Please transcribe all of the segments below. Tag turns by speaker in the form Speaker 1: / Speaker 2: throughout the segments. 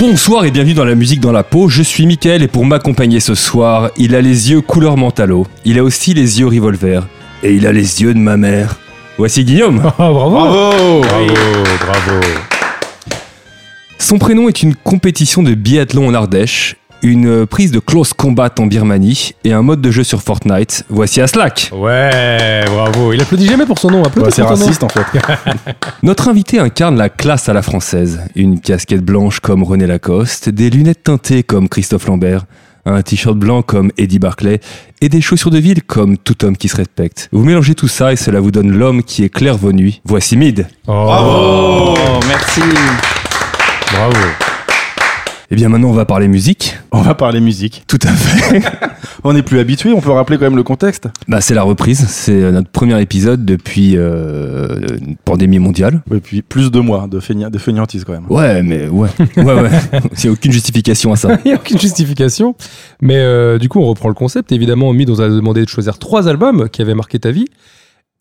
Speaker 1: Bonsoir et bienvenue dans la musique dans la peau, je suis Mickaël et pour m'accompagner ce soir, il a les yeux couleur mentalo, il a aussi les yeux revolver, et il a les yeux de ma mère. Voici Guillaume
Speaker 2: Ah. bravo
Speaker 3: Bravo Bravo, bravo.
Speaker 1: Son prénom est une compétition de biathlon en Ardèche, une prise de close combat en Birmanie et un mode de jeu sur Fortnite. Voici Aslak.
Speaker 3: Ouais, bravo. Il a
Speaker 2: Applaudis jamais pour son nom, applaudis
Speaker 4: Bah, c'est
Speaker 2: pour ton nom.
Speaker 4: raciste en fait.
Speaker 1: Notre invité incarne la classe à la française. Une casquette blanche comme René Lacoste, des lunettes teintées comme Christophe Lambert, un t-shirt blanc comme Eddie Barclay et des chaussures de ville comme tout homme qui se respecte. Vous mélangez tout ça et cela vous donne l'homme qui est clairvenu. Voici Mid.
Speaker 2: Oh.
Speaker 3: Bravo
Speaker 4: merci.
Speaker 3: Bravo.
Speaker 1: Et Eh bien maintenant on va parler musique.
Speaker 4: On va parler musique.
Speaker 1: Tout à fait.
Speaker 4: On n'est plus habitué, on peut rappeler quand même le contexte.
Speaker 1: Bah c'est la reprise, c'est euh, notre premier épisode depuis euh, une pandémie mondiale.
Speaker 4: Et puis plus de mois de, feigna- de feignantise quand même.
Speaker 1: Ouais, mais ouais. Ouais, ouais. Il n'y a aucune justification à ça.
Speaker 2: Il n'y a aucune justification. Mais euh, du coup, on reprend le concept. Évidemment, Mid, on t'a demandé de choisir trois albums qui avaient marqué ta vie.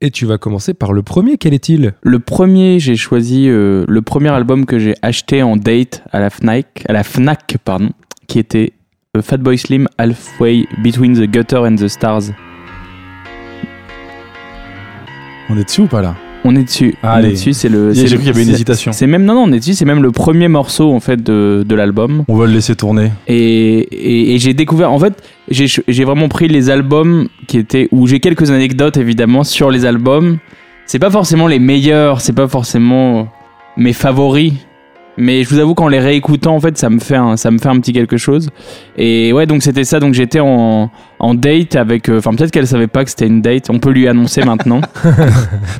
Speaker 2: Et tu vas commencer par le premier. Quel est-il
Speaker 5: Le premier, j'ai choisi euh, le premier album que j'ai acheté en date à la Fnac, à la Fnac pardon, qui était euh, Fatboy Slim Halfway Between the Gutter and the Stars.
Speaker 4: On est dessus ou pas là
Speaker 5: On est dessus.
Speaker 4: Ah,
Speaker 5: on
Speaker 4: allez.
Speaker 5: est dessus, c'est le.
Speaker 4: J'ai
Speaker 5: c'est
Speaker 4: vu
Speaker 5: le-
Speaker 4: qu'il y avait une
Speaker 5: c'est-
Speaker 4: hésitation.
Speaker 5: C'est même non non, on est dessus, c'est même le premier morceau en fait de, de l'album.
Speaker 4: On va le laisser tourner.
Speaker 5: Et, et- et j'ai découvert en fait, j'ai ch- j'ai vraiment pris les albums qui étaient où j'ai quelques anecdotes évidemment sur les albums. C'est pas forcément les meilleurs, c'est pas forcément mes favoris. Mais je vous avoue qu'en les réécoutant, en fait, ça me fait un, ça me fait un petit quelque chose. Et ouais, donc c'était ça. Donc j'étais en, en date avec. euh, Enfin, peut-être qu'elle savait pas que c'était une date. On peut lui annoncer maintenant.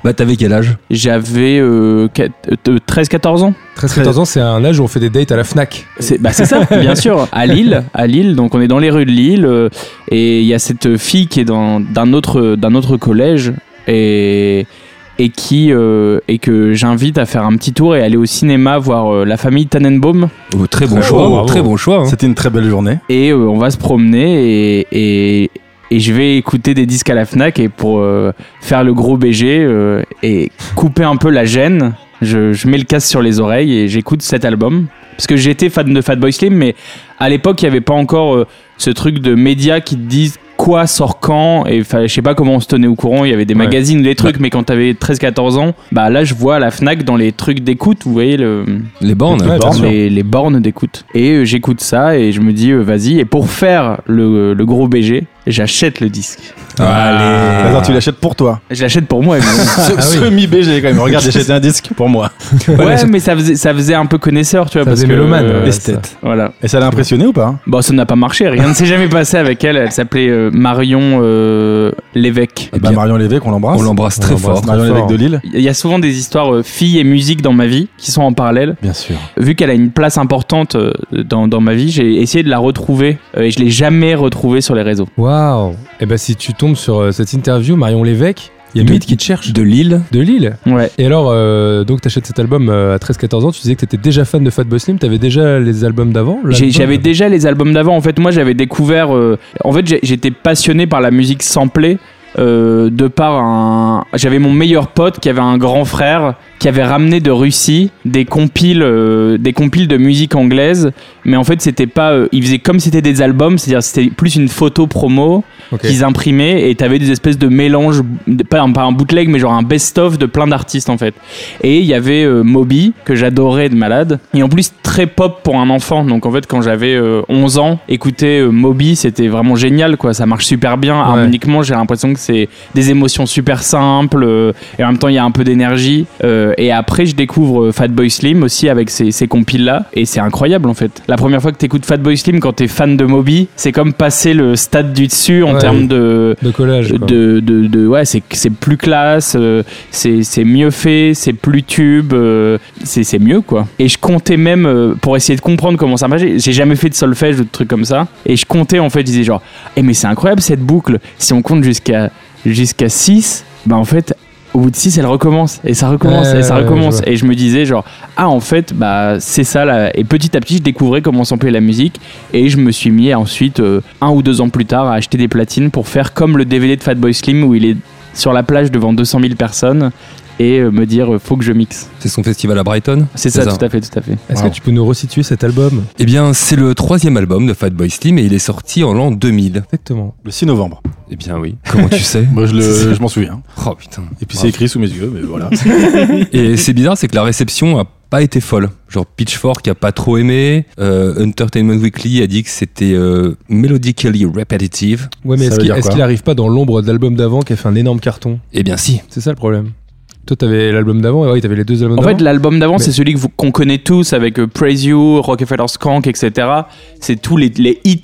Speaker 1: Bah, t'avais quel âge
Speaker 5: J'avais euh, quat- euh, 13-14 ans.
Speaker 2: 13-14 ans, c'est un âge où on fait des dates à la Fnac.
Speaker 5: C'est bah c'est ça, bien sûr. À Lille, à Lille, donc on est dans les rues de Lille euh, et il y a cette fille qui est dans d'un autre d'un autre collège et et qui euh, et que j'invite à faire un petit tour et aller au cinéma voir euh, la famille Tannenbaum
Speaker 1: Oh, Très bon
Speaker 4: Très
Speaker 1: choix.
Speaker 4: bon, bravo.
Speaker 1: très bon choix. hein.
Speaker 4: C'était une très belle journée.
Speaker 5: et euh, on va se promener et, et et je vais écouter des disques à la Fnac et pour euh, faire le gros BG euh, et couper un peu la gêne, je, je mets le casque sur les oreilles et j'écoute cet album parce que j'étais fan de Fatboy Slim mais à l'époque il n'y avait pas encore euh, ce truc de médias qui te disent quoi sort quand et enfin, je sais pas comment on se tenait au courant, il y avait des
Speaker 4: Ouais.
Speaker 5: magazines, des trucs mais quand t'avais 13-14 ans, bah là je vois à la Fnac dans les trucs d'écoute, vous voyez le
Speaker 1: Les bornes.
Speaker 2: Ouais, bien sûr.
Speaker 5: les, les bornes d'écoute. Et euh, j'écoute ça et je me dis, euh, vas-y. Et pour faire le, le gros BG, j'achète le disque.
Speaker 1: Allez.
Speaker 4: Attends, tu l'achètes pour toi.
Speaker 5: Je l'achète pour moi. évidemment.
Speaker 4: Ce-
Speaker 2: Ah oui.
Speaker 4: Semi-BG quand même. Regarde, j'ai acheté un disque pour moi.
Speaker 5: ouais, mais ça faisait, ça faisait un peu connaisseur, tu vois.
Speaker 2: Ça
Speaker 5: parce
Speaker 2: faisait
Speaker 5: que,
Speaker 2: mélomane,
Speaker 5: euh,
Speaker 2: ouais.
Speaker 4: Esthète.
Speaker 5: voilà.
Speaker 4: Et ça l'a impressionné ou pas
Speaker 5: Bon, ça n'a pas marché. Rien ne s'est jamais passé avec elle. Elle s'appelait euh, Marion euh, Lévesque.
Speaker 4: Eh ben,
Speaker 1: bien.
Speaker 4: Marion Lévesque, on l'embrasse.
Speaker 1: On l'embrasse très fort.
Speaker 4: Marion
Speaker 2: très
Speaker 4: Lévesque de
Speaker 2: fort.
Speaker 4: Lille.
Speaker 5: Il y a souvent des histoires euh, filles et musique dans ma vie qui sont en parallèle.
Speaker 4: Bien sûr.
Speaker 5: Vu qu'elle a une place importante euh, dans, dans ma vie, j'ai essayé de la retrouver euh, et je l'ai jamais retrouvée sur les réseaux.
Speaker 2: Waouh Et ben si tu tombes sur euh, cette interview, Marion Lévesque, il y a
Speaker 1: De-
Speaker 2: Mid qui te cherche
Speaker 1: De Lille.
Speaker 2: de Lille.
Speaker 5: Ouais.
Speaker 2: Et alors, euh, donc t'achètes cet album euh, à 13-14 ans, tu disais que t'étais déjà fan de Fatboy Slim, t'avais déjà les albums d'avant
Speaker 5: J'ai-
Speaker 2: l'album
Speaker 5: J'avais déjà les albums d'avant. En fait, moi, j'avais découvert. euh, en fait, j'ai- j'étais passionné par la musique samplée. euh, de par un. J'avais mon meilleur pote qui avait un grand frère qui avait ramené de Russie des compiles, euh, des compiles de musique anglaise. Mais en fait, c'était pas. euh, il faisait comme c'était des albums, c'est-à-dire c'était plus une photo promo
Speaker 2: Ok.
Speaker 5: qu'ils imprimaient et t'avais des espèces de mélanges, de- pas un, pas un bootleg, mais genre un best-of de plein d'artistes en fait. Et il y avait euh, Moby, que j'adorais de malade, et en plus très pop pour un enfant. Donc en fait, quand j'avais euh, 11 ans, écouter euh, Moby, c'était vraiment génial quoi. Ça marche super bien harmoniquement. J'ai l'impression que c'est des émotions super simples euh, et en même temps, il y a un peu d'énergie. Euh, et après, je découvre euh, Fatboy Slim aussi avec ces, ces compiles là, et c'est incroyable en fait. La première fois que t'écoutes Fatboy Slim quand t'es fan de Moby, c'est comme passer le stade du dessus en
Speaker 2: Ouais.
Speaker 5: termes de
Speaker 2: de collage. quoi.
Speaker 5: euh, de, de, de- ouais c'est c'est plus classe euh, c'est c'est mieux fait c'est plus tube euh, c'est c'est mieux quoi et je comptais même euh, pour essayer de comprendre comment ça marchait j'ai jamais fait de solfège ou de trucs comme ça et je comptais en fait je disais genre eh mais c'est incroyable cette boucle si on compte jusqu'à jusqu'à 6 bah en fait au bout de 6, elle recommence. Et ça recommence,
Speaker 2: Ouais,
Speaker 5: et ça
Speaker 2: ouais, ouais,
Speaker 5: recommence.
Speaker 2: je
Speaker 5: et je me disais, genre, ah, en fait, bah, c'est ça. Là. Et petit à petit, je découvrais comment sampler la musique. Et je me suis mis ensuite, euh, un ou deux ans plus tard, à acheter des platines pour faire comme le DVD de Fatboy Slim où il est sur la plage devant 200 000 personnes et euh, me dire, euh, faut que je mixe.
Speaker 1: C'est son festival à Brighton
Speaker 5: C'est ça, tout à fait, tout à fait.
Speaker 2: Est-ce
Speaker 1: Wow.
Speaker 2: que tu peux nous resituer cet album
Speaker 1: Eh bien, c'est le troisième album de Fatboy Slim et il est sorti en l'an 2000.
Speaker 2: Exactement.
Speaker 4: Le 6 novembre.
Speaker 1: Eh bien, oui. Comment tu sais
Speaker 4: Moi, je, le-
Speaker 1: C'est ça.
Speaker 4: je m'en souviens.
Speaker 1: Oh putain.
Speaker 4: Et puis, c'est écrit sous mes yeux, mais voilà.
Speaker 1: Et c'est bizarre, c'est que la réception a pas été folle. Genre Pitchfork a pas trop aimé. euh, Entertainment Weekly a dit que c'était euh, melodically repetitive.
Speaker 2: Ouais, mais est-ce
Speaker 4: Ça veut
Speaker 2: qu'il
Speaker 4: dire
Speaker 2: est-ce
Speaker 4: quoi
Speaker 2: qu'il arrive pas dans l'ombre de l'album d'avant qui a fait un énorme carton
Speaker 1: Eh bien si.
Speaker 2: C'est ça le problème. Toi, t'avais l'album d'avant, et ouais, t'avais les deux albums
Speaker 5: En
Speaker 2: d'avant.
Speaker 5: fait, l'album d'avant,
Speaker 2: Mais-
Speaker 5: c'est celui que vous- qu'on connaît tous avec euh, Praise You, Rockefeller Skank, etc. C'est tous les, les hits.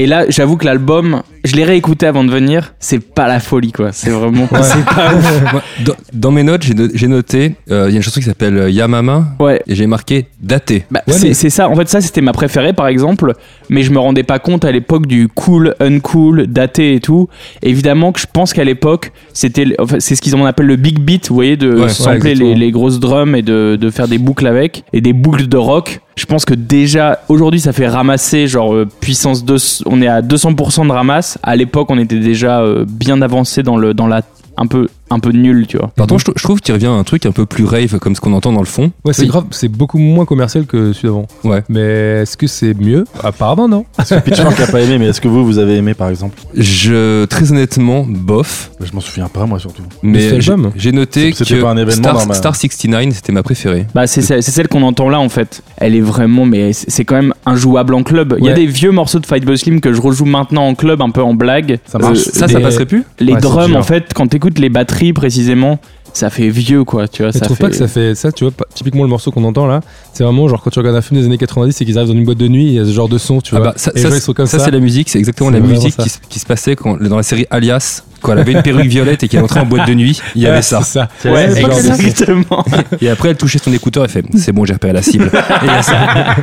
Speaker 5: Et là, j'avoue que l'album, je l'ai réécouté avant de venir, c'est pas la folie, quoi. C'est vraiment. c'est pas ouf.
Speaker 1: Moi, dans, dans mes notes, j'ai no- j'ai noté, euh, il y a une chanson qui s'appelle euh, Yamama
Speaker 5: Ouais.
Speaker 1: et j'ai marqué daté.
Speaker 5: Bah,
Speaker 2: Ouais,
Speaker 5: c'est
Speaker 2: mais-
Speaker 5: c'est ça, en fait, ça c'était ma préférée par exemple, mais je me rendais pas compte à l'époque du cool, uncool, daté et tout. Évidemment que je pense qu'à l'époque, c'était le- enfin, c'est ce qu'ils en appellent le big beat, vous voyez, de
Speaker 1: Ouais,
Speaker 5: sampler
Speaker 2: ouais,
Speaker 5: les,
Speaker 2: exactement.
Speaker 5: les grosses drums et de, de faire des boucles avec, et des boucles de rock. Je pense que déjà, aujourd'hui, ça fait ramasser genre euh, puissance 2, on est à 200% de ramasse. À l'époque, on était déjà euh, bien avancé dans, le, dans la. un peu, un peu nul, tu vois.
Speaker 1: Par contre, je, trou- je trouve qu'il revient à un truc un peu plus rave comme ce qu'on entend dans le fond.
Speaker 2: Ouais, c'est grave, c'est beaucoup moins commercial que celui d'avant.
Speaker 1: Ouais.
Speaker 2: Mais est-ce que c'est mieux Apparemment, non.
Speaker 4: Parce que Pitchfork a pas aimé, mais est-ce que vous, vous avez aimé, par exemple
Speaker 1: Je très honnêtement bof,
Speaker 4: Je m'en souviens pas, moi, surtout.
Speaker 1: mais
Speaker 2: cet
Speaker 1: j'ai
Speaker 2: album
Speaker 1: j'ai noté que
Speaker 4: C'était pas un événement dans
Speaker 1: Star,
Speaker 4: ma-
Speaker 1: Star 69 c'était ma préférée.
Speaker 5: Bah, c'est celle, c'est celle qu'on entend là en fait. Elle est vraiment, mais c'est c'est quand même injouable en club. Il y a
Speaker 2: Ouais.
Speaker 5: des vieux morceaux de Fight Boy Slim que je rejoue maintenant en club, un peu en blague. Euh,
Speaker 4: Ça
Speaker 1: Ça,
Speaker 2: Ah,
Speaker 4: marche.
Speaker 1: Euh, ça,
Speaker 2: des-
Speaker 1: passerait plus
Speaker 5: Les
Speaker 2: Ouais, c'est
Speaker 5: drums
Speaker 2: dur.
Speaker 5: en fait, quand t'écoutes les batteries précisément, ça fait vieux quoi, tu vois.
Speaker 2: Je
Speaker 5: Ah, ça
Speaker 2: trouve
Speaker 5: fait...
Speaker 2: pas que ça fait ça, tu vois, pas- typiquement le morceau qu'on entend là, c'est vraiment genre quand tu regardes un film des années 90 et qu'ils arrivent dans une boîte de nuit, il y a ce genre de son, tu
Speaker 1: Ah
Speaker 2: vois.
Speaker 1: bah, ça,
Speaker 2: et les
Speaker 1: ça,
Speaker 2: gens, ils sont comme
Speaker 1: ça,
Speaker 2: ça.
Speaker 1: c'est la musique, c'est exactement
Speaker 2: C'est
Speaker 1: la
Speaker 2: vraiment
Speaker 1: musique
Speaker 2: ça.
Speaker 1: qui, se- qui se passait quand, dans la série Alias, quand elle avait une perruque violette et qu'elle entrait en boîte de nuit, il y avait
Speaker 2: Ouais,
Speaker 1: ça.
Speaker 2: Ah, c'est ça.
Speaker 5: Ouais,
Speaker 2: c'est pas que ça.
Speaker 5: exactement.
Speaker 1: Et après, elle touchait son écouteur et fait C'est bon, j'ai repéré la cible. Et il y a ça.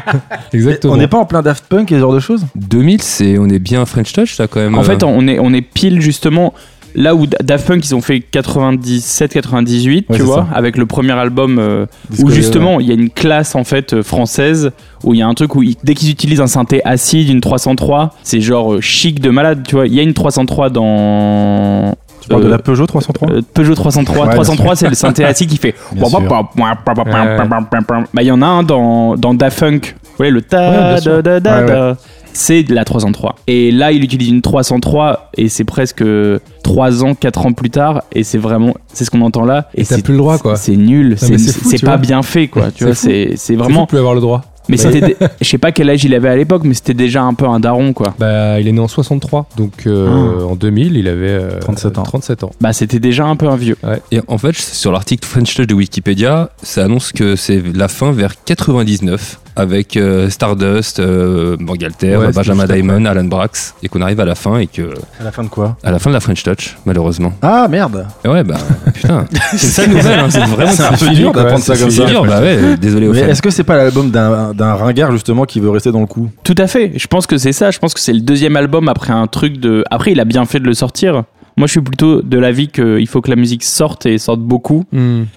Speaker 2: Exactement.
Speaker 4: On n'est pas en plein Daft Punk et ce genre de choses
Speaker 1: 2000, c'est, on est bien French Touch, là, quand même.
Speaker 5: en fait,
Speaker 1: Euh,
Speaker 5: on est, on est pile justement là où Da- Daft Punk ils ont fait 97-98,
Speaker 4: Ouais,
Speaker 5: tu
Speaker 4: c'est
Speaker 5: vois, avec le premier album. euh,
Speaker 4: Disco-
Speaker 5: Où justement, il y a une classe en fait euh, française où il y a un truc où ils- dès qu'ils utilisent un synthé acide, une 303, c'est genre euh, chic de malade, tu vois. Il y a une 303 dans
Speaker 4: Tu parles de
Speaker 5: euh,
Speaker 4: la Peugeot 303
Speaker 5: euh, Peugeot 303.
Speaker 4: Ouais, bien
Speaker 5: 303, c'est le synthé acide qui fait.
Speaker 4: Bien sûr.
Speaker 5: Bah, il y en a un dans, dans Da Funk. Ouais, le
Speaker 2: Ouais,
Speaker 5: ta
Speaker 2: bien sûr.
Speaker 5: da da da
Speaker 4: Ouais,
Speaker 5: da. C'est de la 303. Et là, il utilise une 303 et c'est presque 3 ans, 4 ans plus tard. Et c'est vraiment, c'est ce qu'on entend là.
Speaker 2: Et t'as
Speaker 5: c'est-
Speaker 2: plus le droit, quoi.
Speaker 5: C'est nul.
Speaker 2: mais
Speaker 5: C'est
Speaker 2: c'est fou,
Speaker 5: c'est
Speaker 2: tu vois.
Speaker 5: pas bien fait, quoi. Tu
Speaker 2: C'est
Speaker 5: vois,
Speaker 2: fou.
Speaker 5: c'est c'est
Speaker 2: C'est fou
Speaker 5: vraiment.
Speaker 2: de plus avoir le droit.
Speaker 5: Mais c'était, des- je sais pas quel âge il avait à l'époque, mais c'était déjà un peu un daron, quoi.
Speaker 2: Bah, il est né en 63, donc euh,
Speaker 5: Ah.
Speaker 2: en 2000, il avait euh,
Speaker 4: 37 ans.
Speaker 2: 37 ans.
Speaker 5: Bah, c'était déjà un peu un vieux.
Speaker 1: et en fait, sur l'article French Touch de Wikipédia, ça annonce que c'est la fin vers 99, avec euh, Stardust, euh, Bangalter,
Speaker 2: Ouais, c'est
Speaker 1: Benjamin
Speaker 2: juste après.
Speaker 1: Diamond, Alan Brax, et qu'on arrive à la fin et que.
Speaker 4: À la fin de quoi
Speaker 1: à la fin de la French Touch, malheureusement.
Speaker 4: Ah merde
Speaker 1: Et ouais, bah, putain. C'est ça nouvelle, hein, c'est vraiment
Speaker 4: C'est un peu
Speaker 2: fini,
Speaker 4: dur
Speaker 2: quoi,
Speaker 4: d'apprendre ça
Speaker 2: c'est
Speaker 4: comme
Speaker 1: C'est
Speaker 4: ça.
Speaker 1: dur, bah ouais, euh, désolé au
Speaker 4: Mais
Speaker 1: fait.
Speaker 4: est-ce que c'est pas l'album d'un d'un ringard justement qui veut rester dans le coup
Speaker 5: Tout à fait. Je pense que c'est ça. Je pense que c'est le deuxième album après un truc de. Après, il a bien fait de le sortir. Moi, je suis plutôt de l'avis qu'il faut que la musique sorte et sorte beaucoup,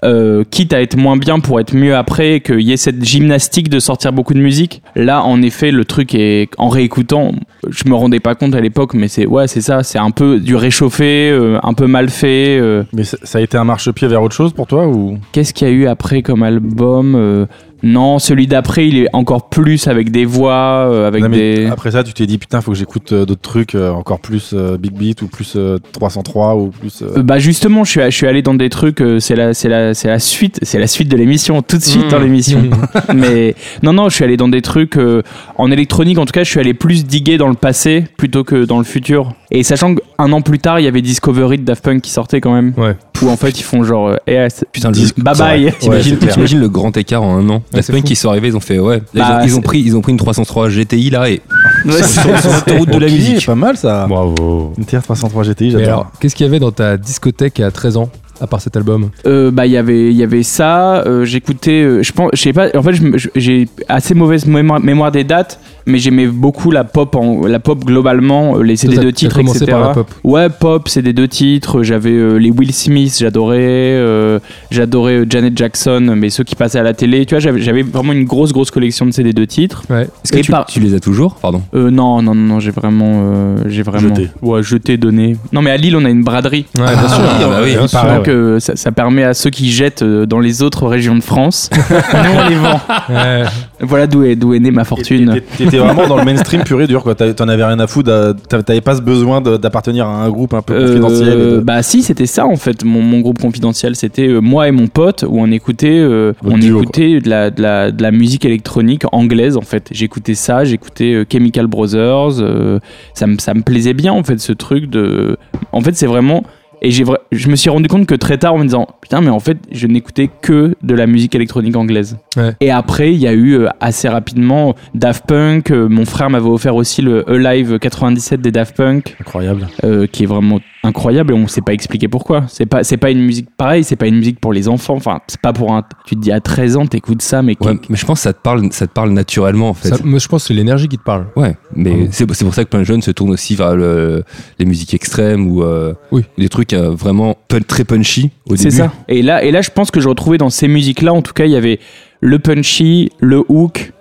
Speaker 5: euh, quitte à être moins bien pour être mieux après, qu'il y ait cette gymnastique de sortir beaucoup de musique. Là, en effet, le truc est en réécoutant, je me rendais pas compte à l'époque, mais c'est ouais, c'est ça, c'est un peu du réchauffé, euh, un peu mal fait. euh,
Speaker 4: Mais ça ça a été un marchepied vers autre chose pour toi ou
Speaker 5: Qu'est-ce qu'il y a eu après comme album Euh, Non, celui d'après, il est encore plus avec des voix, euh, avec
Speaker 4: Non, mais
Speaker 5: des.
Speaker 4: Après ça, tu t'es dit putain, faut que j'écoute euh, d'autres trucs, euh, encore plus euh, Big Beat ou plus euh, 303 ou plus. euh,
Speaker 5: Euh, Bah justement, je suis, je suis allé dans des trucs. euh, C'est la, c'est la, c'est la suite, c'est la suite de l'émission, tout de suite
Speaker 1: Mmh.
Speaker 5: dans l'émission.
Speaker 2: Mmh.
Speaker 5: Mais non, non, je suis allé dans des trucs euh, en électronique. En tout cas, je suis allé plus diguer dans le passé plutôt que dans le futur. Et sachant qu'un an plus tard, il y avait Discovery de Daft Punk qui sortait quand même.
Speaker 2: Ouais.
Speaker 5: Où en fait, ils font genre, euh, Eh, c'est-
Speaker 1: Putain, le
Speaker 4: Disque,
Speaker 5: bye
Speaker 4: ça
Speaker 5: bye.
Speaker 4: aurait- Ouais,
Speaker 1: T'imagines
Speaker 4: c'est clair.
Speaker 1: t'imagines le grand écart en un an. La
Speaker 2: c'est
Speaker 1: semaine
Speaker 2: fou.
Speaker 1: qu'ils sont arrivés, ils ont fait ouais. là, ils ont-
Speaker 5: Bah,
Speaker 1: ils, ont
Speaker 5: c'est-
Speaker 1: pris, ils ont pris une 303 GTI là et
Speaker 5: Ouais, c'est-
Speaker 1: sur sur
Speaker 5: Euh,
Speaker 1: l'autoroute de la
Speaker 4: Ok,
Speaker 1: musique.
Speaker 5: Ah.
Speaker 4: Pas mal ça.
Speaker 3: Bravo.
Speaker 4: Une TR 303 GTI,
Speaker 2: Mais
Speaker 4: j'adore.
Speaker 2: alors, qu'est-ce qu'il y avait dans ta discothèque à 13 ans à part cet album
Speaker 5: Euh, bah il y avait il y avait ça euh, j'écoutais euh, je pense je sais pas en fait je me- je- j'ai assez mauvaise mémoire, mémoire des dates mais j'aimais beaucoup la pop en, la pop globalement euh, les CD
Speaker 2: T'as-
Speaker 5: de
Speaker 2: t'as
Speaker 5: titres
Speaker 2: commencé
Speaker 5: etc
Speaker 2: par la pop.
Speaker 5: ouais pop CD de titres j'avais euh, les Will Smith j'adorais euh, j'adorais euh, Janet Jackson mais ceux qui passaient à la télé tu vois j'avais j'avais vraiment une grosse grosse collection de CD de titres
Speaker 2: Ouais.
Speaker 1: Est-ce que
Speaker 5: Et
Speaker 1: tu,
Speaker 5: par-
Speaker 1: tu les as toujours Pardon.
Speaker 5: euh, non non non non, j'ai vraiment euh, j'ai vraiment
Speaker 4: Jeté.
Speaker 5: ouais jeté donné non mais à Lille on a une braderie
Speaker 2: Ouais, bien sûr.
Speaker 1: Ah, bah oui.
Speaker 2: Bien sûr.
Speaker 5: donc euh, ça, ça permet à ceux qui jettent euh, dans les autres régions de France. Nous, on les vend.
Speaker 2: Ouais.
Speaker 5: Voilà d'où est, d'où est née ma fortune.
Speaker 4: Et- et- T'étais vraiment dans le mainstream pur et dur, quoi. T'avais- T'en avais rien à foutre. euh, t'avais- T'avais pas ce besoin de- d'appartenir à un groupe un peu confidentiel. et
Speaker 5: Euh,
Speaker 4: de-
Speaker 5: bah si c'était ça en fait mon, mon groupe confidentiel c'était euh, moi et mon pote où on écoutait euh,
Speaker 4: Votre
Speaker 5: on
Speaker 4: duo,
Speaker 5: écoutait de la, de la de la musique électronique anglaise en fait j'écoutais ça j'écoutais euh, Chemical Brothers euh, ça me ça me plaisait bien en fait ce truc de en fait c'est vraiment et j'ai vra- je me suis rendu compte que très tard en me disant putain mais en fait je n'écoutais que de la musique électronique anglaise
Speaker 2: Ouais.
Speaker 5: et après il y a eu euh, assez rapidement Daft Punk euh, mon frère m'avait offert aussi le Alive 97 des Daft Punk
Speaker 4: Incroyable.
Speaker 5: euh, qui est vraiment incroyable et on sait pas expliquer pourquoi. C'est pas c'est pas une musique pareille, c'est pas une musique pour les enfants. Enfin, c'est pas pour un. Tu te dis à 13 ans, t'écoutes ça, mais
Speaker 1: Ouais, mais je pense que ça te parle, ça te parle naturellement en fait.
Speaker 2: Ça- moi, je pense que c'est l'énergie qui te parle.
Speaker 1: Ouais, mais
Speaker 2: Pardon.
Speaker 1: c'est c'est pour ça que plein de jeunes se tournent aussi vers le- les musiques extrêmes ou euh,
Speaker 2: Oui.
Speaker 1: des trucs euh, vraiment pun- très punchy au
Speaker 5: c'est
Speaker 1: début.
Speaker 5: ça. Et là et là, je pense que je retrouvais dans ces musiques là, en tout cas, il y avait le punchy, le hook,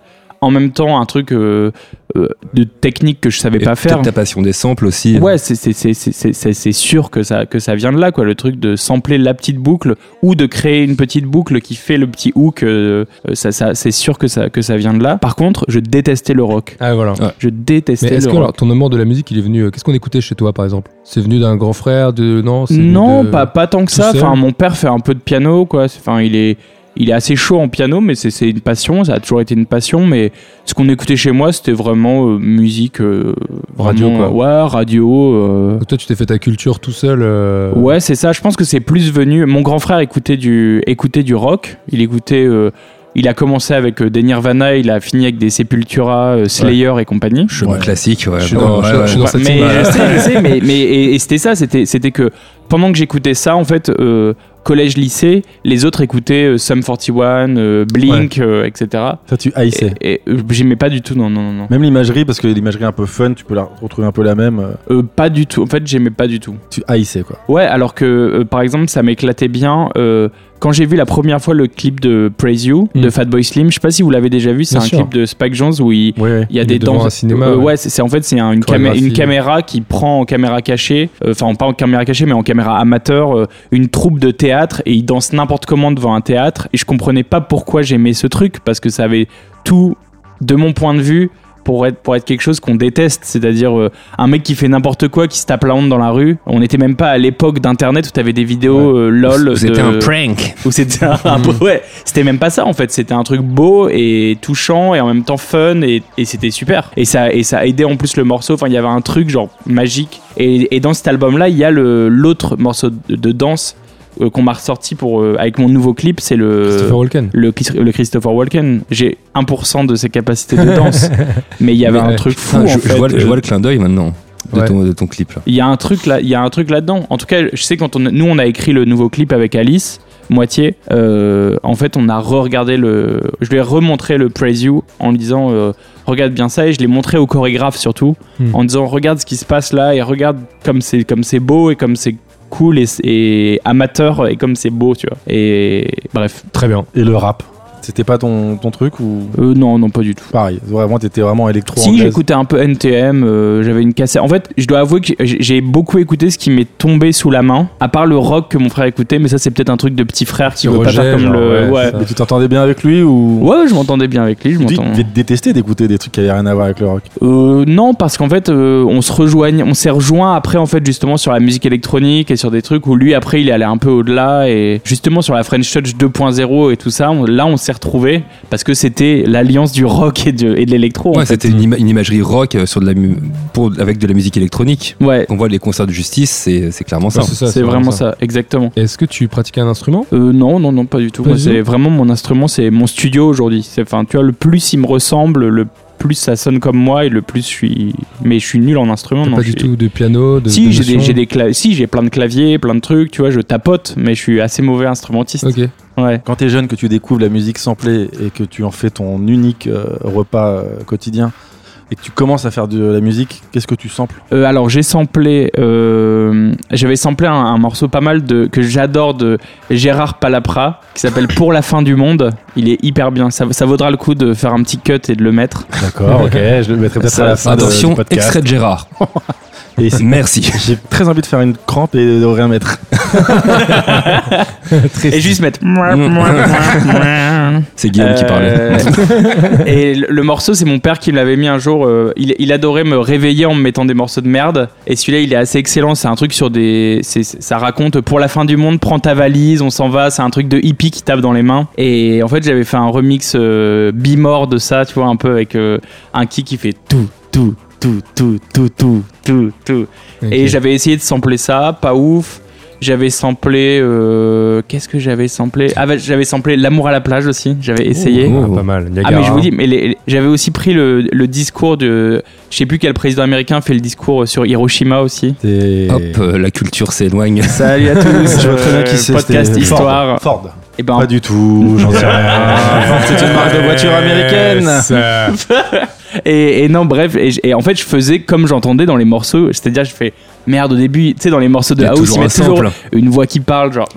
Speaker 5: en même temps un truc euh, euh, de technique que je savais
Speaker 1: Et
Speaker 5: pas faire.
Speaker 1: peut-être ta passion des samples aussi. euh,
Speaker 5: Ouais, c'est- c'est- c'est- c'est c'est- c'est- c'est sûr que ça, que ça vient de là, quoi. Le truc de sampler la petite boucle ou de créer une petite boucle qui fait le petit hook, euh, euh, ça, ça, c'est sûr que ça, que ça vient de là. Par contre, je détestais le rock.
Speaker 2: Ah, voilà.
Speaker 5: Je
Speaker 2: Mais
Speaker 5: détestais
Speaker 2: est-ce
Speaker 5: le
Speaker 2: que alors,
Speaker 5: rock.
Speaker 2: ton amour de la musique, il est venu. euh, Qu'est-ce qu'on écoutait chez toi, par exemple C'est venu d'un grand frère de Non, c'est venu
Speaker 5: Non,
Speaker 2: de-
Speaker 5: pas, pas tant que
Speaker 2: tout
Speaker 5: ça.
Speaker 2: seul
Speaker 5: Enfin, mon père fait un peu de piano, quoi. C'est- Enfin, il est, il est assez chaud en piano, mais c'est- c'est une passion. Ça a toujours été une passion. Mais ce qu'on écoutait chez moi, c'était vraiment euh, musique. euh,
Speaker 2: Radio,
Speaker 5: vraiment, Ouais, radio. euh,
Speaker 2: Donc, toi, tu t'es fait ta culture tout seul. euh,
Speaker 5: Ouais, c'est ça. Je pense que c'est plus venu. Mon grand frère écoutait du, écoutait du rock. Il écoutait. euh, il a commencé avec euh, des Nirvana, il a fini avec des Sepultura, euh, Slayer et compagnie.
Speaker 1: Chemin classique. Ouais,
Speaker 2: Je suis
Speaker 1: Ouais,
Speaker 2: dans-
Speaker 1: ouais,
Speaker 2: je- je
Speaker 1: ouais.
Speaker 2: suis dans-
Speaker 5: Ouais,
Speaker 2: cette
Speaker 5: Bah, mais,
Speaker 2: team.
Speaker 5: je sais, je sais, mais, mais- et, et c'était ça, c'était, c'était que pendant que j'écoutais ça, en fait, euh, collège, lycée, les autres écoutaient euh, Sum 41, euh, Blink, euh, etc.
Speaker 4: Ça, tu
Speaker 5: Et,
Speaker 4: haïssais.
Speaker 5: et, euh, j'aimais pas du tout, non, non, non, non.
Speaker 4: Même l'imagerie, parce que l'imagerie un peu fun, tu peux la retrouver un peu la même. euh,
Speaker 5: Euh, pas du tout. En fait, j'aimais pas du tout.
Speaker 4: Tu haïssais, quoi.
Speaker 5: Ouais, alors que euh, par exemple, ça m'éclatait bien euh, quand j'ai vu la première fois le clip de Praise You de
Speaker 2: Mm.
Speaker 5: Fatboy Slim. Je sais pas si vous l'avez déjà vu, c'est
Speaker 2: Bien
Speaker 5: un
Speaker 2: sûr.
Speaker 5: clip de Spike Jonze où il,
Speaker 4: Oui, oui.
Speaker 5: il y a
Speaker 2: Il
Speaker 5: des
Speaker 2: est devant
Speaker 5: danses.
Speaker 2: un cinéma,
Speaker 5: Euh,
Speaker 2: ouais.
Speaker 5: ouais, c'est c'est- en fait c'est un- une, camé-
Speaker 2: Chorégraphie.
Speaker 5: une caméra qui prend en caméra cachée, euh, enfin pas en caméra cachée mais en caméra amateur, euh, une troupe de théâtre et ils dansent n'importe comment devant un théâtre. Et je comprenais pas pourquoi j'aimais ce truc parce que ça avait tout de mon point de vue. Pour être, pour être quelque chose qu'on déteste, c'est-à-dire euh, un mec qui fait n'importe quoi, qui se tape la honte dans la rue. On n'était même pas à l'époque d'Internet où t'avais des vidéos euh, LOL.
Speaker 1: Ou C'était
Speaker 5: de-
Speaker 1: un prank.
Speaker 5: où c'était un,
Speaker 1: Mhm.
Speaker 5: un peu- ouais, c'était même pas ça en fait, c'était un truc beau et touchant et en même temps fun et, et c'était super. Et ça et ça aidait en plus le morceau, enfin il y avait un truc genre magique. Et, et dans cet album là, il y a le l'autre morceau de, de danse euh, qu'on m'a ressorti pour euh, avec mon nouveau clip, c'est le
Speaker 2: Christopher Walken.
Speaker 5: le, Chris- le Christopher Walken. J'ai 1% de ses capacités de danse, mais il y avait
Speaker 2: Mais
Speaker 5: un
Speaker 2: ouais.
Speaker 5: truc fou
Speaker 1: Putain,
Speaker 5: en
Speaker 1: je, je
Speaker 5: fait.
Speaker 1: vois, le- je
Speaker 5: euh,
Speaker 1: vois le clin d'œil maintenant de,
Speaker 2: Ouais.
Speaker 1: ton, de ton clip là.
Speaker 5: il y a un truc là, il y a un truc là-dedans. En tout cas, je sais quand on, nous on a écrit le nouveau clip avec Alice, moitié. euh, en fait, on a re-regardé le, je lui ai remontré le Praise You en lui disant euh, regarde bien ça et je l'ai montré au chorégraphe surtout
Speaker 2: Hmm.
Speaker 5: en disant regarde ce qui se passe là et regarde comme c'est comme c'est beau et comme c'est cool et, et amateur et comme c'est beau tu vois. Et bref,
Speaker 2: Très bien.
Speaker 4: Et le rap. C'était pas ton, ton truc ou.
Speaker 5: Euh, non non pas du tout.
Speaker 4: Pareil. Vraiment, t'étais vraiment électro.
Speaker 5: Si,
Speaker 4: anglaise.
Speaker 5: j'écoutais un peu NTM, euh, j'avais une cassette. En fait, je dois avouer que j'ai j'ai beaucoup écouté ce qui m'est tombé sous la main, à part le rock que mon frère écoutait, mais ça, c'est peut-être un truc de petit frère qui
Speaker 2: Petit
Speaker 5: veut pas
Speaker 2: rejet,
Speaker 5: faire comme
Speaker 2: genre,
Speaker 5: le.
Speaker 2: ouais,
Speaker 5: Ouais,
Speaker 2: c'est
Speaker 4: Mais tu t'entendais bien avec lui ou.
Speaker 5: Ouais, je m'entendais bien avec lui, je
Speaker 4: Tu dis,
Speaker 5: m'entends.
Speaker 4: tu détestais d'écouter des trucs qui avaient rien à voir avec le rock.
Speaker 5: Euh, non, parce qu'en fait, euh, on se rejoigne, on s'est rejoint après, en fait, justement, sur la musique électronique et sur des trucs où lui, après, il est allé un peu au-delà et justement sur la French Touch 2.0 et tout ça, on- là, on s'est retrouvés parce que c'était l'alliance du rock et de, et de l'électro. en
Speaker 1: Ouais,
Speaker 5: fait.
Speaker 1: c'était une, ima- une imagerie rock euh, sur de la mu- pour, avec de la musique électronique.
Speaker 5: Ouais,
Speaker 1: On voit les concerts de justice, c'est c'est clairement ça.
Speaker 2: Ouais, ça,
Speaker 5: c'est vraiment ça, exactement.
Speaker 2: Est-ce que tu pratiquais un instrument
Speaker 5: Euh, non, non, non, pas du tout.
Speaker 2: Pas
Speaker 5: Moi,
Speaker 2: du
Speaker 5: c'est vraiment mon instrument, c'est mon studio aujourd'hui. C'est, enfin, tu vois, le plus il me ressemble, le plus ça sonne comme moi et le plus je suis. Mais je suis nul en instrument.
Speaker 2: T'as
Speaker 5: non,
Speaker 2: pas
Speaker 5: je
Speaker 2: du
Speaker 5: suis-
Speaker 2: tout de piano, de. de
Speaker 5: Si, j'ai des,
Speaker 2: notion
Speaker 5: j'ai des cla- si, j'ai plein de claviers, plein de trucs, tu vois, je tapote, mais je suis assez mauvais instrumentiste.
Speaker 2: Ok.
Speaker 5: Ouais.
Speaker 4: Quand t'es jeune, que tu découvres la musique samplée et que tu en fais ton unique euh, repas euh, quotidien et que tu commences à faire de la musique, qu'est-ce que tu samples
Speaker 5: Euh, alors j'ai samplé, euh, j'avais samplé un, un morceau pas mal de que j'adore de Gérard Palapra qui s'appelle Pour la fin du monde. Il est hyper bien. Ça, ça vaudra le coup de faire un petit cut et de le mettre.
Speaker 4: D'accord, ok, je le mettrai peut-être à la fin de-
Speaker 1: Attention,
Speaker 4: du podcast.
Speaker 1: extrait de Gérard.
Speaker 4: Et c'est-
Speaker 1: Merci.
Speaker 4: J'ai très envie de faire une crampe et de rien mettre.
Speaker 5: Et juste mettre.
Speaker 1: C'est Guillaume qui parlait.
Speaker 5: Euh, et le, le morceau, c'est mon père qui me l'avait mis un jour. euh, il, il adorait me réveiller en me mettant des morceaux de merde. Et celui-là, il est assez excellent. C'est un truc sur des. c'est- Ça raconte pour la fin du monde, prends ta valise, on s'en va. C'est un truc de hippie qui tape dans les mains. Et en fait, j'avais fait un remix euh, bimor de ça, tu vois, un peu avec euh, un kick qui fait tout, tout, tout, tout, tout, tout, tout, tout. Et
Speaker 2: Ok.
Speaker 5: j'avais essayé de sampler ça, pas ouf. J'avais samplé. euh, Qu'est-ce que j'avais samplé Ah, bah, j'avais samplé L'amour à la plage aussi. J'avais essayé.
Speaker 2: Ah,
Speaker 1: Oh.
Speaker 2: pas mal.
Speaker 5: Ah mais je vous dis, mais les- les- j'avais aussi pris le, le discours de, je sais plus quel président américain fait le discours sur Hiroshima aussi.
Speaker 4: Et-
Speaker 5: Ah,
Speaker 1: Hop, euh, la culture s'éloigne.
Speaker 5: Salut à tous.
Speaker 4: Je vois très bien qui c'est,
Speaker 5: Podcast
Speaker 4: c'était-
Speaker 5: histoire.
Speaker 4: Ford. Ford.
Speaker 5: Et ben Ah,
Speaker 4: Pas du tout, j'en sais rien.
Speaker 3: C'est une marque de voiture américaine.
Speaker 5: et, et non bref et, j- et en fait je faisais comme j'entendais dans les morceaux, c'est-à-dire je fais merde au début, tu sais dans les morceaux de
Speaker 1: Il y a
Speaker 5: house
Speaker 1: toujours
Speaker 5: ils
Speaker 1: un
Speaker 5: mettent toujours
Speaker 1: sample.
Speaker 5: une voix qui parle genre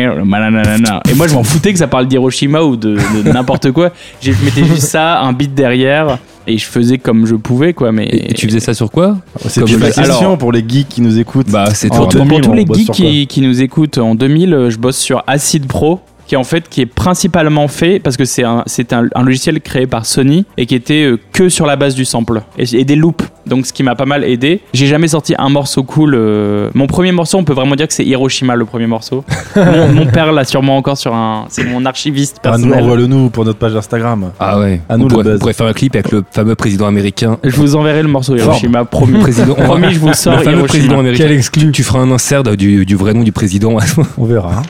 Speaker 5: et moi je m'en foutais que ça parle d'Hiroshima ou de, de n'importe quoi. J'ai- Je mettais juste ça, un beat derrière et je faisais comme je pouvais quoi. Mais
Speaker 1: Et, et tu faisais ça sur quoi
Speaker 4: C'est
Speaker 1: Comme
Speaker 4: une
Speaker 1: le-
Speaker 4: question
Speaker 5: Alors-
Speaker 4: pour les geeks qui nous écoutent.
Speaker 1: Bah, c'est
Speaker 4: En
Speaker 1: toi.
Speaker 5: Pour, pour
Speaker 4: 2000,
Speaker 5: tous
Speaker 4: on
Speaker 5: les
Speaker 4: bosse
Speaker 5: geeks
Speaker 4: sur
Speaker 5: qui, qui nous écoutent, en 2000, euh, je bosse sur Acid Pro, qui en fait qui est principalement fait parce que c'est un, c'est un, un logiciel créé par Sony et qui était euh, que sur la base du sample et, et des loops. Donc ce qui m'a pas mal aidé. J'ai jamais sorti un morceau cool. euh, Mon premier morceau, on peut vraiment dire que c'est Hiroshima le premier morceau. mon, mon père l'a sûrement encore sur un. C'est mon archiviste
Speaker 4: Ah, nous,
Speaker 5: personnel.
Speaker 4: envoie-le nous pour notre page Instagram.
Speaker 1: Ah ouais.
Speaker 4: À nous
Speaker 1: on,
Speaker 4: le
Speaker 1: pourrait,
Speaker 4: buzz.
Speaker 1: on pourrait faire un clip avec le fameux président américain.
Speaker 5: je vous enverrai le morceau Hiroshima, promis.
Speaker 1: Président, on-
Speaker 5: Promis, je vous
Speaker 1: le
Speaker 5: sors
Speaker 1: fameux président
Speaker 5: Hiroshima.
Speaker 1: américain. Tu feras un insert du, du vrai nom du président. Bah,
Speaker 4: On verra. hein.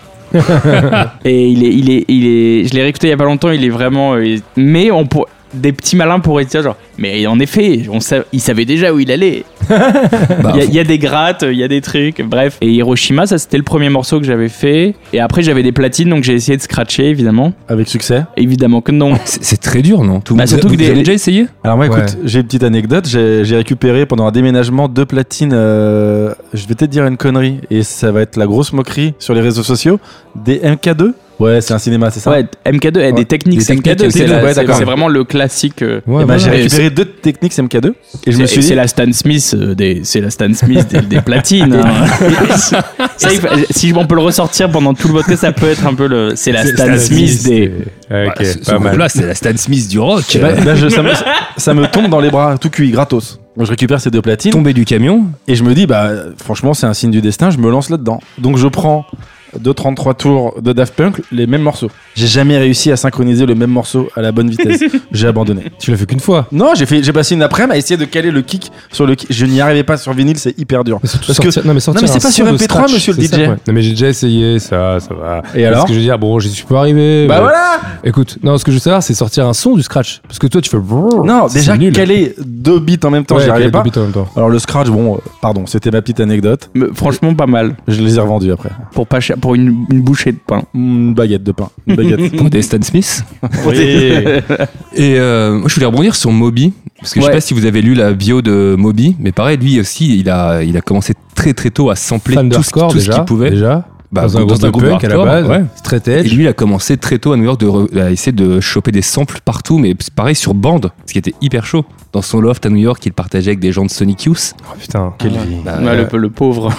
Speaker 5: Et il est, il est, il est, je l'ai réécouté il y a pas longtemps, il est vraiment. euh, il- Mais on pour- des petits malins pourraient dire genre, mais en effet, on sa- il savait déjà où il allait.
Speaker 1: Bah,
Speaker 5: Il y a- il y, a des grattes, il y a des trucs, bref. Et Hiroshima, ça c'était le premier morceau que j'avais fait. Et après j'avais des platines, donc j'ai essayé de scratcher évidemment.
Speaker 4: Avec succès.
Speaker 5: Évidemment que non.
Speaker 1: C'est c'est très dur, non Tout le
Speaker 5: Bah,
Speaker 1: monde-
Speaker 5: surtout
Speaker 1: vous,
Speaker 5: que
Speaker 1: vous
Speaker 5: des-
Speaker 1: avez déjà essayé
Speaker 4: Alors moi, écoute,
Speaker 2: Ouais.
Speaker 4: j'ai une petite anecdote. J'ai j'ai récupéré pendant un déménagement deux platines. euh, je vais peut-être dire une connerie et ça va être la grosse moquerie sur les réseaux sociaux. Des MK2. Ouais, c'est un cinéma, c'est ça.
Speaker 5: Ouais, MK2, eh,
Speaker 4: Ouais.
Speaker 5: des techniques,
Speaker 1: Des
Speaker 5: c'est
Speaker 1: techniques,
Speaker 5: MK2, c'est
Speaker 4: MK2,
Speaker 5: la-
Speaker 4: ouais,
Speaker 5: c'est-
Speaker 4: d'accord.
Speaker 5: c'est vraiment le classique. euh,
Speaker 4: Eh
Speaker 2: Ouais,
Speaker 4: ben,
Speaker 2: voilà.
Speaker 4: j'ai
Speaker 5: mais
Speaker 4: récupéré deux techniques MK2 et je me
Speaker 5: c'est-
Speaker 4: suis dit
Speaker 5: c'est la Stan Smith, euh, des- c'est la Stan Smith des, des platines. hein. Ça, il faut- si on peut le ressortir pendant tout le podcast, ça peut être un peu le. C'est la Stan Smith des.
Speaker 2: Ah,
Speaker 3: Ok,
Speaker 1: Bah, ce- ce
Speaker 3: pas mal.
Speaker 1: groupe-là, c'est la Stan Smith du rock.
Speaker 4: Eh ben, là, je- ça, me, ça me tombe dans les bras, tout cuit, gratos. Donc je récupère ces deux platines
Speaker 1: Euh, Tombé du camion.
Speaker 4: et je me dis, bah franchement, c'est un signe du destin, je me lance là-dedans. Donc je prends 2,33 tours de Daft Punk, les mêmes morceaux. J'ai jamais réussi à synchroniser le même morceau à la bonne vitesse. J'ai abandonné.
Speaker 2: Tu l'as fait qu'une fois.
Speaker 4: Non, j'ai fait, j'ai passé une après-midi à essayer de caler le kick sur le. kick. Je n'y arrivais pas sur vinyle, c'est hyper dur.
Speaker 2: Mais surtout
Speaker 4: Parce
Speaker 2: sortir- non mais, sortir
Speaker 4: non, mais c'est
Speaker 2: un
Speaker 4: pas sur
Speaker 2: son de
Speaker 4: MP3,
Speaker 2: scratch,
Speaker 4: monsieur le
Speaker 2: c'est
Speaker 4: DJ.
Speaker 2: ouais. Non mais j'ai déjà essayé ça, ça va.
Speaker 4: Et alors
Speaker 2: Ce que je veux dire, bon, j'y suis pas arrivé.
Speaker 4: Bah
Speaker 2: mais-
Speaker 4: voilà.
Speaker 2: Écoute, non, ce que je veux savoir, c'est sortir un son du scratch. Parce que toi, tu fais.
Speaker 4: Non,
Speaker 2: Oh, C'est
Speaker 4: déjà
Speaker 2: nul.
Speaker 4: caler deux beats en même temps,
Speaker 2: Ouais,
Speaker 4: j'y arrivais
Speaker 2: avec
Speaker 4: pas.
Speaker 2: les deux bits en même temps.
Speaker 4: Alors le scratch, bon, euh, pardon, c'était ma petite anecdote.
Speaker 5: Mais franchement, pas mal.
Speaker 4: Je les ai revendus après.
Speaker 5: Pour, pas cher- pour une, une bouchée de pain.
Speaker 4: Une baguette de pain, une baguette.
Speaker 1: Pour des Stan Smith.
Speaker 5: Oui.
Speaker 1: Et euh, moi, je voulais rebondir sur Moby. Parce que je
Speaker 5: Ouais.
Speaker 1: sais pas si vous avez lu la bio de Moby. Mais pareil, lui aussi, il a, il a commencé très très tôt à sampler
Speaker 2: Fan de
Speaker 1: tout, ce-
Speaker 2: hardcore,
Speaker 1: tout ce
Speaker 2: déjà.
Speaker 1: qu'il pouvait.
Speaker 2: Déjà.
Speaker 1: Bah,
Speaker 2: dans un groupe de punk à la
Speaker 1: hardcore,
Speaker 2: base.
Speaker 1: ouais.
Speaker 2: C'est très
Speaker 1: Et
Speaker 2: tête.
Speaker 1: lui, il a commencé très tôt à New York de re- à essayer de choper des samples partout, mais c'est pareil sur bande, ce qui était hyper chaud. Dans son loft à New York, il partageait avec des gens de Sonic Youth.
Speaker 2: Oh, putain.
Speaker 4: Quelle vie.
Speaker 1: Bah,
Speaker 5: Ouais, le, le pauvre.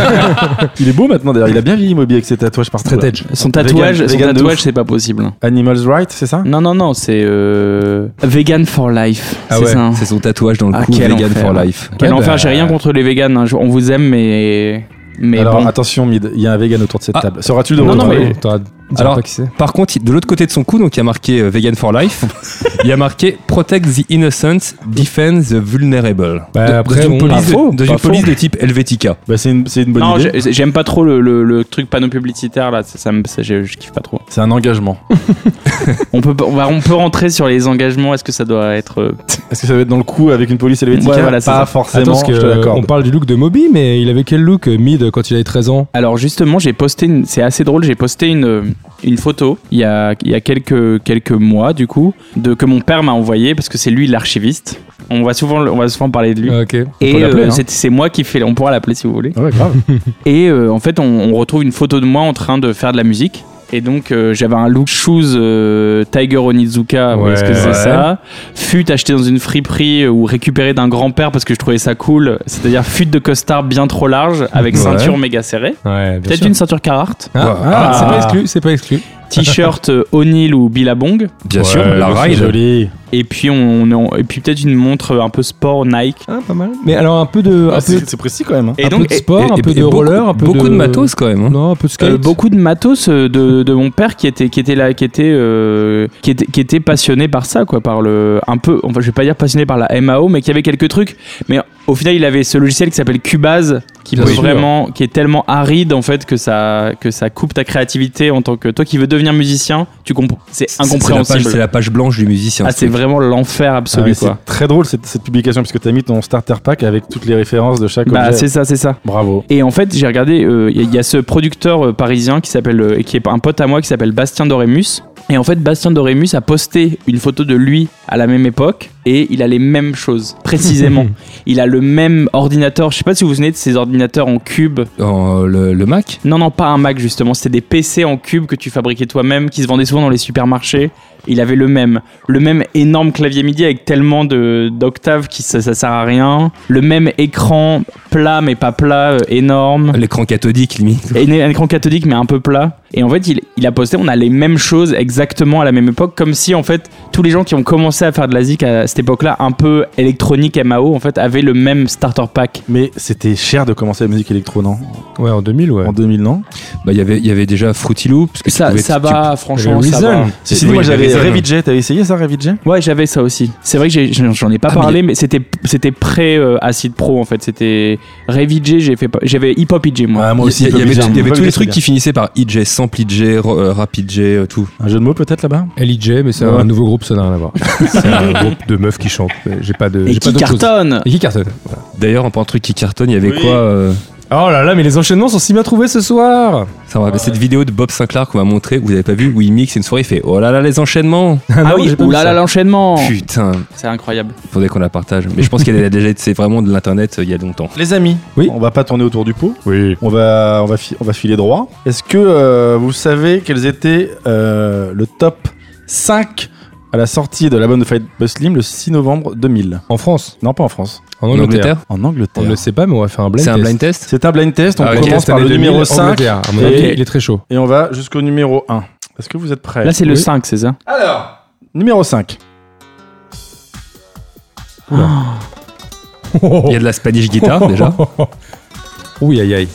Speaker 4: Il est beau maintenant d'ailleurs, il a bien vieilli Moby avec ses tatouages partout.
Speaker 2: Très
Speaker 4: là.
Speaker 2: edge.
Speaker 5: Son tatouage,
Speaker 4: Vegan-
Speaker 5: son
Speaker 4: vegan de
Speaker 5: tatouage,
Speaker 4: ouf.
Speaker 5: c'est pas possible.
Speaker 4: Animals Right, c'est ça
Speaker 5: Non, non, non, c'est euh, Vegan for Life.
Speaker 2: Ah
Speaker 5: c'est
Speaker 2: ouais,
Speaker 5: ça.
Speaker 1: C'est son tatouage dans le
Speaker 5: Ah,
Speaker 1: cou,
Speaker 5: quel
Speaker 1: Vegan
Speaker 5: enfer.
Speaker 1: for Life.
Speaker 5: Quel
Speaker 2: Ouais,
Speaker 5: enfer,
Speaker 2: bah-
Speaker 5: j'ai rien contre les vegans. hein. Je- On vous aime, mais. Mais
Speaker 4: Alors
Speaker 5: bon.
Speaker 4: attention, Mid, il y a un vegan autour de cette
Speaker 1: Ah.
Speaker 4: table. Sauras-tu le
Speaker 5: Non, non,
Speaker 4: retrouver
Speaker 5: mais-
Speaker 2: T'auras- On
Speaker 1: Alors-
Speaker 2: Alors, pas qui c'est.
Speaker 1: Par contre, de l'autre côté de son cou, donc il y a marqué euh, Vegan for Life, il y a marqué Protect the Innocent, Defend the Vulnerable.
Speaker 2: Bah,
Speaker 1: De-
Speaker 2: après,
Speaker 1: dans une
Speaker 2: bon,
Speaker 1: police,
Speaker 2: pas faux,
Speaker 1: dans
Speaker 2: pas
Speaker 1: une
Speaker 2: faux.
Speaker 1: police de type Helvetica.
Speaker 4: Bah, c'est une, c'est une bonne
Speaker 5: Non,
Speaker 4: idée.
Speaker 5: j'ai- j'aime pas trop le, le- le truc panneau publicitaire là, ça, ça me, ça, je, je kiffe pas trop.
Speaker 4: C'est un engagement.
Speaker 5: On peut, on, va- on peut rentrer sur les engagements, est-ce que ça doit être. euh,
Speaker 4: Est-ce que ça va être dans le coup avec une police helvétique
Speaker 5: Ouais, voilà, c'est
Speaker 4: Pas
Speaker 5: ça.
Speaker 4: forcément,
Speaker 2: Attends, parce que,
Speaker 4: je te
Speaker 2: euh, on
Speaker 4: l'accorde.
Speaker 2: parle du look de Moby, mais il avait quel look euh, mid quand il avait 13 ans
Speaker 5: Alors justement, j'ai posté, une... c'est assez drôle, j'ai posté une, euh, une photo il y a, il y a quelques, quelques mois du coup, de, que mon père m'a envoyé parce que c'est lui l'archiviste. On va souvent, on va souvent parler de lui.
Speaker 2: Ok.
Speaker 5: Et
Speaker 4: l'appeler,
Speaker 5: euh,
Speaker 4: hein.
Speaker 5: c'est- c'est moi qui fais, on pourra l'appeler si vous voulez.
Speaker 4: Ouais, grave.
Speaker 5: Et euh, en fait, on, on retrouve une photo de moi en train de faire de la musique. Et donc, euh, j'avais un look shoes euh, Tiger Onizuka, vous voyez ce que
Speaker 2: Ouais.
Speaker 5: c'est
Speaker 1: Ouais.
Speaker 5: ça Fut acheté dans une friperie euh, ou récupéré d'un grand-père parce que je trouvais ça cool. C'est-à-dire fut de costard bien trop large avec
Speaker 1: Ouais.
Speaker 5: ceinture méga serrée.
Speaker 2: Ouais, bien
Speaker 5: Peut-être
Speaker 2: sûr.
Speaker 5: une ceinture Carhartt.
Speaker 2: Ah,
Speaker 1: Ah.
Speaker 2: ah, c'est pas exclu, c'est pas exclu.
Speaker 5: T-shirt euh, O'Neill ou Billabong.
Speaker 1: Bien sûr, la
Speaker 2: bah,
Speaker 1: ride.
Speaker 4: Joli.
Speaker 5: Et puis, on, on- et puis peut-être une montre un peu sport Nike.
Speaker 2: Ah, pas mal. Mais alors un peu de, un
Speaker 4: Ah,
Speaker 2: peu,
Speaker 4: c'est c'est précis quand même. hein.
Speaker 5: Et
Speaker 2: un peu
Speaker 5: donc,
Speaker 2: de
Speaker 5: et-
Speaker 2: sport, un
Speaker 1: Et-
Speaker 2: peu
Speaker 1: et
Speaker 2: de
Speaker 1: beaucoup-
Speaker 2: roller, un peu
Speaker 1: beaucoup de...
Speaker 2: de
Speaker 1: matos quand même. hein.
Speaker 2: Non, un peu de skate.
Speaker 5: Euh, beaucoup de matos euh, de, de mon père qui était qui était là qui était, euh, qui était qui était passionné par ça quoi par le un peu enfin je vais pas dire passionné par la MAO mais qui avait quelques trucs mais au final il avait ce logiciel qui s'appelle Cubase qui
Speaker 2: Bien
Speaker 5: peut
Speaker 2: sûr.
Speaker 5: vraiment qui est tellement aride en fait que ça que ça coupe ta créativité en tant que toi qui veux devenir musicien tu comprends c'est
Speaker 1: C'est- C'est la, page, c'est
Speaker 5: incompréhensible
Speaker 1: la page blanche du musicien.
Speaker 5: ah
Speaker 1: ce
Speaker 5: c'est
Speaker 1: truc.
Speaker 5: vraiment l'enfer
Speaker 4: Ah, mais
Speaker 5: absolu quoi
Speaker 4: c'est très drôle cette, cette publication puisque t'as mis ton starter pack avec toutes les références de chaque
Speaker 5: bah
Speaker 4: objet.
Speaker 5: c'est ça c'est ça
Speaker 4: Bravo.
Speaker 5: Et en fait, j'ai regardé, euh, il y, a- y a ce producteur euh, parisien qui s'appelle, euh, qui est un pote à moi qui s'appelle Bastien Dorémus. Et en fait, Bastien Dorémus a posté une photo de lui à la même époque et il a les mêmes choses, précisément. il a le même ordinateur. Je sais pas si vous vous souvenez de ces ordinateurs en cube.
Speaker 1: Dans, euh, le, le Mac
Speaker 5: Non, non, pas un Mac justement. C'était des PC en cube que tu fabriquais toi-même, qui se vendaient souvent dans les supermarchés. Il avait le même, le même énorme clavier MIDI avec tellement de d'octaves qui ça, ça sert à rien. Le même écran plat mais pas plat, euh, énorme.
Speaker 1: L'écran cathodique, limite.
Speaker 5: Et un écran cathodique mais un peu plat. Et en fait, il, il a posté, on a les mêmes choses exactement à la même époque, comme si en fait tous les gens qui ont commencé à faire de la zik à cette époque-là, un peu électronique MAO, en fait, avaient le même starter pack.
Speaker 4: Mais c'était cher de commencer la musique électro, non
Speaker 2: Ouais, en 2000, ouais.
Speaker 4: En 2000, non
Speaker 1: Bah, il y avait- il y avait déjà Fruity Loop. parce que tu
Speaker 5: Ça,
Speaker 1: pouvais-
Speaker 5: ça
Speaker 1: tu-
Speaker 5: va, franchement,
Speaker 2: Le
Speaker 5: ça va.
Speaker 2: Reason.
Speaker 4: Si, si,
Speaker 1: Oui,
Speaker 4: moi
Speaker 1: il y avait
Speaker 4: j'avais
Speaker 1: Zen.
Speaker 4: Revit t'avais essayé ça, Revit
Speaker 5: Ouais, j'avais ça aussi. C'est vrai que j'ai- j'en j'en ai pas
Speaker 1: Ah, mais
Speaker 5: parlé, mais, c'était c'était pré euh, Acid Pro en fait. C'était J j'ai fait, pas- j'avais Hip Hop IJ moi.
Speaker 1: Il y, a- il y avait, il y avait tous les trucs
Speaker 4: qui
Speaker 1: qui finissaient par IJ, Sample IJ, ro- euh, Rap IJ, euh, tout.
Speaker 4: Un jeu de mots peut-être là-bas
Speaker 2: LIJ, mais c'est
Speaker 4: Ouais.
Speaker 2: un nouveau groupe, ça n'a rien à voir. c'est un groupe de meufs qui chantent. J'ai pas de.
Speaker 5: Et
Speaker 2: j'ai pas
Speaker 5: qui
Speaker 2: d'autre chose.
Speaker 5: cartonne
Speaker 2: Et qui cartonne.
Speaker 1: D'ailleurs, en parlant de trucs qui cartonnent, il y avait
Speaker 4: Oui.
Speaker 1: quoi euh,
Speaker 2: Oh là là, mais les enchaînements sont si bien trouvés ce soir
Speaker 1: Ça me rappelle cette vidéo de Bob Sinclair qu'on m'a montré, vous avez pas vu, où il mixe une soirée, il fait Oh là là, les enchaînements
Speaker 5: Ah,
Speaker 2: non,
Speaker 5: oui,
Speaker 2: j'ai pas vu
Speaker 5: oulala
Speaker 2: ça.
Speaker 5: l'enchaînement
Speaker 1: Putain,
Speaker 5: C'est incroyable.
Speaker 1: faudrait qu'on la partage. Mais je pense qu'elle a déjà, c'est vraiment de l'internet euh, il y a longtemps.
Speaker 4: Les amis,
Speaker 2: Oui.
Speaker 4: on va pas tourner autour du pot,
Speaker 2: Oui.
Speaker 4: on va, on va, fi- on va filer droit. Est-ce que euh, vous savez quels étaient euh, le top 5 à la sortie de l'album de Fight Muslim le 6 novembre 2000
Speaker 2: En France
Speaker 4: Non, pas en France,
Speaker 2: En
Speaker 1: En
Speaker 2: Angleterre
Speaker 1: Angleterre
Speaker 4: en
Speaker 2: On ne
Speaker 4: Angleterre.
Speaker 2: le sait pas, mais on va faire un blind
Speaker 1: C'est un
Speaker 2: test.
Speaker 1: blind test
Speaker 4: C'est un blind test, on
Speaker 1: Ah, ok,
Speaker 4: commence
Speaker 2: Cette
Speaker 4: par
Speaker 2: année
Speaker 4: le
Speaker 2: 2000,
Speaker 4: numéro 5
Speaker 2: Angleterre. À mon
Speaker 4: et-
Speaker 2: avis, il est très chaud.
Speaker 4: et on va jusqu'au numéro 1. Est-ce que vous êtes prêts
Speaker 5: Là, c'est le
Speaker 4: Oui.
Speaker 5: 5, c'est ça
Speaker 4: Alors, numéro 5.
Speaker 1: Il y a de la Spanish
Speaker 2: Oh.
Speaker 1: guitare déjà.
Speaker 2: Ouh, aïe aïe.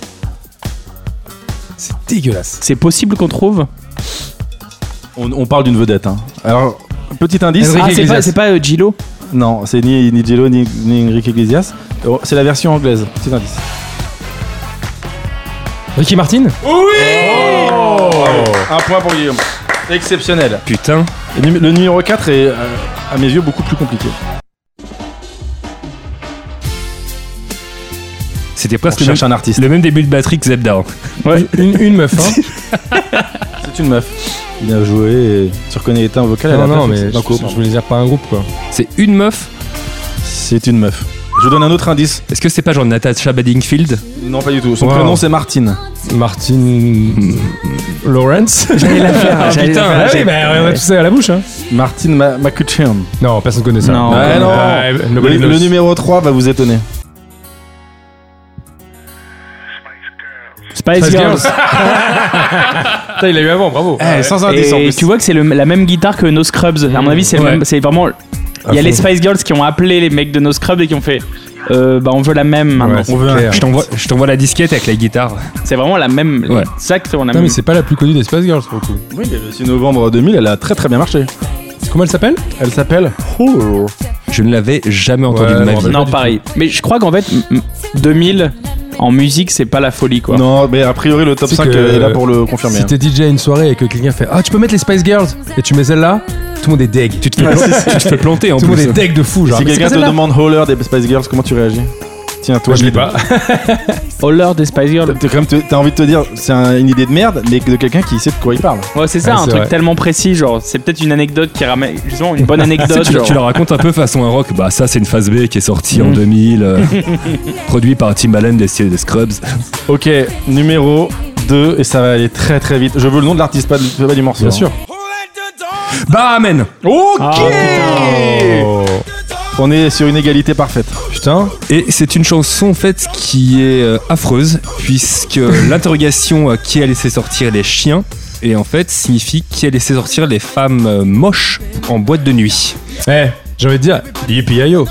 Speaker 2: C'est dégueulasse.
Speaker 5: C'est possible qu'on trouve
Speaker 4: On, on parle d'une vedette. hein. Alors, petit indice.
Speaker 2: Enrique
Speaker 5: Ah, c'est pas,
Speaker 2: Iglesias.
Speaker 5: c'est pas euh, Gillo
Speaker 4: Non, c'est ni, ni Jello ni, ni Enrique Iglesias. Oh, C'est la version anglaise. Petit indice.
Speaker 2: Ricky Martin
Speaker 4: Un point pour Guillaume. Exceptionnel.
Speaker 1: Putain,
Speaker 4: Et num- Oh. Le numéro 4 est, euh, à mes yeux, beaucoup plus compliqué.
Speaker 1: c'était
Speaker 4: Parce
Speaker 1: presque
Speaker 4: que
Speaker 1: le même,
Speaker 4: cherche un artiste.
Speaker 1: le même début de batterie que Zebda. hein.
Speaker 2: une, une meuf, hein
Speaker 4: C'est une meuf. Bien joué. et Tu reconnais les teints vocales. à
Speaker 2: Non,
Speaker 4: la
Speaker 2: non,
Speaker 4: perfection.
Speaker 2: mais je,
Speaker 4: D'un coup,
Speaker 2: je voulais dire pas un groupe, quoi.
Speaker 1: C'est une meuf.
Speaker 4: C'est une meuf. Je vous donne un autre indice.
Speaker 1: Est-ce que c'est pas genre Natasha Bedingfield
Speaker 4: Non, pas du tout. Son
Speaker 2: Wow.
Speaker 4: prénom, c'est Martine.
Speaker 2: Martin... Lawrence
Speaker 5: J'allais la faire,
Speaker 1: Ah,
Speaker 5: j'allais la
Speaker 1: putain,
Speaker 5: faire.
Speaker 2: Ah oui, bah, on a tous ça à la bouche, hein
Speaker 4: Martine Ma- McCutcheon.
Speaker 2: Non, personne connaît ça.
Speaker 5: Non. Ouais,
Speaker 4: non.
Speaker 2: Ah, le,
Speaker 4: Le, le numéro 3 va vous étonner.
Speaker 5: Spice Girls
Speaker 2: il l'a eu avant, bravo.
Speaker 4: Eh, sans indice en
Speaker 5: Et
Speaker 4: plus.
Speaker 5: tu vois que c'est le- la même guitare que No Scrubs. À mon avis, c'est le
Speaker 1: Ouais.
Speaker 5: même- c'est vraiment. Il y a
Speaker 4: fond.
Speaker 5: les Spice Girls qui ont appelé les mecs de No Scrubs et qui ont fait euh, bah, on veut la même maintenant.
Speaker 2: Ouais, c'est
Speaker 1: On veut un-
Speaker 2: clair.
Speaker 1: je t'envoie- je t'envoie la disquette avec la guitare.
Speaker 5: C'est vraiment la même.
Speaker 1: Ouais.
Speaker 5: Exactement la
Speaker 2: Putain,
Speaker 5: même.
Speaker 2: mais c'est pas la plus connue des Space Girls pour le coup.
Speaker 4: Oui, le 6 novembre 2000, elle a très très bien marché.
Speaker 2: Comment elle s'appelle
Speaker 4: Elle s'appelle Hole.
Speaker 1: Je ne l'avais jamais entendu
Speaker 2: Ouais,
Speaker 1: de ma
Speaker 2: bon,
Speaker 1: vie.
Speaker 2: bah, pas
Speaker 5: Non,
Speaker 2: du
Speaker 5: pareil. Mais je crois qu'en fait, m- m- 2000 en musique, c'est pas la folie quoi.
Speaker 4: Non, mais a priori, le top
Speaker 2: C'est
Speaker 4: 5
Speaker 2: que-
Speaker 4: est là pour le confirmer.
Speaker 2: Si
Speaker 4: hein.
Speaker 2: t'es DJ à une soirée et que quelqu'un fait Ah, tu peux mettre les Spice Girls Et tu mets celle-là, tout le monde est deg. Tu te fais,
Speaker 1: Tu te fais planter en
Speaker 2: tout le monde
Speaker 1: plus.
Speaker 2: est deg de fou. Genre,
Speaker 4: Si
Speaker 2: Mais c'est
Speaker 4: quelqu'un
Speaker 2: pas
Speaker 4: te
Speaker 2: celle-là.
Speaker 4: demande Holler des Spice Girls, comment tu réagis Tiens,
Speaker 2: Moi,
Speaker 4: toi,
Speaker 2: je l'ai
Speaker 4: Mehdi.
Speaker 2: pas.
Speaker 5: Holler des Spice Girls.
Speaker 4: T'as- T'as quand même- t'as envie de te dire, c'est un- une idée de merde, mais de quelqu'un qui sait de quoi il parle.
Speaker 5: Ouais, c'est ça,
Speaker 2: Ouais,
Speaker 5: un
Speaker 2: c'est
Speaker 5: truc
Speaker 2: vrai.
Speaker 5: tellement précis. Genre, c'est peut-être une anecdote qui ramène. Justement, une bonne anecdote.
Speaker 1: Tu,
Speaker 5: genre.
Speaker 1: tu leur racontes un peu façon un rock. Bah, ça, c'est une phase B qui est sortie en
Speaker 5: Mm.
Speaker 1: 2000, euh, produit par Timbaland des, des Scrubs.
Speaker 4: Ok, numéro 2, et ça va aller très très vite. Je veux le nom de l'artiste, pas, du- pas du morceau.
Speaker 2: Bien sûr.
Speaker 1: Bah, amen
Speaker 4: Ok
Speaker 2: Oh.
Speaker 4: On est sur une égalité parfaite.
Speaker 2: Putain,
Speaker 1: Et c'est une chanson en fait qui est euh, affreuse puisque l'interrogation à qui a laissé sortir les chiens et en fait signifie qui a laissé sortir les femmes euh, moches en boîte de nuit.
Speaker 2: eh, j'ai envie de dire Yippee-yo.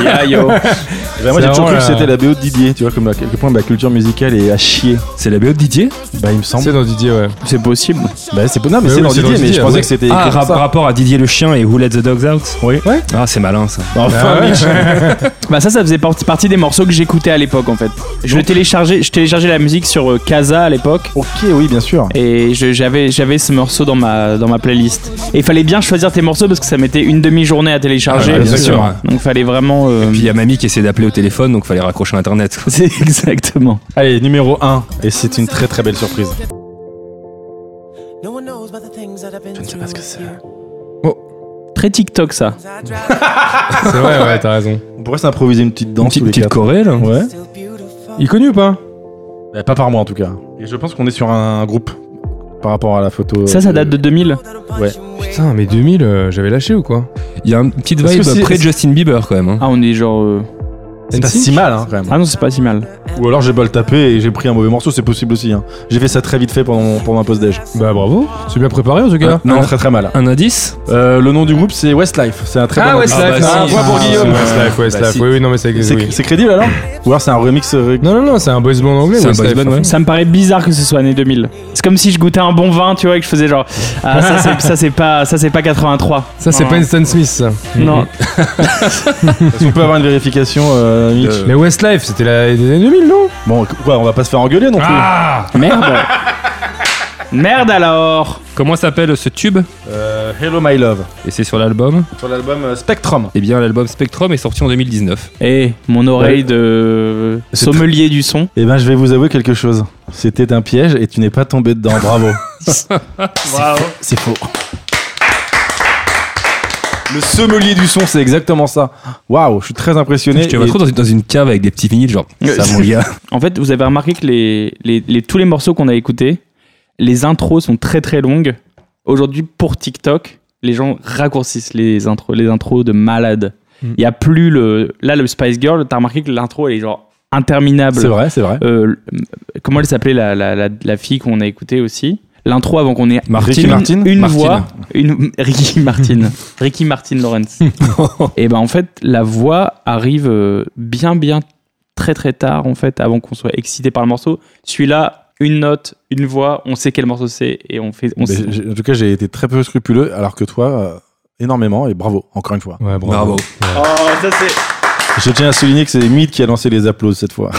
Speaker 5: Yeah, yo.
Speaker 4: Bah, moi
Speaker 2: C'est
Speaker 4: j'ai toujours cru
Speaker 2: vraiment
Speaker 4: que
Speaker 2: la-
Speaker 4: c'était la BO de Didier, tu vois, comme à quel point ma culture musicale est à chier.
Speaker 1: C'est la BO de Didier
Speaker 4: Bah il me semble.
Speaker 2: C'est dans Didier, ouais.
Speaker 5: C'est possible.
Speaker 4: Bah c'est non mais,
Speaker 2: Mais
Speaker 4: c'est
Speaker 2: oui,
Speaker 4: dans
Speaker 2: c'est dans
Speaker 4: Didier, mais
Speaker 2: Didier,
Speaker 4: je pensais
Speaker 2: ouais.
Speaker 4: que c'était écrit
Speaker 1: Ah,
Speaker 4: comme
Speaker 1: rap-
Speaker 4: ça.
Speaker 1: rapport à Didier le chien et Who Let the Dogs Out
Speaker 4: Oui. Ouais.
Speaker 1: Ah, c'est malin ça.
Speaker 4: Enfin,
Speaker 2: Ah ouais.
Speaker 4: Mitch.
Speaker 5: Bah ça, ça faisait partie partie des morceaux que j'écoutais à l'époque en fait. Je le téléchargeais, je téléchargeais la musique sur euh, Casa à l'époque
Speaker 4: Ok, oui, bien sûr.
Speaker 5: et je- j'avais j'avais ce morceau dans ma dans ma playlist. Et il fallait bien choisir tes morceaux parce que ça mettait une demi-journée à télécharger.
Speaker 1: Ah,
Speaker 4: bien sûr.
Speaker 5: Donc fallait vraiment. euh,
Speaker 1: Puis il y a mamie qui essaie d'appeler au téléphone donc fallait raccrocher internet. quoi.
Speaker 5: C'est exactement.
Speaker 4: Allez, numéro 1, et c'est une très très belle surprise.
Speaker 6: Je ne sais pas ce que c'est.
Speaker 5: Très TikTok ça.
Speaker 2: C'est vrai, ouais, t'as raison.
Speaker 4: On pourrait s'improviser une petite
Speaker 1: Une
Speaker 4: danse
Speaker 1: petite,
Speaker 4: tous les
Speaker 1: petite
Speaker 4: quatre.
Speaker 1: choré là
Speaker 4: Ouais.
Speaker 2: Il est connu ou pas
Speaker 4: Bah, pas par moi en tout cas. Et je pense qu'on est sur un groupe par rapport à la photo.
Speaker 5: Ça, ça date de 2000.
Speaker 4: Ouais.
Speaker 2: Putain, mais 2000, euh, j'avais lâché ou quoi
Speaker 1: Il y a une petite
Speaker 4: Est-ce
Speaker 1: vibe
Speaker 4: que c'est-
Speaker 1: près de
Speaker 4: est-ce-
Speaker 1: Justin Bieber quand même. hein.
Speaker 5: Ah on est genre. euh,
Speaker 4: C'est pas
Speaker 2: NSYNC?
Speaker 4: si mal hein, quand même.
Speaker 5: Ah non c'est pas si mal.
Speaker 4: Ou alors j'ai pas le tapé et j'ai pris un mauvais morceau, c'est possible aussi. Hein. J'ai fait ça très vite fait pendant mon, pendant ma pause déj. Euh,
Speaker 2: Bah bravo, c'est bien préparé en tout cas.
Speaker 4: Non,
Speaker 1: Un-
Speaker 4: très très mal.
Speaker 1: Un indice
Speaker 4: Euh, le nom du groupe c'est Westlife. C'est un très bon nom.
Speaker 1: Westlife,
Speaker 4: Ah, bah,
Speaker 1: non,
Speaker 4: si. un point pour
Speaker 1: Ah,
Speaker 4: Guillaume.
Speaker 2: Westlife, Westlife,
Speaker 4: Bah, si.
Speaker 2: oui, oui, non mais c'est...
Speaker 4: C'est
Speaker 2: oui.
Speaker 4: c'est crédible alors Ou alors c'est un remix euh,
Speaker 2: Non, non, non, c'est un boys band anglais.
Speaker 1: C'est un
Speaker 2: Westlife. hein.
Speaker 1: boys band, ouais.
Speaker 5: Ça me paraît bizarre que ce soit année 2000. C'est comme si je goûtais un bon vin, tu vois, et que je faisais genre ah ça c'est ça c'est pas ça c'est pas 83.
Speaker 2: Ça, c'est
Speaker 5: Non.
Speaker 2: pas Winston Smith, ça.
Speaker 5: Non.
Speaker 4: Est-ce qu'on peut avoir une vérification, euh, Mitch
Speaker 1: Euh,
Speaker 2: Mais Westlife, c'était la des années 2000, non
Speaker 4: Bon, quoi, on va pas se faire engueuler non plus.
Speaker 2: Ah
Speaker 5: Merde. Merde alors.
Speaker 1: Comment s'appelle ce tube
Speaker 4: Euh, Hello My Love,
Speaker 1: Et c'est sur l'album
Speaker 4: sur l'album euh, Spectrum.
Speaker 1: Eh bien, l'album Spectrum est sorti en 2019.
Speaker 5: Eh, mon oreille de
Speaker 4: C'est
Speaker 5: sommelier du son.
Speaker 4: Eh ben, je vais vous avouer quelque chose. C'était un piège et tu n'es pas tombé dedans, bravo.
Speaker 5: Bravo.
Speaker 4: C'est faux. Le sommelier du son, c'est exactement ça. Waouh, je suis très impressionné.
Speaker 1: Je te vois
Speaker 4: et-
Speaker 1: trop dans une, dans une cave avec des petits vinyles, genre ça, mon gars.
Speaker 5: En fait, vous avez remarqué que les, les- les- tous les morceaux qu'on a écoutés, les intros sont très très longues. Aujourd'hui, pour TikTok, les gens raccourcissent les intros, les intros de malade. Il
Speaker 2: Mm.
Speaker 5: y a plus le. Là, le Spice Girl, t'as remarqué que l'intro, elle est genre interminable.
Speaker 4: C'est vrai, c'est vrai.
Speaker 5: Euh, le- comment elle s'appelait la, la- la- la fille qu'on a écoutée aussi L'intro avant qu'on ait
Speaker 1: Martine.
Speaker 4: Ricky
Speaker 5: une,
Speaker 4: Martin
Speaker 5: une
Speaker 1: Martine.
Speaker 5: voix, une Ricky Martin, Ricky Martin Lawrence. et ben en fait, la voix arrive euh, bien bien très très tard en fait, avant qu'on soit excité par le morceau. Celui-là, une note, une voix, on sait quel morceau c'est et on fait. On
Speaker 4: Mais
Speaker 5: sait-
Speaker 4: j'ai- en tout cas, j'ai été très peu scrupuleux, alors que toi, euh, énormément et bravo, encore une fois.
Speaker 2: Ouais,
Speaker 1: Bravo.
Speaker 5: Oh, ça, c'est-
Speaker 4: Je tiens à souligner que c'est Mid qui a lancé les applauses cette fois.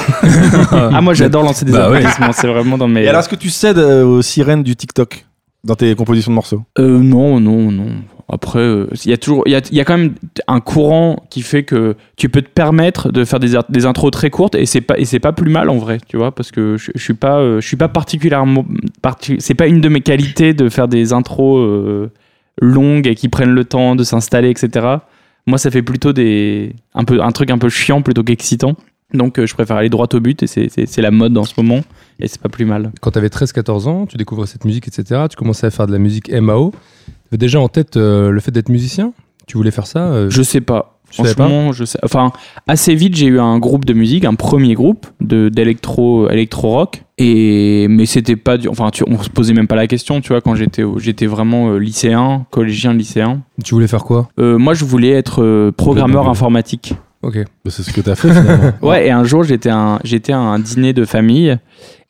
Speaker 5: Ah moi j'adore lancer des
Speaker 1: Bah ouais.
Speaker 5: applaudissements, c'est vraiment dans mes.
Speaker 4: Et alors, est-ce que tu cèdes euh, aux sirènes du TikTok dans tes compositions de morceaux
Speaker 5: Euh, non, non, non. Après, euh, il y a toujours, il y a, il y a quand même un courant qui fait que tu peux te permettre de faire des, art- des intros très courtes et c'est pas et c'est pas plus mal en vrai, tu vois, parce que je, je suis pas, euh, je suis pas particulièrement, parti- c'est pas une de mes qualités de faire des intros euh, longues et qui prennent le temps de s'installer, etc. Moi, ça fait plutôt des un peu un truc un peu chiant plutôt qu'excitant. Donc, euh, je préfère aller droit au but et c'est- c'est c'est la mode en ce moment et c'est pas plus mal.
Speaker 2: Quand t'avais 13-14 ans, tu découvrais cette musique, etc. Tu commençais à faire de la musique MAO. T'avais déjà en tête euh, le fait d'être musicien Tu voulais faire ça euh,
Speaker 5: Je sais pas.
Speaker 2: Tu savais
Speaker 5: Franchement, je sais. Enfin, assez vite, j'ai eu un groupe de musique, un premier groupe de d'électro, électro rock. Et mais c'était pas du. Enfin, tu, on se posait même pas la question, tu vois. Quand j'étais, au- j'étais vraiment euh, lycéen, collégien, lycéen.
Speaker 2: Tu voulais faire quoi
Speaker 5: Euh, moi, je voulais être euh, programmeur
Speaker 2: Peu de-
Speaker 5: informatique.
Speaker 2: Ok.
Speaker 4: Bah, c'est ce que t'as fait finalement.
Speaker 5: Ouais, et un jour, j'étais à un, j'étais à un dîner de famille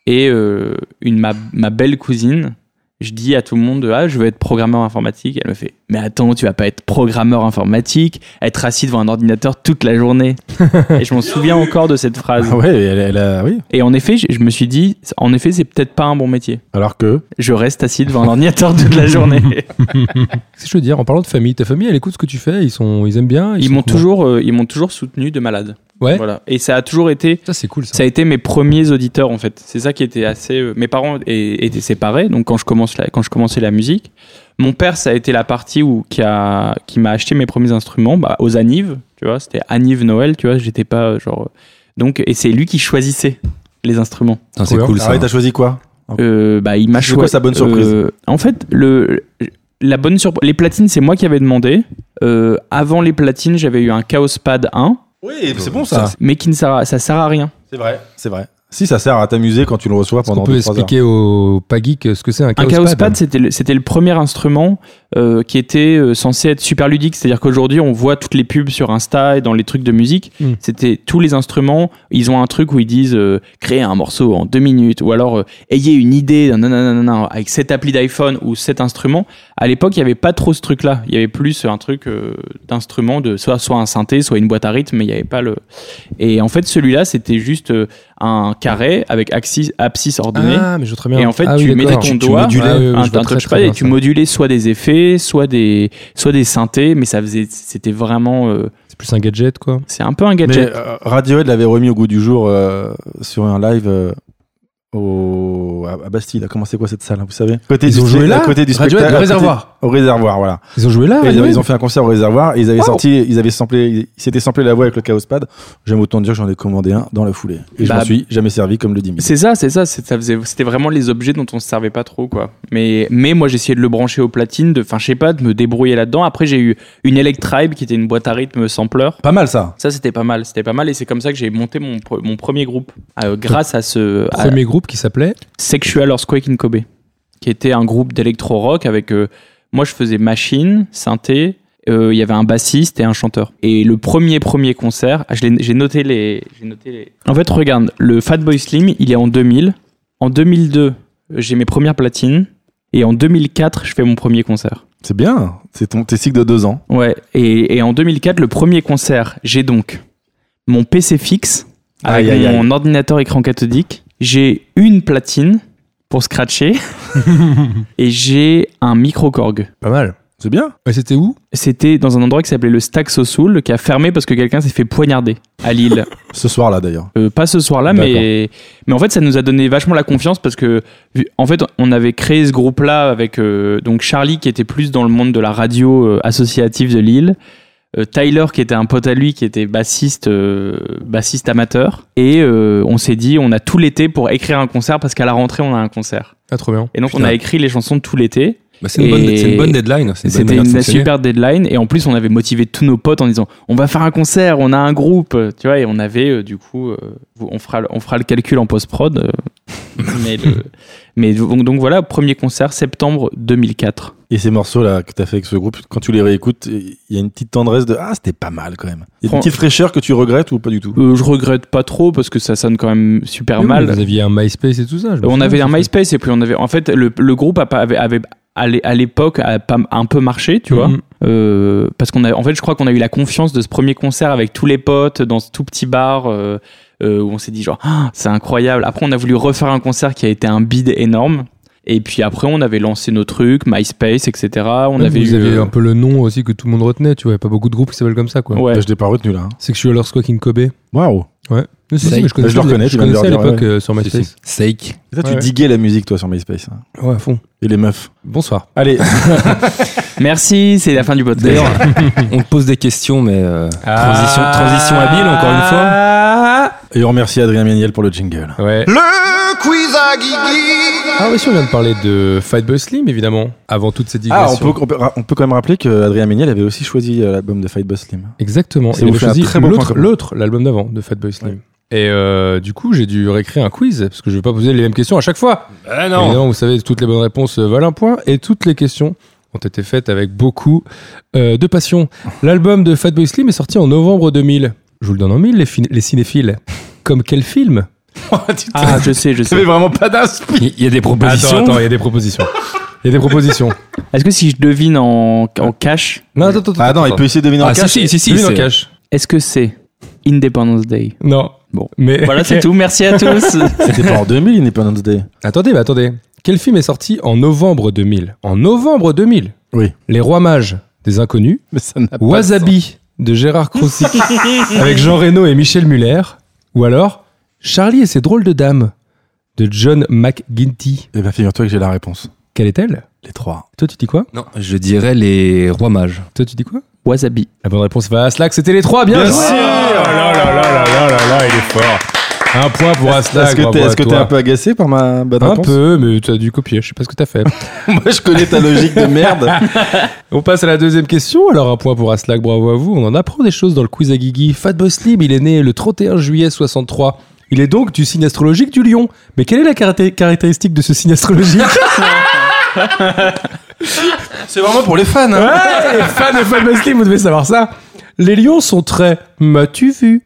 Speaker 5: et euh, une, ma, ma belle cousine, je dis à tout le monde Ah, je veux être programmeur informatique. Elle me fait Mais attends, tu vas pas être programmeur informatique, être assis devant un ordinateur toute la journée. et je m'en souviens encore de cette phrase.
Speaker 4: Ah ouais, elle, elle a, oui.
Speaker 5: Et en effet, je, je me suis dit En effet, c'est peut-être pas un bon métier.
Speaker 4: Alors que.
Speaker 5: Je reste assis devant un ordinateur toute la journée.
Speaker 2: Qu'est-ce que je veux dire En parlant de famille, ta famille, elle écoute ce que tu fais, ils, sont, ils aiment bien.
Speaker 5: Ils
Speaker 2: sont
Speaker 5: m'ont
Speaker 2: cool.
Speaker 5: toujours, euh, ils m'ont toujours soutenu de malade.
Speaker 2: Ouais.
Speaker 5: Voilà. Et ça a toujours été
Speaker 2: Ça, c'est cool ça.
Speaker 5: Ça a été mes premiers auditeurs en fait. C'est ça qui était assez. euh, Mes parents é- étaient séparés, donc quand je commence la- quand je commençais la musique, mon père ça a été la partie où qui a qui m'a acheté mes premiers instruments bah, aux Anives, tu vois. C'était Anive Noël, tu vois. J'étais pas euh, genre euh, donc et c'est lui qui choisissait les instruments.
Speaker 1: Putain, c'est
Speaker 2: Couleur.
Speaker 1: cool ça.
Speaker 4: Arrête, Ah t'as choisi quoi
Speaker 5: Euh, bah il m'a
Speaker 4: C'est quoi
Speaker 5: choisi-
Speaker 4: sa bonne surprise
Speaker 5: euh, En fait le la bonne surprise. Les platines c'est moi qui avais demandé. Euh, avant les platines j'avais eu un Chaos Pad 1,
Speaker 4: Oui, c'est bon ça.
Speaker 5: mais qui ne sert à- ça sert à rien.
Speaker 4: C'est vrai. C'est vrai. Si ça sert à t'amuser quand tu le reçois
Speaker 2: Est-ce qu'on
Speaker 4: pendant
Speaker 2: peut
Speaker 4: 2 trois heures.
Speaker 2: expliquer aux pas geeks ce que c'est un
Speaker 5: Un
Speaker 2: chaos,
Speaker 5: chaos
Speaker 2: pad
Speaker 5: pad, c'était le, c'était le premier instrument euh, qui était euh, censé être super ludique. C'est-à-dire qu'aujourd'hui, on voit toutes les pubs sur Insta et dans les trucs de musique.
Speaker 2: Mm.
Speaker 5: C'était tous les instruments, ils ont un truc où ils disent euh, créer un morceau en deux minutes ou alors euh, ayez une idée nan, nan, nan, nan, nan, avec cette appli d'iPhone ou cet instrument. À l'époque, il n'y avait pas trop ce truc-là. Il y avait plus un truc euh, d'instrument, de soit, soit un synthé, soit une boîte à rythme, mais il n'y avait pas le. Et en fait, celui-là, c'était juste euh, un carré avec axis, abscis ordonné.
Speaker 2: Ah, mais je vois très bien.
Speaker 5: Et en fait,
Speaker 2: Ah oui,
Speaker 5: tu mettais
Speaker 2: d'accord.
Speaker 5: ton doigt,
Speaker 2: modulais,
Speaker 5: un-
Speaker 2: euh, je
Speaker 5: un,
Speaker 2: vois très,
Speaker 5: touchpad,
Speaker 2: très
Speaker 5: et
Speaker 2: bien
Speaker 5: tu
Speaker 2: ça.
Speaker 5: modulais soit des effets, soit des, soit des synthés, mais ça faisait, c'était vraiment, euh,
Speaker 2: C'est plus un gadget, quoi.
Speaker 5: c'est un peu un
Speaker 4: Mais
Speaker 5: gadget.
Speaker 4: euh, Radiohead l'avait remis au goût du jour euh, sur un live euh, au, à à Bastille. là. Comment c'est quoi cette salle hein, Vous savez côté
Speaker 2: Ils
Speaker 4: du
Speaker 2: ont
Speaker 4: spect-
Speaker 2: joué là
Speaker 4: à côté du
Speaker 2: Radiohead,
Speaker 4: spectacle,
Speaker 2: le
Speaker 4: à côté-
Speaker 2: réservoir.
Speaker 4: Au réservoir, voilà.
Speaker 2: Ils ont joué là
Speaker 4: Et ils, avaient-
Speaker 2: Radiohead
Speaker 4: ils ont fait un concert au réservoir. et ils avaient sorti, ils avaient samplé, ils ils s'étaient samplé la voix avec le Chaos Pad. J'aime autant dire que j'en ai commandé un dans la foulée. Et je
Speaker 5: Bah,
Speaker 4: m'en suis jamais servi comme le dit Mimi.
Speaker 5: C'est ça, c'est ça, c'est- ça faisait, c'était vraiment les objets dont on se servait pas trop, quoi. Mais, mais moi, j'essayais de le brancher aux platines, de, enfin, je sais pas, de me débrouiller là-dedans. Après, j'ai eu une Electribe qui était une boîte à rythme sampler.
Speaker 4: Pas mal ça.
Speaker 5: Ça, c'était pas mal, c'était pas mal, et c'est comme ça que j'ai monté mon, pre- mon premier groupe, euh, grâce à ce, à-
Speaker 2: Premier groupe qui s'appelait
Speaker 5: Sexual Earthquake in Kobe, qui était un groupe d'électro-rock avec. euh, moi, je faisais machine, synthé, euh, il y avait un bassiste et un chanteur. Et le premier, premier concert, ah, je l'ai- j'ai noté, les, j'ai noté les. En fait, regarde, le Fatboy Slim, il est en 2000. En 2002, euh, j'ai mes premières platines. Et en 2004, je fais mon premier concert.
Speaker 4: C'est bien. C'est ton tes cycles de deux ans.
Speaker 5: Ouais, et, et en 2004, le premier concert, j'ai donc mon PC fixe avec
Speaker 4: Aïe, aïe, aïe.
Speaker 5: mon ordinateur écran cathodique. J'ai une platine pour scratcher et j'ai un micro-korg.
Speaker 2: pas mal.
Speaker 4: C'est bien.
Speaker 2: Et c'était où
Speaker 5: C'était dans un endroit qui s'appelait le Stax au Soul, qui a fermé parce que quelqu'un s'est fait poignarder à Lille.
Speaker 4: Ce soir là d'ailleurs.
Speaker 5: Euh, pas ce soir-là,
Speaker 4: D'accord.
Speaker 5: mais, mais en fait, ça nous a donné vachement la confiance parce que, vu- en fait, on avait créé ce groupe-là avec euh, donc Charlie qui était plus dans le monde de la radio euh, associative de Lille, euh, Tyler qui était un pote à lui qui était bassiste, euh, bassiste amateur, et euh, on s'est dit, on a tout l'été pour écrire un concert parce qu'à la rentrée, on a un concert.
Speaker 2: Ah, trop bien.
Speaker 5: Et donc, on
Speaker 1: Putain.
Speaker 5: a écrit les chansons tout l'été.
Speaker 1: Bah, c'est, une bonne,
Speaker 5: Et-
Speaker 1: c'est une bonne deadline. hein. C'est une bonne
Speaker 5: C'était
Speaker 1: manière de
Speaker 5: une
Speaker 1: fonctionner.
Speaker 5: super deadline et en plus on avait motivé tous nos potes en disant on va faire un concert, on a un groupe, tu vois et on avait euh, du coup euh, on fera le- on fera le calcul en post prod mais le- mais donc, donc voilà premier concert septembre 2004.
Speaker 4: Et ces morceaux là que t'as fait avec ce groupe, quand tu les réécoutes, il y a une petite tendresse de ah c'était pas mal quand même. Il y a
Speaker 5: Fran-
Speaker 4: une petite fraîcheur que tu regrettes ou pas du tout.
Speaker 5: Euh, je regrette pas trop parce que ça sonne quand même super
Speaker 2: Oui,
Speaker 5: mal.
Speaker 2: Vous aviez un MySpace et tout ça. je me
Speaker 5: Euh, On
Speaker 2: souviens,
Speaker 5: avait
Speaker 2: ça
Speaker 5: un
Speaker 2: fait-
Speaker 5: MySpace et puis on avait en fait le, le groupe a pas- avait, avait à l'é- à l'époque a pas un peu marché tu vois
Speaker 2: Mhm.
Speaker 5: Euh, parce qu'on a en fait je crois qu'on a eu la confiance de ce premier concert avec tous les potes dans ce tout petit bar euh, euh, où on s'est dit genre Ah, c'est incroyable après on a voulu refaire un concert qui a été un bide énorme et puis après on avait lancé nos trucs MySpace etc on
Speaker 2: Même
Speaker 5: avait
Speaker 2: vous
Speaker 5: eu
Speaker 2: aviez hein.
Speaker 5: euh,
Speaker 2: un peu le nom aussi que tout le monde retenait, tu vois. Il y a pas beaucoup de groupes qui s'appellent comme ça, quoi.
Speaker 5: ouais.
Speaker 4: Bah, je l'ai pas retenu là. hein.
Speaker 2: Sexual Earthquake in Kobe.
Speaker 4: Waouh.
Speaker 2: Ouais. Non, si,
Speaker 1: Ça
Speaker 2: si,
Speaker 1: y-
Speaker 2: mais je connaissais,
Speaker 4: je le reconnais,
Speaker 2: je
Speaker 4: tu viens de
Speaker 2: connaissais à
Speaker 4: le dire,
Speaker 2: l'époque
Speaker 4: ouais.
Speaker 2: euh, sur
Speaker 4: Si, si.
Speaker 2: MySpace.
Speaker 1: Sake.
Speaker 4: Et toi,
Speaker 2: Ouais.
Speaker 4: tu diguais la musique toi sur MySpace. hein.
Speaker 2: Ouais, à fond.
Speaker 4: Et les meufs.
Speaker 2: Bonsoir.
Speaker 4: Allez.
Speaker 5: merci c'est la fin du podcast
Speaker 1: D'ailleurs, on te pose des questions, mais euh, transition, transition habile, encore une fois.
Speaker 4: Et on remercie Adrien Méniel pour le jingle.
Speaker 2: Ouais.
Speaker 7: Le quiz à Guigui.
Speaker 2: Ah oui, si on vient de parler de Fightboy Slim, évidemment, avant toutes ces
Speaker 4: Ah, on
Speaker 2: digressions.
Speaker 4: peut, on, peut, on peut quand même rappeler que Adrien Méniel avait aussi choisi euh, l'album de Fight Boss Slim.
Speaker 2: Exactement.
Speaker 4: Ça
Speaker 2: Et
Speaker 4: vous
Speaker 2: on a
Speaker 4: fait un
Speaker 2: choisi
Speaker 4: très beau point
Speaker 2: l'autre-
Speaker 4: commun.
Speaker 2: l'autre, l'album d'avant de Fatboy Slim. Et euh, du coup, j'ai dû réécrire un quiz parce que je vais pas poser les mêmes questions à chaque fois.
Speaker 4: Bah
Speaker 1: Ah
Speaker 2: Évidemment, vous savez, toutes les bonnes réponses euh, valent un point et toutes les questions ont été faites avec beaucoup euh, de passion. L'album de Fatboy Slim est sorti en novembre 2000. je vous le donne en mille, les, fin- les cinéphiles. Comme quel film
Speaker 5: Ah, je sais, je sais.
Speaker 4: T'avais vraiment pas d'inspiration.
Speaker 1: Il y a des propositions.
Speaker 2: Attends, attends, il y a des propositions. Il y a des propositions.
Speaker 5: Est-ce que si je devine en, en cash,
Speaker 2: Non, attends, attends,
Speaker 4: Ah non, il
Speaker 2: attends.
Speaker 4: peut essayer de deviner en
Speaker 1: Ah, si,
Speaker 4: cash.
Speaker 1: si, si, si,
Speaker 2: Lui, il en
Speaker 1: c'est-
Speaker 2: cache.
Speaker 5: est-ce que c'est Independence Day
Speaker 2: Non.
Speaker 5: Bon.
Speaker 2: Mais
Speaker 5: Voilà, c'est tout. Merci à tous.
Speaker 4: C'était pas en 2000, Independence Day.
Speaker 2: Attendez, mais attendez. Quel film est sorti en novembre 2000 En novembre 2000
Speaker 4: Oui.
Speaker 2: Les Rois Mages des Inconnus,
Speaker 4: Mais ça n'a pas
Speaker 2: Wasabi de Gérard Crousy avec Jean Reno et Michel Muller, ou alors Charlie et ses drôles de dames de John McGuinty.
Speaker 4: Eh ben, figure-toi que j'ai la réponse.
Speaker 2: Quelle est-elle
Speaker 4: Les trois.
Speaker 2: Toi, tu dis quoi
Speaker 1: Non, je dirais les rois mages.
Speaker 2: Toi, tu dis quoi
Speaker 5: Wasabi.
Speaker 2: La bonne réponse va à Slack, c'était les trois, bien,
Speaker 4: Bien
Speaker 2: joué
Speaker 4: sûr
Speaker 2: Oh là là là là là là là, il est fort Un point pour Aslak,
Speaker 4: Est-ce que t'es est-ce que t'es un peu agacé par ma bonne
Speaker 2: Un
Speaker 4: réponse
Speaker 2: peu, mais tu as dû copier, je sais pas ce que t'as fait.
Speaker 4: Moi, je connais ta logique de merde.
Speaker 2: On passe à la deuxième question. Alors, un point pour Aslak, bravo à vous. On en apprend des choses dans le quiz à Guigui. Fatboy Slim, il est né le 31 juillet 63. Il est donc du signe astrologique du lion. Mais quelle est la caraté- caractéristique de ce signe astrologique
Speaker 4: C'est vraiment pour les fans. hein.
Speaker 2: Ouais, les fans de Fatboy Slim, vous devez savoir ça. Les lions sont très m'as-tu vu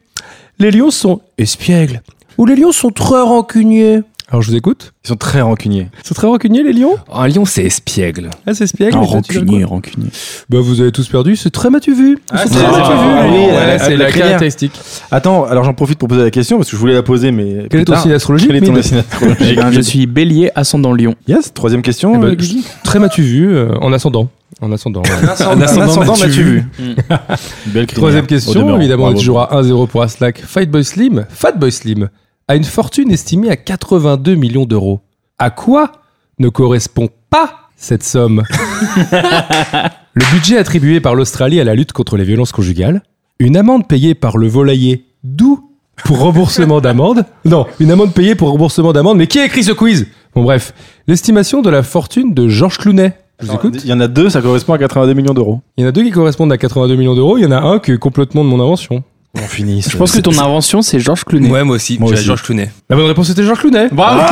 Speaker 2: Les lions sont espiègles. Ou les lions sont très rancuniers. Alors, je vous écoute.
Speaker 4: Ils sont très rancuniers.
Speaker 2: Ils sont très rancuniers, les lions
Speaker 1: Oh, Un lion, c'est espiègle.
Speaker 2: Ah, c'est espiègle. mais toi, tu vois quoi
Speaker 5: rancunier.
Speaker 2: Bah, vous avez tous perdu. C'est très m'as-tu vu Ils
Speaker 4: Ah,
Speaker 2: sont
Speaker 4: c'est-
Speaker 2: très
Speaker 4: ah,
Speaker 2: m'as-tu vu, les
Speaker 4: oui,
Speaker 2: lions.
Speaker 4: la-
Speaker 2: Voilà,
Speaker 4: la-
Speaker 2: c'est
Speaker 4: la
Speaker 2: la
Speaker 4: crinière.
Speaker 2: caractéristique.
Speaker 4: Attends, alors j'en profite pour poser la question parce que je voulais la poser, mais.
Speaker 2: Quel est
Speaker 4: plus
Speaker 2: ton
Speaker 4: tard.
Speaker 2: signe astrologique Eh
Speaker 4: Quel est ton
Speaker 2: Mine
Speaker 4: signe astrologique
Speaker 5: Je suis bélier ascendant lion.
Speaker 4: Yes, troisième question.
Speaker 2: Eh ben,
Speaker 4: euh, Guigui.
Speaker 2: Très m'as-tu vu euh, en ascendant. En ascendant. ouais.
Speaker 1: Un ascendant m'as-tu vu
Speaker 4: Belle
Speaker 2: Troisième
Speaker 4: crinière. Au
Speaker 2: question,
Speaker 4: demeurant.
Speaker 2: évidemment, on est
Speaker 4: Bravo.
Speaker 2: toujours à 1-0 pour Aslak. Fightboy Slim, Fatboy Slim, a une fortune estimée à 82 millions d'euros. À quoi ne correspond pas cette somme Le budget attribué par l'Australie à la lutte contre les violences conjugales, une amende payée par le volailler, d'où pour remboursement d'amende. Non, une amende payée pour remboursement d'amende, mais qui a écrit ce quiz Bon bref, l'estimation de la fortune de Georges Clounet. Je vous
Speaker 4: Attends,
Speaker 2: écoute.
Speaker 4: Il y en a deux, ça correspond à 82 millions d'euros.
Speaker 2: Il y en a deux qui correspondent à 82 millions d'euros, il y en a un qui est complètement de mon invention.
Speaker 4: On finit.
Speaker 5: Je pense que ton invention, c'est Georges Clooney.
Speaker 1: Ouais, moi aussi.
Speaker 4: Moi
Speaker 1: j'ai
Speaker 4: aussi.
Speaker 1: Georges Clooney.
Speaker 2: La bonne réponse était Georges Clounet. Bravo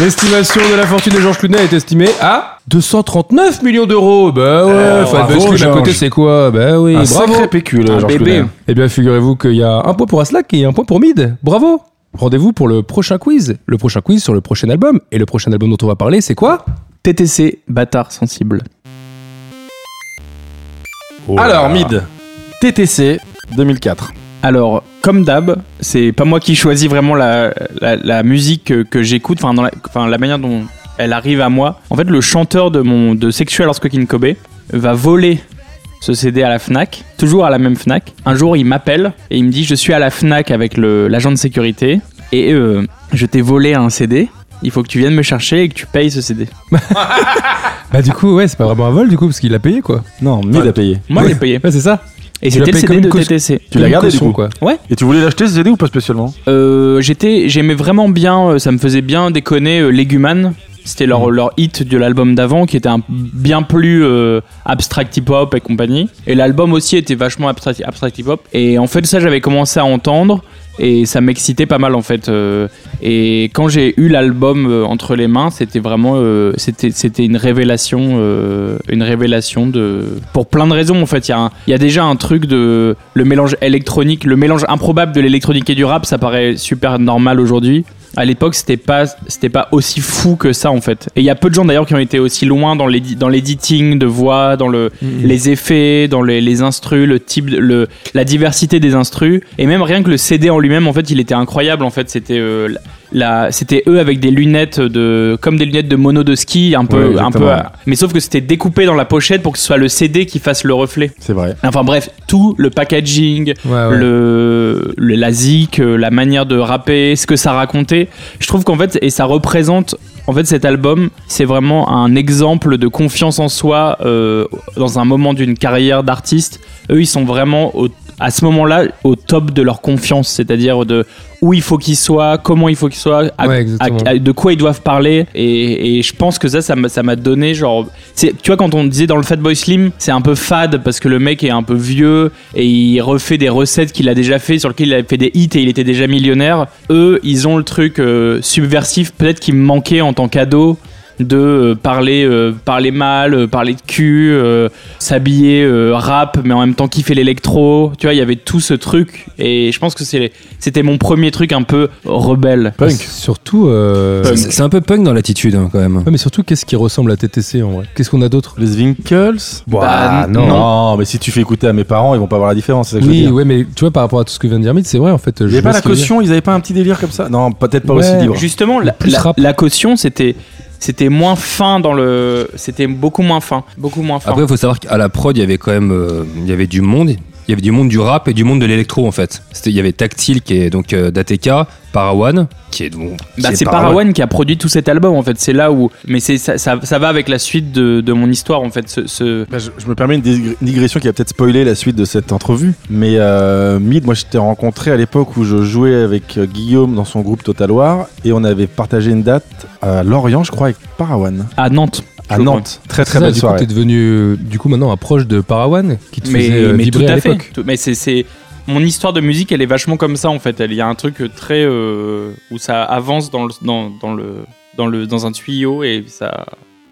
Speaker 2: L'estimation de la fortune de Georges Clounet est estimée à 239 millions d'euros. Bah ouais, Fatboy
Speaker 1: bravo,
Speaker 2: Slim à côté
Speaker 1: Georges.
Speaker 2: c'est quoi Bah oui,
Speaker 4: Eh, Un
Speaker 2: bravo.
Speaker 4: sacré PQ, là,
Speaker 5: Un
Speaker 4: Georges
Speaker 5: bébé.
Speaker 4: Clooney.
Speaker 2: Eh bien, figurez-vous qu'il y a un point pour Aslak et un point pour Mid. Bravo Rendez-vous pour le prochain quiz. Le prochain quiz sur le prochain album. Et le prochain album dont on va parler, c'est quoi
Speaker 5: TTC, bâtard sensible.
Speaker 4: Alors, Mid, TTC 2004.
Speaker 5: Alors, comme d'hab, c'est pas moi qui choisis vraiment la, la, la musique que, que j'écoute, enfin, dans la, enfin, la manière dont elle arrive à moi. En fait, le chanteur de, mon, de Sexual Horse Kobe va voler ce CD à la Fnac, toujours à la même Fnac. Un jour, il m'appelle et il me dit Je suis à la Fnac avec le- l'agent de sécurité et euh, je t'ai volé un CD. Il faut que tu viennes me chercher et que tu payes ce CD.
Speaker 2: Bah du coup, ouais, c'est pas vraiment un vol du coup, parce qu'il l'a payé quoi.
Speaker 4: Non, Mid a payé.
Speaker 5: Moi, je l'ai payé.
Speaker 2: Ouais, c'est ça.
Speaker 5: Et
Speaker 2: Tu l'as
Speaker 5: c'était
Speaker 2: payé
Speaker 5: le
Speaker 2: comme
Speaker 5: CD
Speaker 2: une
Speaker 5: de
Speaker 2: cause-
Speaker 5: TTC.
Speaker 4: Tu l'as gardé du
Speaker 2: Caution,
Speaker 4: coup.
Speaker 2: quoi.
Speaker 5: Ouais.
Speaker 4: Et tu voulais l'acheter ce CD ou pas spécialement
Speaker 5: Euh, j'étais, j'aimais vraiment bien, euh, ça me faisait bien déconner euh, Leguman. C'était leur, leur hit de l'album d'avant qui était un, bien plus euh, abstract hip-hop et compagnie. Et l'album aussi était vachement abstract, abstract hip-hop. Et en fait, ça, j'avais commencé à entendre et ça m'excitait pas mal en fait. euh, et quand j'ai eu l'album euh, entre les mains, c'était vraiment euh, c'était c'était une révélation euh, une révélation de pour plein de raisons en fait. Il y, a un- il y a déjà un truc de le mélange électronique, le mélange improbable de l'électronique et du rap, ça paraît super normal aujourd'hui. À l'époque, c'était pas c'était pas aussi fou que ça en fait. Et il y a peu de gens d'ailleurs qui ont été aussi loin dans l'édi- dans l'éditing de voix, dans le
Speaker 4: Mhm.
Speaker 5: les effets, dans les, les instrus, le type, de- le, la diversité des instrus, et même rien que le CD en lui-même, en fait, il était incroyable. En fait, c'était euh, la, c'était eux avec des lunettes de, comme des lunettes de mono de ski, un
Speaker 4: Ouais,
Speaker 5: peu, un
Speaker 4: exactement,
Speaker 5: peu,
Speaker 4: ouais.
Speaker 5: mais sauf que c'était découpé dans la pochette pour que ce soit le CD qui fasse le reflet.
Speaker 4: C'est vrai.
Speaker 5: Enfin bref, tout le packaging,
Speaker 2: Ouais, ouais.
Speaker 5: le, le- la zik, euh, la manière de rapper, ce que ça racontait. Je trouve qu'en fait, et ça représente, en fait, cet album, c'est vraiment un exemple de confiance en soi euh, dans un moment d'une carrière d'artiste. Eux, ils sont vraiment au- à ce moment-là au top de leur confiance, c'est-à-dire de où il faut qu'ils soient, comment il faut qu'ils soient, à-
Speaker 2: Ouais, exactement.
Speaker 5: à- à- de quoi ils doivent parler. Et, et je pense que ça, ça m'a ça m'a donné genre. c'est- Tu vois, quand on disait dans le Fatboy Slim, c'est un peu fade parce que le mec est un peu vieux et il refait des recettes qu'il a déjà fait, sur lesquelles il avait fait des hits et il était déjà millionnaire. Eux, ils ont le truc euh, subversif, peut-être qui me manquait en tant qu'ado. de euh, parler, euh, parler mal, euh, parler de cul, euh, s'habiller euh, rap, mais en même temps kiffer l'électro. Tu vois, il y avait tout ce truc. Et je pense que c'est- c'était mon premier truc un peu rebelle.
Speaker 2: Surtout. euh,
Speaker 5: Punk.
Speaker 1: C'est c'est un peu punk dans l'attitude hein, quand même.
Speaker 2: ouais, mais surtout, qu'est-ce qui ressemble à TTC en vrai Qu'est-ce qu'on a d'autre
Speaker 4: Les Winkles
Speaker 5: Bah,
Speaker 4: non.
Speaker 5: non.
Speaker 4: mais si tu fais écouter à mes parents, ils vont pas voir la différence. c'est ça que je veux
Speaker 2: Oui,
Speaker 4: dire.
Speaker 2: ouais, mais tu vois, par rapport à tout ce que vient de dire Mid, c'est vrai en fait.
Speaker 4: Il y avait pas la caution, ils avaient pas un petit délire comme ça Non, peut-être pas
Speaker 2: Ouais.
Speaker 4: aussi libre.
Speaker 5: Justement, la,
Speaker 2: plus
Speaker 5: la-
Speaker 2: rap.
Speaker 5: la caution, c'était c'était moins fin dans le c'était beaucoup moins fin beaucoup moins fin
Speaker 1: Après, il faut savoir qu'à la prod, il y avait quand même euh, il y avait du monde. Il y avait du monde du rap et du monde de l'électro en fait. C'était- Il y avait Tactile qui est donc euh, d'ATK, Parawan qui est donc. qui
Speaker 5: Bah,
Speaker 1: est
Speaker 5: c'est Parawan qui a produit tout cet album en fait. C'est là où, mais c'est ça, ça, ça va avec la suite de, de mon histoire en fait. Ce, ce-
Speaker 4: Bah, je, je me permets une digre- digression qui va peut-être spoiler la suite de cette entrevue. Mais euh, Mid, moi je t'ai rencontré à l'époque où je jouais avec euh, Guillaume dans son groupe Total War et on avait partagé une date à Lorient, je crois, avec Parawan.
Speaker 5: à Nantes.
Speaker 4: À
Speaker 5: Je
Speaker 4: Nantes. Très très
Speaker 2: Très bien,
Speaker 4: belle
Speaker 2: du coup,
Speaker 4: soirée.
Speaker 2: t'es devenu, euh, du coup, maintenant, approche de Parawan, qui te
Speaker 5: Mais,
Speaker 2: faisait euh,
Speaker 5: mais tout
Speaker 2: vibrer à
Speaker 5: à fait.
Speaker 2: l'époque.
Speaker 5: Tout- Mais c'est c'est- mon histoire de musique, elle est vachement comme ça en fait. Elle- Il y a un truc très euh, où ça avance dans le dans, dans le dans le dans un tuyau et ça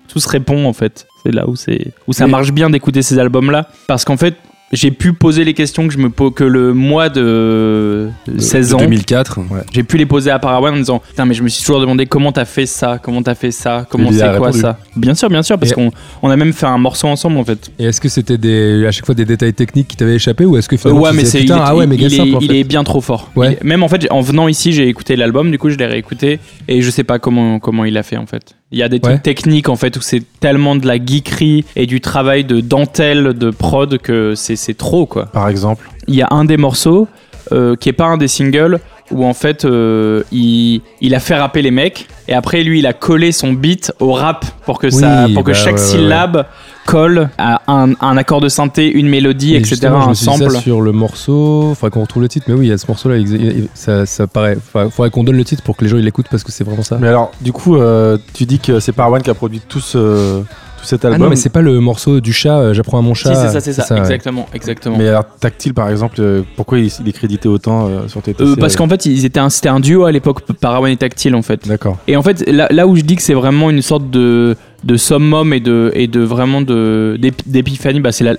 Speaker 5: tout se répond en fait. C'est là où c'est où ça
Speaker 1: Mais-
Speaker 5: marche bien d'écouter ces albums là parce qu'en fait. J'ai pu poser les questions que je me pose que le mois de
Speaker 1: De-
Speaker 5: 16
Speaker 1: de
Speaker 5: ans
Speaker 1: 2004.
Speaker 5: J'ai pu les poser à Parawan en me disant Putain, mais je me suis toujours demandé comment t'as fait ça, comment t'as fait ça, comment
Speaker 4: Il y a
Speaker 5: c'est quoi
Speaker 4: répondu.
Speaker 5: ça. Bien sûr, bien sûr, parce
Speaker 2: Et-
Speaker 5: qu'on on a même fait un morceau ensemble en fait.
Speaker 2: Et est-ce que c'était des, à chaque fois des détails techniques qui t'avaient échappé ou est-ce que
Speaker 5: Euh,
Speaker 2: finalement tu disais,
Speaker 5: il,
Speaker 2: putain, ah ouais, mais
Speaker 5: il,
Speaker 2: gars,
Speaker 5: il
Speaker 2: simple,
Speaker 5: est,
Speaker 2: en
Speaker 5: il
Speaker 2: fait.
Speaker 5: est bien trop fort.
Speaker 2: Ouais.
Speaker 5: Il- même en fait, j'ai- en venant ici, j'ai écouté l'album, du coup, je l'ai réécouté et je sais pas comment comment il a fait en fait. Il y a des
Speaker 2: Ouais.
Speaker 5: trucs techniques en fait où c'est tellement de la geekerie et du travail de dentelle, de prod que c'est c'est trop quoi.
Speaker 4: Par exemple.
Speaker 5: il y a un des morceaux euh, qui est pas un des singles où en fait euh, il, il a fait rapper les mecs et après lui il a collé son beat au rap pour que
Speaker 2: Oui,
Speaker 5: ça pour que
Speaker 2: bah
Speaker 5: chaque
Speaker 2: ouais, ouais,
Speaker 5: syllabe colle à un, un accord de synthé une mélodie
Speaker 2: Mais
Speaker 5: etc
Speaker 2: justement, je me
Speaker 5: un
Speaker 2: suis dit
Speaker 5: sample
Speaker 2: ça sur le morceau, faudrait qu'on retrouve le titre, mais oui, il y a ce morceau-là, il- il- ça, ça paraît. Faudrait faudrait qu'on donne le titre pour que les gens ils l'écoutent parce que c'est vraiment ça.
Speaker 4: Mais alors, du coup, euh, tu dis que c'est Parawan qui a produit tout, ce- tout cet
Speaker 2: Ah
Speaker 4: album.
Speaker 2: non, mais c'est pas le morceau du chat, euh, j'apprends à mon
Speaker 5: Si,
Speaker 2: chat.
Speaker 5: c'est ça c'est ça,
Speaker 2: ouais.
Speaker 5: exactement exactement
Speaker 4: Mais alors, Tactile par exemple, euh, pourquoi il, il est crédité autant euh, sur tes
Speaker 5: Euh, parce qu'en fait ils étaient un- c'était un duo à l'époque Parawan et Tactile en fait
Speaker 4: D'accord.
Speaker 5: Et en fait, là, là où je dis que c'est vraiment une sorte de, de summum et de, et de vraiment de, d'ép- d'épiphanie, bah c'est la.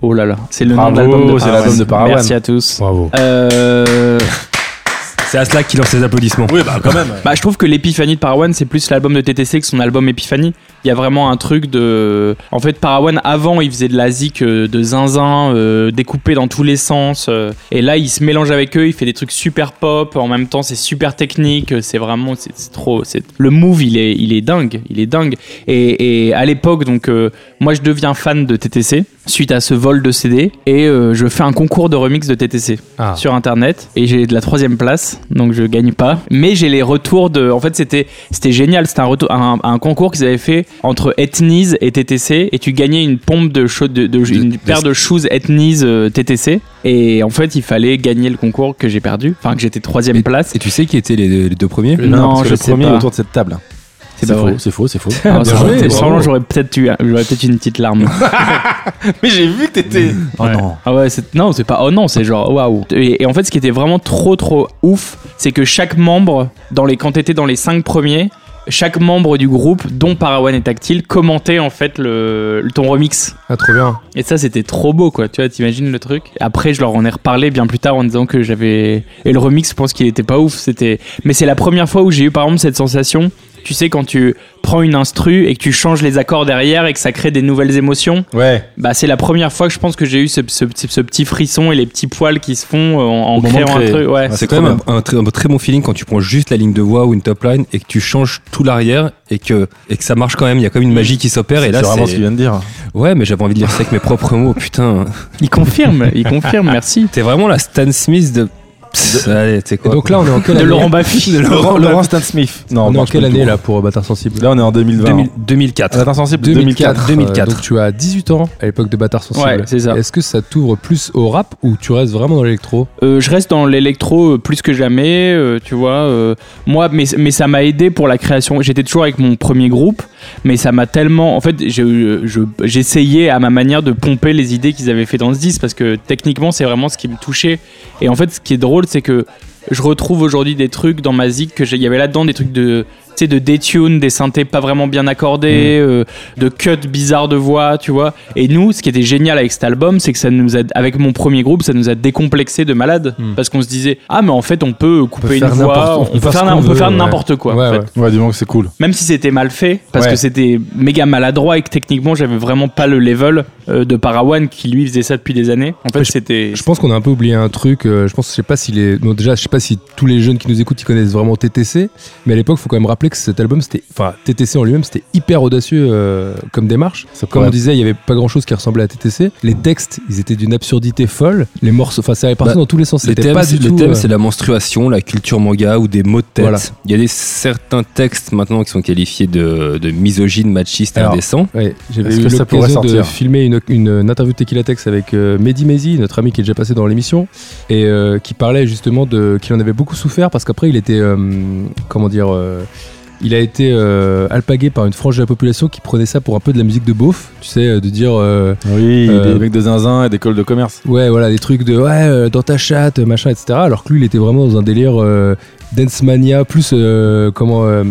Speaker 5: Oh là là, c'est le
Speaker 4: Bravo,
Speaker 5: nom de l'album de
Speaker 4: c'est
Speaker 5: Parawan.
Speaker 4: l'album de Parawan.
Speaker 5: Merci à tous.
Speaker 2: Bravo.
Speaker 5: Euh,
Speaker 1: C'est à cela qu'il lance ses applaudissements.
Speaker 4: Oui, bah quand même.
Speaker 5: bah, je trouve que l'épiphanie de Parawan, c'est plus l'album de TTC que son album Épiphanie. Il y a vraiment un truc de. En fait, Parawan, avant, il faisait de la zik euh, de zinzin, euh, découpé dans tous les sens. euh, et là, il se mélange avec eux, il fait des trucs super pop. En même temps, c'est super technique. euh, C'est vraiment. C'est c'est trop. c'est- Le move, il est, il est dingue. Il est dingue. Et, et à l'époque, donc, euh, moi, je deviens fan de TTC suite à ce vol de CD. Et euh, je fais un concours de remix de TTC
Speaker 2: Ah.
Speaker 5: sur internet et j'ai de la troisième place donc je gagne pas mais j'ai les retours de en fait c'était c'était génial c'était un retour un, un concours qu'ils avaient fait entre Ethnies et TTC et tu gagnais une pompe de, chaude de, de- une
Speaker 1: de-
Speaker 5: paire de shoes Ethnies euh, TTC et en fait il fallait gagner le concours que j'ai perdu enfin que j'étais troisième
Speaker 1: Mais-
Speaker 5: place
Speaker 1: Et tu sais qui étaient les deux, les deux premiers
Speaker 5: Non,
Speaker 4: parce que
Speaker 5: je
Speaker 4: le
Speaker 5: sais
Speaker 4: premier
Speaker 5: pas.
Speaker 4: est autour de cette table.
Speaker 5: c'est pas vrai
Speaker 4: c'est faux, c'est faux.
Speaker 5: Ah,
Speaker 2: Bien
Speaker 5: sans-
Speaker 2: joué,
Speaker 5: sans
Speaker 2: bravo.
Speaker 5: Laurent, j'aurais peut-être eu j'aurais peut-être une petite larme
Speaker 4: mais j'ai vu que t'étais. Oh non.
Speaker 5: Ah ouais, c'est- non, c'est pas oh non, c'est genre waouh. Et, et en fait, ce qui était vraiment trop trop ouf, c'est que chaque membre, dans les, quand t'étais dans les 5 premiers, chaque membre du groupe, dont Parawan et Tactile, commentait en fait le, le- ton remix.
Speaker 2: Ah, trop bien.
Speaker 5: Et ça, c'était trop beau quoi, tu vois, t'imagines le truc. Après, je leur en ai reparlé bien plus tard en disant que j'avais. Et le remix, je pense qu'il était pas ouf, c'était. Mais c'est la première fois où j'ai eu par exemple cette sensation. Tu sais, quand tu prends une instru et que tu changes les accords derrière et que ça crée des nouvelles émotions,
Speaker 4: Ouais.
Speaker 5: bah, c'est la première fois que je pense que j'ai eu ce, ce petit- ce petit frisson et les petits poils qui se font euh, en, en
Speaker 4: Au moment de
Speaker 5: créant un
Speaker 4: créer.
Speaker 5: truc. Ouais.
Speaker 4: Ah,
Speaker 1: C'est
Speaker 4: c'est
Speaker 1: quand
Speaker 4: trop
Speaker 1: même un, un très, un très bon feeling quand tu prends juste la ligne de voix ou une top line et que tu changes tout l'arrière et que, et que ça marche quand même. Il y a quand même une magie qui s'opère et là
Speaker 4: C'est vraiment
Speaker 1: c'est.
Speaker 4: ce qu'il vient de dire.
Speaker 1: Ouais, mais j'avais envie de dire ça avec mes propres mots. Putain,
Speaker 5: Il confirme, il confirme, merci.
Speaker 1: t'es vraiment la Stan Smith de. Psst, Allez, t'es
Speaker 2: Et
Speaker 1: quoi
Speaker 2: donc là, on est en quelle
Speaker 5: De
Speaker 2: année
Speaker 5: Laurent Baffy.
Speaker 4: Laurent, Laurent Stan Smith.
Speaker 2: On
Speaker 4: Non,
Speaker 2: est en
Speaker 4: marche
Speaker 2: quelle
Speaker 4: pas du
Speaker 2: année
Speaker 4: tout. hein.
Speaker 2: là pour euh, Bâtard Sensible
Speaker 4: Là, on est en 2020.
Speaker 1: 2000- 2004.
Speaker 2: Ah,
Speaker 4: Bâtard sensible
Speaker 2: 2004.
Speaker 4: 2004.
Speaker 1: 2004.
Speaker 2: euh, donc tu as 18 ans à l'époque de Bâtard Sensible.
Speaker 5: Ouais, c'est ça.
Speaker 2: Est-ce que ça t'ouvre plus au rap ou tu restes vraiment dans l'électro
Speaker 5: Euh, je reste dans l'électro euh, plus que jamais, euh, tu vois. euh, moi, mais, mais ça m'a aidé pour la création. J'étais toujours avec mon premier groupe, mais ça m'a tellement. En fait, j'ai- euh, je- j'essayais à ma manière de pomper les idées qu'ils avaient fait dans ce disque parce que techniquement, c'est vraiment ce qui me touchait. Et en fait, ce qui est drôle, c'est que je retrouve aujourd'hui des trucs dans ma zig que j'ai- il y avait là-dedans des trucs de tu sais, de détune, des synthés pas vraiment bien accordés,
Speaker 2: Mm.
Speaker 5: euh, de cuts bizarres de voix, tu vois. Et nous, ce qui était génial avec cet album, c'est que ça nous a, avec mon premier groupe, ça nous a décomplexé de malade,
Speaker 2: Mm.
Speaker 5: parce qu'on se disait ah mais en fait on peut couper une
Speaker 2: faire
Speaker 5: voix,
Speaker 2: n'importe-
Speaker 5: on, peut faire,
Speaker 2: ce qu'on
Speaker 5: on peut
Speaker 2: veut,
Speaker 5: faire
Speaker 2: ouais.
Speaker 5: n'importe quoi.
Speaker 2: Ouais,
Speaker 5: en fait.
Speaker 2: ouais.
Speaker 4: Euh, Ouais, dis-moi que c'est cool.
Speaker 5: Même si c'était mal fait, parce
Speaker 2: Ouais.
Speaker 5: que c'était méga maladroit et que techniquement j'avais vraiment pas le level euh, de Parawan qui lui faisait ça depuis des années. En fait,
Speaker 2: Je-
Speaker 5: c'était.
Speaker 2: Je pense qu'on a un peu oublié un truc. euh, Je pense, je sais pas si les, bon, déjà, je sais pas si tous les jeunes qui nous écoutent, ils connaissent vraiment TTC. Mais à l'époque, faut quand même rappeler que cet album, c'était, enfin, TTC en lui-même, c'était hyper audacieux euh, comme démarche. Comme
Speaker 4: pourrait
Speaker 2: on disait, il y avait pas grand-chose qui ressemblait à TTC. Les textes, ils étaient d'une absurdité folle. Les morceaux, enfin, ça allait partir
Speaker 1: Bah,
Speaker 2: dans tous les sens.
Speaker 1: Les
Speaker 2: C'était
Speaker 1: thèmes,
Speaker 2: pas
Speaker 1: c'est-
Speaker 2: du
Speaker 1: les
Speaker 2: tout.
Speaker 1: thèmes,
Speaker 2: euh,
Speaker 1: c'est la menstruation, la culture manga ou des mots de tête.
Speaker 2: Voilà.
Speaker 1: Il y a des, certains textes maintenant qui sont qualifiés de, de misogynes, machistes,
Speaker 2: Alors,
Speaker 1: indécents.
Speaker 2: Ouais, j'avais
Speaker 4: Est-ce
Speaker 2: eu
Speaker 4: que ça pourrait
Speaker 2: l'occasion de
Speaker 4: sortir
Speaker 2: filmer une, une, une interview de Tequila Tex avec euh, Mehdi Mezi, notre ami qui est déjà passé dans l'émission, et euh, qui parlait justement de qu'il en avait beaucoup souffert parce qu'après il était, euh, comment dire, euh, il a été euh, alpagué par une frange de la population qui prenait ça pour un peu de la musique de beauf, tu sais, euh, de dire euh,
Speaker 4: Oui,
Speaker 2: Euh,
Speaker 4: des mecs de zinzin et d'école de commerce.
Speaker 2: ouais voilà des trucs de ouais euh, dans ta chatte machin etc. Alors que lui il était vraiment dans un délire euh, dance mania plus euh, comment euh,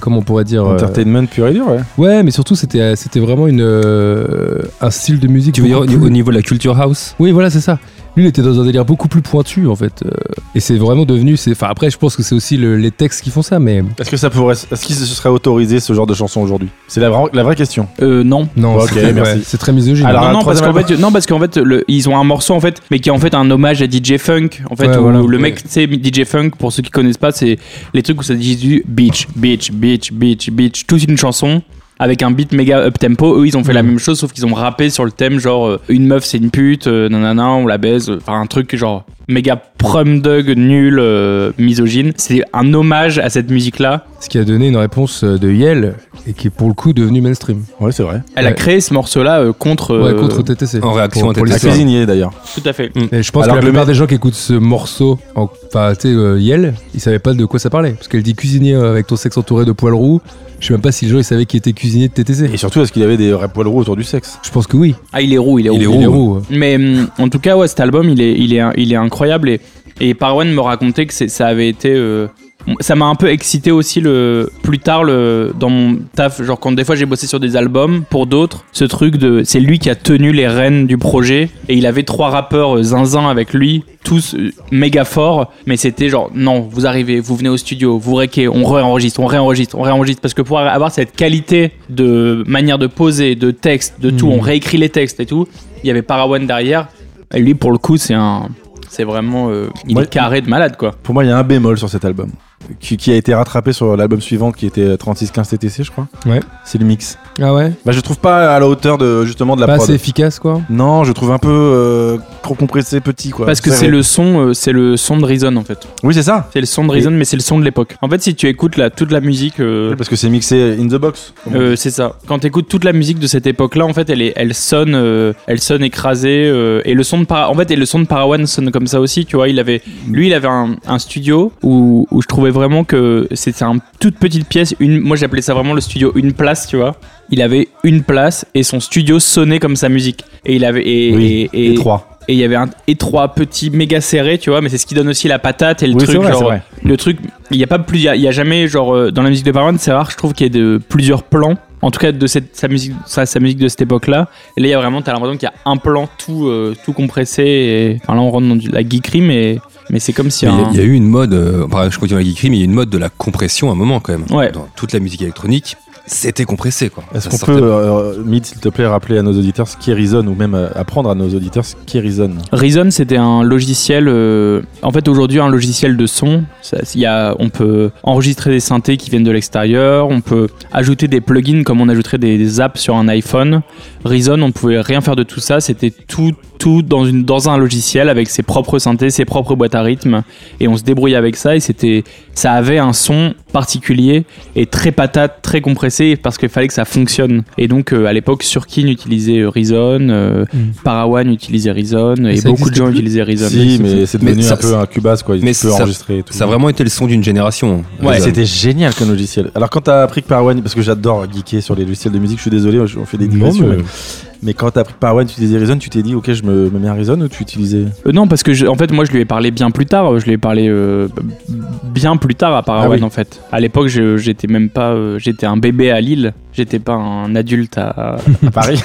Speaker 2: comment on pourrait dire euh,
Speaker 4: Entertainment pur et dur, ouais.
Speaker 2: Ouais, mais surtout, c'était c'était vraiment une, euh, un style de musique.
Speaker 1: Tu veux dire
Speaker 2: beaucoup
Speaker 1: au
Speaker 2: plus-
Speaker 1: au niveau de la culture house
Speaker 2: Oui, voilà, c'est ça. Lui, il était dans un délire beaucoup plus pointu, en fait. euh, et c'est vraiment devenu. c'est- Enfin, après, je pense que c'est aussi le- les textes qui font ça, mais.
Speaker 4: Est-ce que ça pourrait, est-ce qu'il se serait autorisé ce genre de chanson aujourd'hui C'est la, vra- la vraie question.
Speaker 5: Euh, non.
Speaker 2: Non,
Speaker 4: Ok,
Speaker 2: c'est très-
Speaker 4: merci.
Speaker 2: ouais, c'est très misogyne.
Speaker 4: Alors,
Speaker 2: hein.
Speaker 5: non,
Speaker 4: un
Speaker 5: non, parce qu'en
Speaker 4: troisième
Speaker 5: fait, non, parce qu'en fait, le- ils ont un morceau en fait, mais qui est en fait un hommage à DJ Funk. En fait,
Speaker 2: Ouais,
Speaker 5: où
Speaker 2: voilà.
Speaker 5: le mec, tu sais, DJ Funk, pour ceux qui connaissent pas, c'est les trucs où ça dit du beach, beach, beach, beach, beach, toute une chanson. Avec un beat méga up tempo, eux ils ont fait la
Speaker 2: Mhm.
Speaker 5: même chose sauf qu'ils ont rappé sur le thème genre euh, une meuf c'est une pute, euh, nanana on la baise, euh, enfin un truc genre méga prom dog nul euh, misogyne. C'est un hommage à cette musique là.
Speaker 2: Ce qui a donné une réponse euh, de Yale, et qui est pour le coup devenue mainstream.
Speaker 4: Ouais, c'est vrai.
Speaker 5: Elle a
Speaker 2: Ouais.
Speaker 5: créé ce morceau là contre.
Speaker 2: Ouais,
Speaker 5: euh,
Speaker 2: contre Mm. TTC.
Speaker 1: en réaction à
Speaker 2: pour, pour
Speaker 1: TTC.
Speaker 4: La
Speaker 1: C'est
Speaker 2: l'histoire.
Speaker 4: cuisinier d'ailleurs.
Speaker 5: Tout à fait.
Speaker 2: Et je pense
Speaker 4: Alors
Speaker 2: que la
Speaker 4: que le
Speaker 2: plupart des gens qui écoutent ce morceau, en- enfin, tu sais, euh, Yel, ils savaient pas de quoi ça parlait. Parce qu'elle dit cuisinier euh, avec ton sexe entouré de poils roux. Je sais même pas si les gens ils savaient qui était cuisinier de TTC.
Speaker 4: Et surtout, est-ce qu'il y avait des vrais poils roux autour du sexe
Speaker 2: Je pense que oui.
Speaker 5: Ah il est roux, il est roux.
Speaker 2: Il est roux.
Speaker 5: Mais hum, en tout cas, ouais, cet album, il est, il est, il est incroyable. Et, et Parwan me racontait que c'est- ça avait été. euh, ça m'a un peu excité aussi le, plus tard le, dans mon taf. Genre, quand des fois j'ai bossé sur des albums, pour d'autres, ce truc de. C'est lui qui a tenu les rênes du projet. Et il avait trois rappeurs euh, zinzin avec lui, tous euh, méga forts. Mais c'était genre, non, vous arrivez, vous venez au studio, vous réquez, on réenregistre, on réenregistre, on réenregistre. Parce que pour avoir cette qualité de manière de poser, de texte, de tout,
Speaker 2: Mhm.
Speaker 4: Hmm.
Speaker 5: on réécrit les textes et tout. Il y avait Parawan derrière. Et lui, pour le coup, c'est un. C'est vraiment. euh, il
Speaker 4: Ouais.
Speaker 5: est carré de malade, quoi.
Speaker 4: Pour moi, il y a un bémol sur cet album. Qui, qui a été rattrapé sur l'album suivant qui était 36-15 TTC, je crois.
Speaker 2: Ouais.
Speaker 4: C'est le mix.
Speaker 2: Ah ouais
Speaker 4: Bah, je trouve pas à la hauteur de justement de la
Speaker 2: Pas
Speaker 4: prod.
Speaker 2: assez efficace quoi.
Speaker 4: Non, je trouve un peu euh, trop compressé, petit quoi.
Speaker 5: Parce que c'est le son, euh, c'est le son de Reason en fait.
Speaker 4: Oui, c'est ça.
Speaker 5: C'est le son de Reason, mais c'est le son de l'époque. En fait, si tu écoutes la, toute la musique, euh,
Speaker 4: Parce que c'est mixé in the box.
Speaker 5: euh, c'est ça. Quand tu écoutes toute la musique de cette époque-là, en fait, elle, est, elle sonne, euh, elle sonne écrasée. euh, et le son de Para- en fait, et le son de Parawan sonne comme ça aussi. Tu vois, il avait, lui, il avait un, un studio où, où je trouvais vraiment que c'était une toute petite pièce. Une, moi, j'appelais ça vraiment le studio une place, tu vois. Il avait une place et son studio sonnait comme sa musique. Et il avait et,
Speaker 4: Oui,
Speaker 5: et- et-
Speaker 4: trois.
Speaker 5: et il y avait un étroit petit méga serré tu vois mais c'est ce qui donne aussi la patate et le
Speaker 4: Oui, c'est
Speaker 5: truc
Speaker 4: vrai,
Speaker 5: genre,
Speaker 4: c'est vrai.
Speaker 5: le truc il y a pas plus il y a, il y a jamais genre euh, dans la musique de Parman c'est rare je trouve qu'il y ait de plusieurs plans en tout cas de cette sa musique sa, sa musique de cette époque là et là il y a vraiment t'as l'impression qu'il y a un plan tout euh, tout compressé et enfin là on rentre dans du- la geekerie mais mais c'est comme si
Speaker 1: Mais Il y, a-
Speaker 5: un-
Speaker 1: il y a eu une mode, euh, enfin, je continue à geekery, mais il y a eu une mode de la compression à un moment quand même.
Speaker 5: Ouais.
Speaker 1: Dans toute la musique électronique, c'était compressé quoi.
Speaker 4: Est-ce
Speaker 1: Ça
Speaker 4: qu'on
Speaker 1: sortait-
Speaker 4: peut, euh, Mid, s'il te plaît, rappeler à nos auditeurs ce qui résonne ou même euh, apprendre à nos auditeurs ce qui résonne
Speaker 5: Reason, c'était un logiciel. euh, en fait, aujourd'hui, un logiciel de son. Ça, il y a, on peut enregistrer des synthés qui viennent de l'extérieur. On peut ajouter des plugins comme on ajouterait des, des apps sur un iPhone. Reason, on pouvait rien faire de tout ça. C'était tout, tout dans, une, dans un logiciel avec ses propres synthés, ses propres boîtes à rythme. Et on se débrouillait avec ça. Et c'était, ça avait un son particulier et très patate, très compressé parce qu'il fallait que ça fonctionne. Et donc, euh, à l'époque, Surkin utilisait euh, Reason. euh, Parawan utilisait Reason et
Speaker 2: Mm. ça
Speaker 5: beaucoup
Speaker 2: existe
Speaker 5: de gens
Speaker 2: plus
Speaker 5: utilisaient Reason.
Speaker 4: Si, mais c'est devenu
Speaker 1: mais ça-
Speaker 4: un peu un Cubase quoi. Il
Speaker 1: mais
Speaker 4: peut
Speaker 1: ça-
Speaker 4: enregistrer et tout.
Speaker 1: Ça a vraiment été le son d'une génération. hein,
Speaker 4: Et
Speaker 5: Ouais.
Speaker 1: Reason.
Speaker 4: C'était génial comme logiciel. Alors quand t'as appris que Parawan, parce que j'adore geeker sur les logiciels de musique, je suis désolé, je- on fait des digressions. mais- Mais quand t'as pris par One, tu utilisais Reason, tu t'es dit, ok, je me, me mets à Reason ou tu utilisais.
Speaker 5: Euh, non, parce que je- en fait, moi, je lui ai parlé bien plus tard. Je lui ai parlé euh, b- bien plus tard à Parawan,
Speaker 4: Ah oui.
Speaker 5: en fait. À l'époque, je- j'étais même pas, euh, j'étais un bébé à Lille. J'étais pas un adulte à,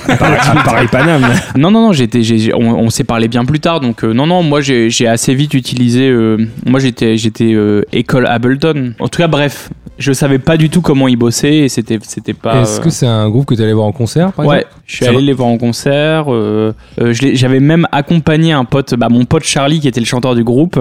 Speaker 1: Pareil, Paname.
Speaker 5: Non, non, non, j'étais, j'ai- j'ai- on, on s'est parlé bien plus tard, donc euh, non, non, moi j'ai j'ai assez vite utilisé. euh, moi j'étais j'étais euh, école Ableton. En tout cas, bref, je savais pas du tout comment ils bossaient et c'était c'était pas.
Speaker 2: Est-ce
Speaker 5: euh,
Speaker 2: que c'est un groupe que t'es allé voir en concert par
Speaker 5: Ouais,
Speaker 2: exemple
Speaker 5: je suis
Speaker 2: Ça
Speaker 5: allé
Speaker 2: va.
Speaker 5: les voir en concert. euh, euh, je l'ai- J'avais même accompagné un pote, bah, mon pote Charlie, qui était le chanteur du groupe.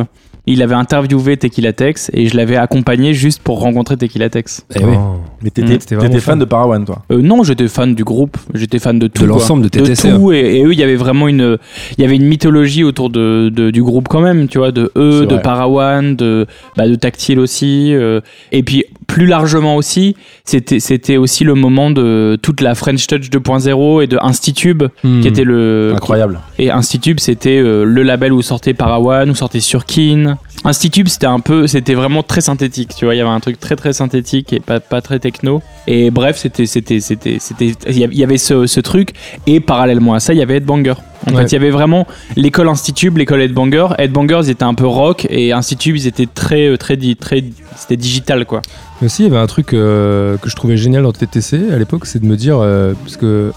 Speaker 5: Il avait interviewé Tequila Tex et je l'avais accompagné juste pour rencontrer Tequila Tex.
Speaker 1: Eh oui.
Speaker 2: Oh.
Speaker 4: Mais
Speaker 5: Mmh,
Speaker 4: t'étais
Speaker 2: c'était vraiment
Speaker 4: t'étais
Speaker 2: fan.
Speaker 4: fan de Parawan, toi.
Speaker 5: Euh, non, j'étais fan du groupe, j'étais fan de tout.
Speaker 1: De
Speaker 5: quoi.
Speaker 1: l'ensemble de
Speaker 5: de
Speaker 1: TTC.
Speaker 5: tout et, et eux il y avait vraiment une il y avait une mythologie autour de, de- du groupe quand même tu vois de eux
Speaker 4: C'est
Speaker 5: de
Speaker 4: vrai.
Speaker 5: Parawan de bah, de Tactile aussi euh, et puis plus largement aussi c'était c'était aussi le moment de toute la French Touch 2.0 et de Institube
Speaker 2: Hmm.
Speaker 5: qui était le
Speaker 4: Incroyable.
Speaker 5: et Institube c'était euh, le label où sortait Parawan où sortait Surkin Institube c'était un peu c'était vraiment très synthétique tu vois il y avait un truc très très synthétique et pas, pas très techno et bref c'était c'était c'était c'était il y avait- il y avait ce, ce truc et parallèlement à ça il y avait Headbanger en
Speaker 2: Ouais.
Speaker 5: fait il y avait vraiment l'école Institube l'école Headbanger Headbanger ils étaient un peu rock et Institube ils étaient très euh, très di- très c'était digital quoi
Speaker 2: Mais aussi, il y avait un truc euh, que je trouvais génial dans TTC à l'époque, c'est de me dire, euh, parce que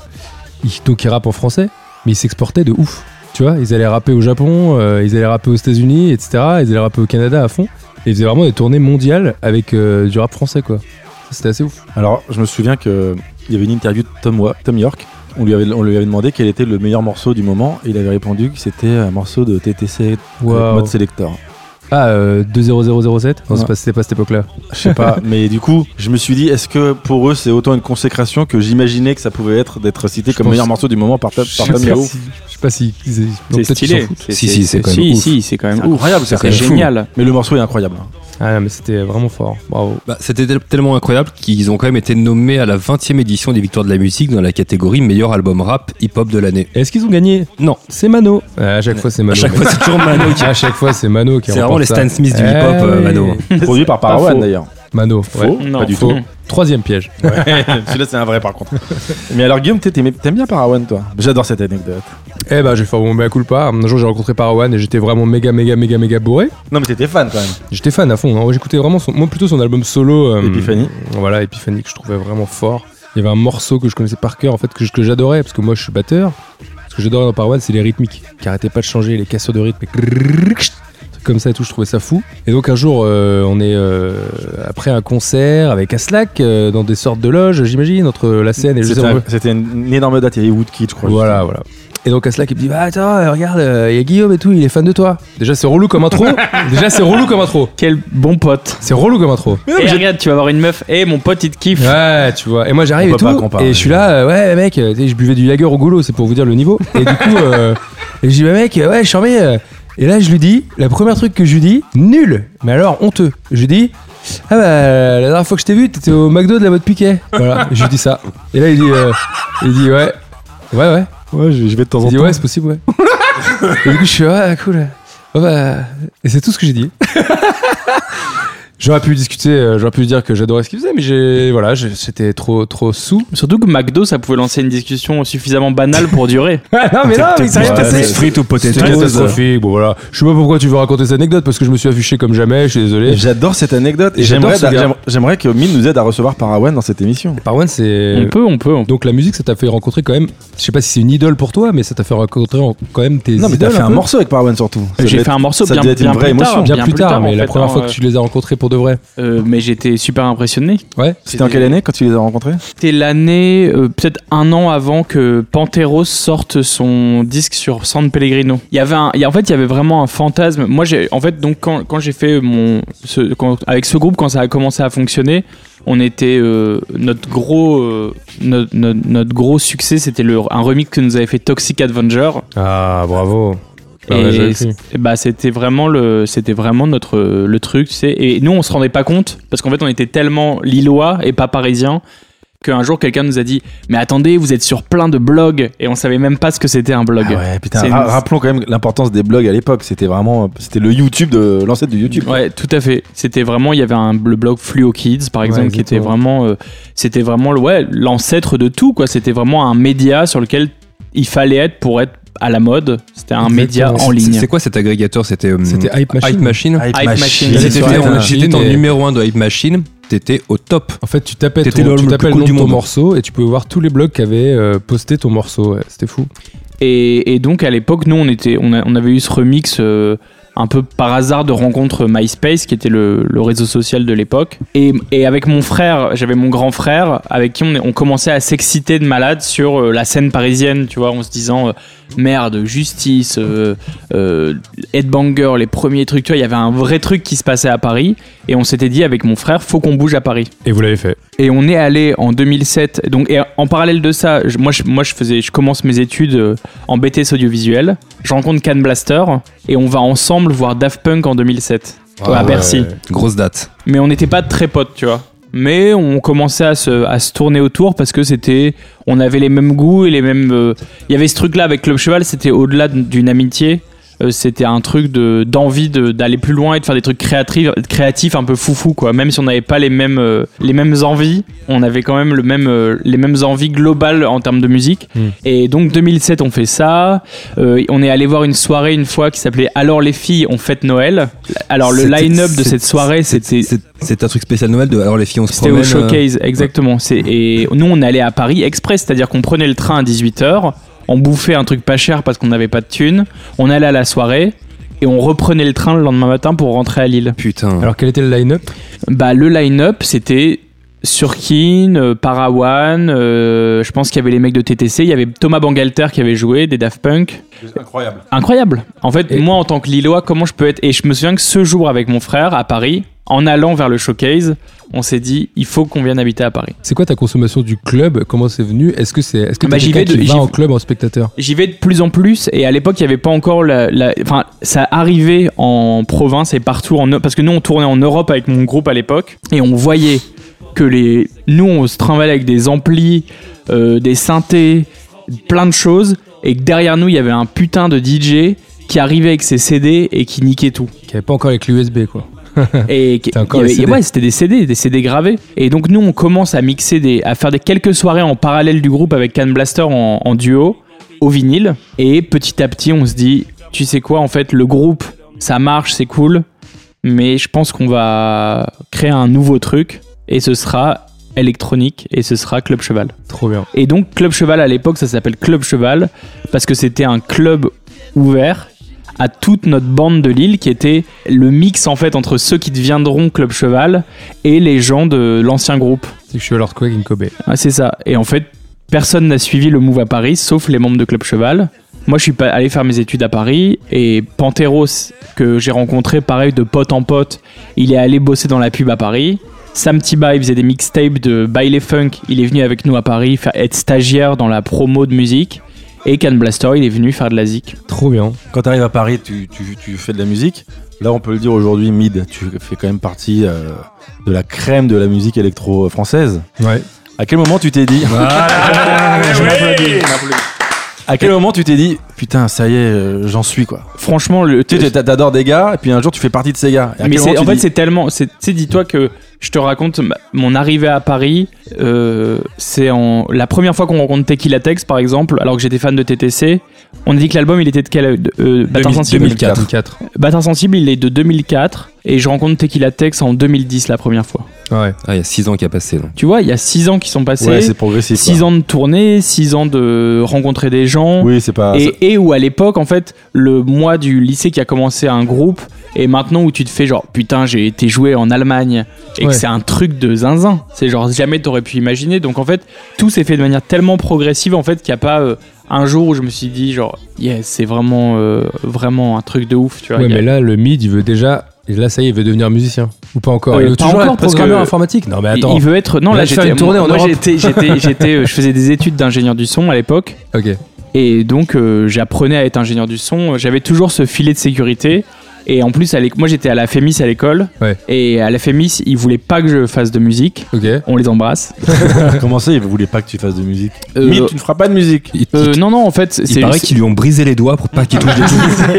Speaker 2: ils, donc ils rappent en français, mais ils s'exportaient de ouf. Tu vois, ils allaient rapper au Japon, euh, ils allaient rapper aux États-Unis, etc. Ils allaient rapper au Canada à fond. Et ils faisaient vraiment des tournées mondiales avec euh, du rap français, quoi. Ça, C'était assez ouf.
Speaker 4: Alors, je me souviens que il y avait une interview de Tom, Wa- Tom York. On lui, avait, on lui avait demandé quel était le meilleur morceau du moment et il avait répondu que c'était un morceau de TTC avec
Speaker 2: Waouh.
Speaker 4: mode sélecteur.
Speaker 2: Ah, euh, 20007 Non, c'est
Speaker 4: Ouais.
Speaker 2: pas- c'était pas, cette époque-là.
Speaker 4: Je sais pas, mais du coup, je me suis dit, est-ce que pour eux c'est autant une consécration que j'imaginais que ça pouvait être d'être cité comme
Speaker 2: pense-
Speaker 4: meilleur morceau du moment par, Tom-
Speaker 2: Je
Speaker 4: par
Speaker 2: sais
Speaker 4: Tom
Speaker 2: pas
Speaker 4: York
Speaker 2: si- je sais pas si. ils- donc
Speaker 5: c'est
Speaker 2: peut-être qu'ils s'en
Speaker 5: stylé
Speaker 2: foutent.
Speaker 1: Si, si, c'est quand même
Speaker 5: si,
Speaker 1: ouf.
Speaker 5: si, c'est quand même ouf
Speaker 4: Incroyable, ça
Speaker 5: Oh, c'est génial
Speaker 4: Mais le morceau est incroyable.
Speaker 2: Ah, non, mais c'était vraiment fort. Bravo.
Speaker 1: Bah, C'était tel- tellement incroyable qu'ils ont quand même été nommés à la 20e édition des Victoires de la musique dans la catégorie meilleur album rap hip-hop de l'année.
Speaker 2: Est-ce qu'ils ont gagné
Speaker 1: Non.
Speaker 2: C'est Mano. Ah, à chaque fois, c'est Mano.
Speaker 1: À chaque fois, c'est toujours Mano qui
Speaker 2: À chaque fois, c'est Mano qui
Speaker 1: C'est vraiment
Speaker 2: remporte
Speaker 1: les
Speaker 2: ça.
Speaker 1: Stan Smith du
Speaker 2: Eh
Speaker 1: hip-hop, euh,
Speaker 2: oui.
Speaker 1: Mano.
Speaker 4: Produit par
Speaker 5: Pas
Speaker 4: Parawan
Speaker 5: faux.
Speaker 4: d'ailleurs.
Speaker 2: Mano. ouais.
Speaker 4: Faux
Speaker 5: Non,
Speaker 4: Pas du
Speaker 5: faux.
Speaker 4: tout.
Speaker 2: Troisième piège.
Speaker 4: Celui-là c'est un vrai par contre. mais alors Guillaume, t'es- t'aimes t'aimes bien Parawan toi J'adore cette anecdote.
Speaker 2: Eh ben, j'ai fait mon mea culpa. Un jour, j'ai rencontré Parawan et j'étais vraiment méga, méga, méga, méga bourré.
Speaker 4: Non mais t'étais fan quand même.
Speaker 2: J'étais fan à fond. hein. J'écoutais vraiment son, moi plutôt son album solo. euh,
Speaker 4: Epiphany.
Speaker 2: Voilà, Epiphany que je trouvais vraiment fort. Il y avait un morceau que je connaissais par cœur en fait que je- que j'adorais parce que moi je suis batteur. Ce que j'adorais dans Parawan, c'est les rythmiques qui arrêtaient pas de changer, les casseurs de rythme. et grrrr, chut, trucs Comme ça et tout, je trouvais ça fou. Et donc un jour, euh, on est euh, après un concert avec Aslak euh, dans des sortes de loges, j'imagine, entre la scène et le
Speaker 4: C'était
Speaker 2: on
Speaker 4: un-
Speaker 2: veut-
Speaker 4: C'était une, une énorme date, il y avait Woodkid je crois.
Speaker 2: voilà, voilà. Et donc à cela qui me dit bah attends euh, regarde il y a Guillaume et tout il est fan de toi. Déjà c'est relou comme intro. Déjà c'est relou comme intro.
Speaker 5: quel bon pote
Speaker 2: C'est relou comme intro.
Speaker 5: Et regarde, tu vas avoir une meuf. Et mon pote, il te kiffe.
Speaker 2: Ouais tu vois. Et moi j'arrive
Speaker 4: On
Speaker 2: et
Speaker 4: peut pas
Speaker 2: tout
Speaker 4: comparer.
Speaker 2: et je suis là euh, ouais mec euh, tu sais, je buvais du lager au goulot c'est pour vous dire le niveau. Et du coup euh, et je dis bah mec euh, ouais je suis en mai, euh. Et là je lui dis la première truc que je lui dis nul mais alors honteux. Je lui dis ah bah la dernière fois que je t'ai vu t'étais au McDo de la mode piquet. Voilà je lui dis ça. Et là il dit euh, il dit ouais ouais ouais.
Speaker 4: Ouais, je, je vais de temps en
Speaker 2: Il dit
Speaker 4: temps.
Speaker 2: ouais, c'est possible, ouais. et du coup, je suis ah cool. Oh, bah. Et c'est tout ce que j'ai dit. j'aurais pu discuter, euh, j'aurais pu dire que j'adorais ce qu'il faisait, mais j'ai voilà, j'ai- c'était trop trop sous.
Speaker 5: Surtout que McDo, ça pouvait lancer une discussion suffisamment banale pour durer.
Speaker 2: Ah, non mais non, mais ça
Speaker 4: Ouais, passé.
Speaker 1: Steak frites ou
Speaker 2: C'était
Speaker 1: potatoes.
Speaker 2: catastrophique. Bon voilà, je sais pas pourquoi tu veux raconter cette anecdote parce que je me suis affiché comme jamais. Je suis
Speaker 4: Et
Speaker 2: désolé.
Speaker 4: J'adore cette anecdote et
Speaker 2: J'adore
Speaker 4: j'aimerais
Speaker 2: ce gars.
Speaker 4: j'aimerais- j'aimerais que Mine nous aide à recevoir Parawan dans cette émission.
Speaker 2: Parwan, c'est
Speaker 5: On peut, on peut. on peut.
Speaker 2: donc la musique, ça t'a fait rencontrer quand même. Je sais pas si c'est une idole pour toi, mais ça t'a fait rencontrer en- quand même tes
Speaker 4: Non mais t'as
Speaker 2: idoles
Speaker 4: fait
Speaker 2: un
Speaker 4: un
Speaker 2: peu.
Speaker 4: morceau avec Parawan surtout. Ça
Speaker 5: J'ai
Speaker 4: devait
Speaker 5: fait un morceau
Speaker 4: ça
Speaker 5: bien,
Speaker 4: devait être une
Speaker 5: bien
Speaker 4: vraie
Speaker 5: plus tard, hein.
Speaker 4: émotion.
Speaker 2: Bien, plus tard,
Speaker 5: en
Speaker 2: mais la
Speaker 5: fait,
Speaker 2: première
Speaker 5: hein,
Speaker 2: fois que tu les as rencontrés pour de vrai.
Speaker 5: euh, mais j'étais super impressionné.
Speaker 2: Ouais.
Speaker 4: être- C'était en quelle année quand tu les as rencontrés
Speaker 5: C'était l'année, euh, peut-être un an avant que Panteros sorte son disque sur San Pellegrino. Il y avait un, il y a- en fait, il y avait vraiment un fantasme. Moi, j'ai, en fait, donc quand, quand j'ai fait mon, ce- quand- avec ce groupe, quand ça a commencé à fonctionner, on était euh, notre gros, euh, notre, notre- notre gros succès, c'était le un remix que nous avait fait Toxic Avenger.
Speaker 2: Ah bravo.
Speaker 5: Et c- bah c'était vraiment le c'était vraiment notre euh, le truc tu sais et nous on se rendait pas compte parce qu'en fait on était tellement lillois et pas parisiens qu'un jour quelqu'un nous a dit mais attendez vous êtes sur plein de blogs et on savait même pas ce que c'était un
Speaker 2: Ah
Speaker 5: blog
Speaker 4: Ah ouais, putain.
Speaker 5: C'est
Speaker 4: ra-
Speaker 5: une-
Speaker 4: Rappelons quand même l'importance des blogs à l'époque. C'était vraiment, c'était le YouTube de l'ancêtre du YouTube.
Speaker 5: Ouais, tout à fait. C'était vraiment, il y avait un, le blog Fluo Kids, par exemple, qui était
Speaker 2: exactement.
Speaker 5: vraiment, euh, c'était vraiment, le- ouais, l'ancêtre de tout, quoi. C'était vraiment un média sur lequel il fallait être pour être à la mode. C'était un
Speaker 2: Exactement.
Speaker 5: média en
Speaker 2: C'est-
Speaker 5: ligne.
Speaker 1: C'est quoi cet agrégateur C'était euh,
Speaker 2: C'était Hype Machine.
Speaker 1: Hype Machine.
Speaker 5: Hype Machine.
Speaker 1: T'étais
Speaker 5: C'était
Speaker 1: en-
Speaker 5: sur Hype
Speaker 2: Machine
Speaker 1: J'étais en
Speaker 2: et-
Speaker 1: numéro 1 de Hype Machine, t'étais au top.
Speaker 2: En fait, tu tapais
Speaker 1: T'étais
Speaker 2: ton,
Speaker 1: le-
Speaker 2: tu
Speaker 1: le
Speaker 2: tapais
Speaker 1: plus
Speaker 2: le
Speaker 1: cool
Speaker 2: nom
Speaker 1: du
Speaker 2: de ton
Speaker 1: monde.
Speaker 2: morceau et tu pouvais voir tous les blogs qui avaient euh, posté ton morceau. ouais, C'était fou.
Speaker 5: Et, et donc à l'époque, nous, on, était, on, a- on avait eu ce remix euh, un peu par hasard de rencontre MySpace, qui était le, le réseau social de l'époque. Et, et avec mon frère, j'avais mon grand frère, avec qui on, est- on commençait à s'exciter de malade sur euh, la scène parisienne, tu vois, en se disant euh, merde, justice, euh, euh, headbanger, les premiers trucs, tu vois, il y avait un vrai truc qui se passait à Paris. Et on s'était dit avec mon frère, faut qu'on bouge à Paris.
Speaker 2: Et vous l'avez fait.
Speaker 5: Et on est allé en 2007. Donc, et en parallèle de ça, je- moi, je, moi, je faisais, je commence mes études euh, en BTS audiovisuel. Je rencontre Can Blaster et on va ensemble voir Daft Punk en 2007 à Bercy.
Speaker 1: Grosse date.
Speaker 5: Mais on n'était pas très potes, tu vois. Mais on commençait à se, à se tourner autour parce que c'était, on avait les mêmes goûts et les mêmes. euh, Il y avait ce truc-là avec Club Cheval, c'était au-delà d'une amitié. Euh, c'était un truc de d'envie de- d'aller plus loin et de faire des trucs créatifs créatifs un peu foufou quoi même si on n'avait pas les mêmes euh, les mêmes envies on avait quand même le même euh, les mêmes envies globales en termes de musique
Speaker 1: Hmm.
Speaker 2: Mm.
Speaker 5: et donc 2007 on fait ça Euh, on est allé voir une soirée une fois qui s'appelait alors les filles on fête Noël alors le
Speaker 1: C'était-
Speaker 5: line-up de
Speaker 1: c'est-
Speaker 5: cette soirée c'était
Speaker 1: C'est c'est un truc spécial Noël de. Alors les filles, on se
Speaker 5: c'était au
Speaker 1: promène, euh,
Speaker 5: showcase, exactement. C'est, et nous, on allait à Paris express, c'est-à-dire qu'on prenait le train à 18h, on bouffait un truc pas cher parce qu'on n'avait pas de thunes, on allait à la soirée et on reprenait le train le lendemain matin pour rentrer à Lille.
Speaker 1: Putain.
Speaker 2: Alors, quel était le line-up
Speaker 5: Bah, le line-up, c'était Surkin, euh, Parawan, euh, je pense qu'il y avait les mecs de TTC, il y avait Thomas Bangalter qui avait joué, des Daft Punk.
Speaker 4: Incroyable.
Speaker 5: Incroyable. En fait,
Speaker 2: Et-
Speaker 5: moi, en tant que Lillois, comment je peux être. Et je me souviens que ce jour, avec mon frère, à Paris, en allant vers le showcase, on s'est dit, il faut qu'on vienne habiter à Paris.
Speaker 2: C'est quoi ta consommation du club Comment c'est venu Est-ce que c'est est-ce que
Speaker 5: Bah,
Speaker 2: t'es
Speaker 5: j'y
Speaker 2: quelqu'un
Speaker 5: vais de-
Speaker 2: qui va
Speaker 5: j'y-
Speaker 2: en club en spectateur
Speaker 5: J'y vais de plus en plus et à l'époque il n'y avait pas encore la, la- enfin ça arrivait en province et partout en Eu- parce que nous on tournait en Europe avec mon groupe à l'époque et on voyait que les nous on se trimbalait avec des amplis, euh, des synthés, plein de choses et que derrière nous il y avait un putain de DJ qui arrivait avec ses CD et qui niquait tout.
Speaker 2: Qui avait pas encore les clés USB quoi.
Speaker 5: Et qui-
Speaker 2: T'as encore
Speaker 5: il y
Speaker 2: les
Speaker 5: avait-
Speaker 2: CD.
Speaker 5: ouais, c'était des CD, des CD gravés. Et donc nous, on commence à mixer des, à faire des quelques soirées en parallèle du groupe avec Can Blaster en, en duo au vinyle. Et petit à petit, on se dit, tu sais quoi, en fait, le groupe, ça marche, c'est cool, mais je pense qu'on va créer un nouveau truc et ce sera électronique et ce sera Club Cheval.
Speaker 2: Trop bien.
Speaker 5: Et donc Club Cheval à l'époque, ça s'appelle Club Cheval parce que c'était un club ouvert à toute notre bande de Lille qui était le mix en fait entre ceux qui deviendront Club Cheval et les gens de l'ancien groupe.
Speaker 2: C'est que je suis à l'Earthquake in Kobe.
Speaker 5: Ah, c'est ça. Et en fait, personne n'a suivi le move à Paris sauf les membres de Club Cheval. Moi, je suis pas allé faire mes études à Paris et Panteros que j'ai rencontré pareil de pote en pote, il est allé bosser dans la pub à Paris. Sam Tiba, il faisait des mixtapes de Baile Funk, il est venu avec nous à Paris faire être stagiaire dans la promo de musique et Can Blaster, il est venu faire de la zik.
Speaker 2: Trop bien.
Speaker 4: Quand t'arrives à Paris, tu, tu- tu fais de la musique. Là, on peut le dire aujourd'hui, Mid, tu fais quand même partie euh, de la crème de la musique électro euh, française.
Speaker 2: Ouais.
Speaker 4: À quel moment tu t'es dit À quel moment tu t'es dit putain, ça y est, euh, j'en suis quoi.
Speaker 5: Franchement, le
Speaker 4: Tu sais, t'a- t'adores des gars, et puis un jour tu fais partie de ces gars. Et à
Speaker 5: Mais
Speaker 4: quel
Speaker 5: c'est-
Speaker 4: moment
Speaker 5: en
Speaker 4: tu
Speaker 5: fait,
Speaker 4: dis-
Speaker 5: c'est tellement. c'est- Tu sais, dis-toi que je te raconte ma- mon arrivée à Paris. euh, c'est en la première fois qu'on rencontre Tequila Tex, par exemple, alors que j'étais fan de TTC. On a dit que l'album, il était de quel de- euh, Bâtard Sensible.
Speaker 1: 2004.
Speaker 2: 2004.
Speaker 5: Bâtard Sensible, il est de 2004. Et je rencontre Tequila Tex en 2010 la première fois.
Speaker 2: Ouais.
Speaker 1: Ah, il y a 6 ans qui a passé. donc.
Speaker 5: Tu vois, il y a 6 ans qui sont
Speaker 4: Ouais,
Speaker 5: passés.
Speaker 4: c'est progressif.
Speaker 5: 6 ans de tournée, 6 ans de rencontrer des gens.
Speaker 4: Oui, c'est pas. Ah, c'est-
Speaker 5: Et, et où à l'époque, en fait, le mois du lycée qui a commencé un groupe, et maintenant où tu te fais genre putain, j'ai été joué en Allemagne,
Speaker 2: Ouais.
Speaker 5: et que c'est un truc de zinzin. C'est genre jamais t'aurais pu imaginer. Donc en fait, tout s'est fait de manière tellement progressive en fait qu'il n'y a pas euh, un jour où je me suis dit genre yes, c'est vraiment euh, vraiment un truc de ouf, tu vois.
Speaker 2: Ouais,
Speaker 5: Il y a-
Speaker 2: mais là, le mid, il veut déjà. Et là, ça y est, il veut devenir musicien. Ou pas encore
Speaker 5: Euh,
Speaker 2: Ah, Il veut
Speaker 5: pas
Speaker 2: toujours
Speaker 5: encore,
Speaker 2: être
Speaker 5: parce que-
Speaker 2: programmeur informatique. Non, mais
Speaker 5: il-
Speaker 2: attends.
Speaker 5: Il veut être non
Speaker 2: Il
Speaker 5: là
Speaker 2: va te faire
Speaker 5: j'étais
Speaker 2: une tournée en
Speaker 5: moi,
Speaker 2: Europe.
Speaker 5: j'étais j'étais j'étais euh, je faisais des études d'ingénieur du son à l'époque
Speaker 2: Ok.
Speaker 5: Et donc euh, j'apprenais à être ingénieur du son, j'avais toujours ce filet de sécurité Et en plus, à l'éc- moi j'étais à la Fémis à l'école.
Speaker 2: Ouais.
Speaker 5: Et à la Fémis, ils voulaient pas que je fasse de musique.
Speaker 2: Ok.
Speaker 5: On les embrasse.
Speaker 4: Comment ça, ils voulaient pas que tu fasses de musique
Speaker 5: Euh,
Speaker 4: Mid, tu ne feras pas de musique.
Speaker 5: euh, non, non, en fait, c'est.
Speaker 1: Il paraît qu'ils lui ont brisé les doigts pour pas qu'il touche des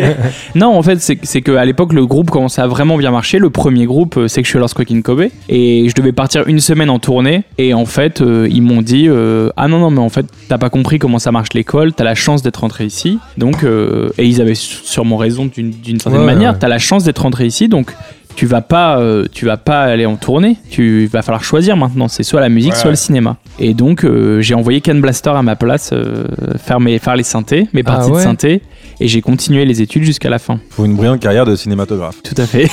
Speaker 5: Non, en fait, c'est c'est que à l'époque, le groupe commençait à vraiment bien marcher. Le premier groupe, euh, Sexual Earthquake in Kobe. Et je devais partir une semaine en tournée. Et en fait, euh, ils m'ont dit euh, Ah non, non, mais en fait, t'as pas compris comment ça marche l'école. T'as la chance d'être rentré ici. Donc, euh, et ils avaient su- sûrement raison d'une d'une certaine
Speaker 2: Ouais,
Speaker 5: manière.
Speaker 2: ouais.
Speaker 5: T'as la chance d'être rentré ici. Donc. Tu vas pas, euh, tu vas pas aller en tournée. Tu va falloir choisir maintenant. C'est soit la musique, soit le cinéma. Et donc euh, j'ai envoyé Ken Blaster à ma place euh, faire mes, faire les synthés, mes
Speaker 2: Ah
Speaker 5: parties
Speaker 2: ouais.
Speaker 5: de synthé, et j'ai continué les études jusqu'à la fin.
Speaker 4: Pour une brillante carrière de cinématographe.
Speaker 5: Tout à fait.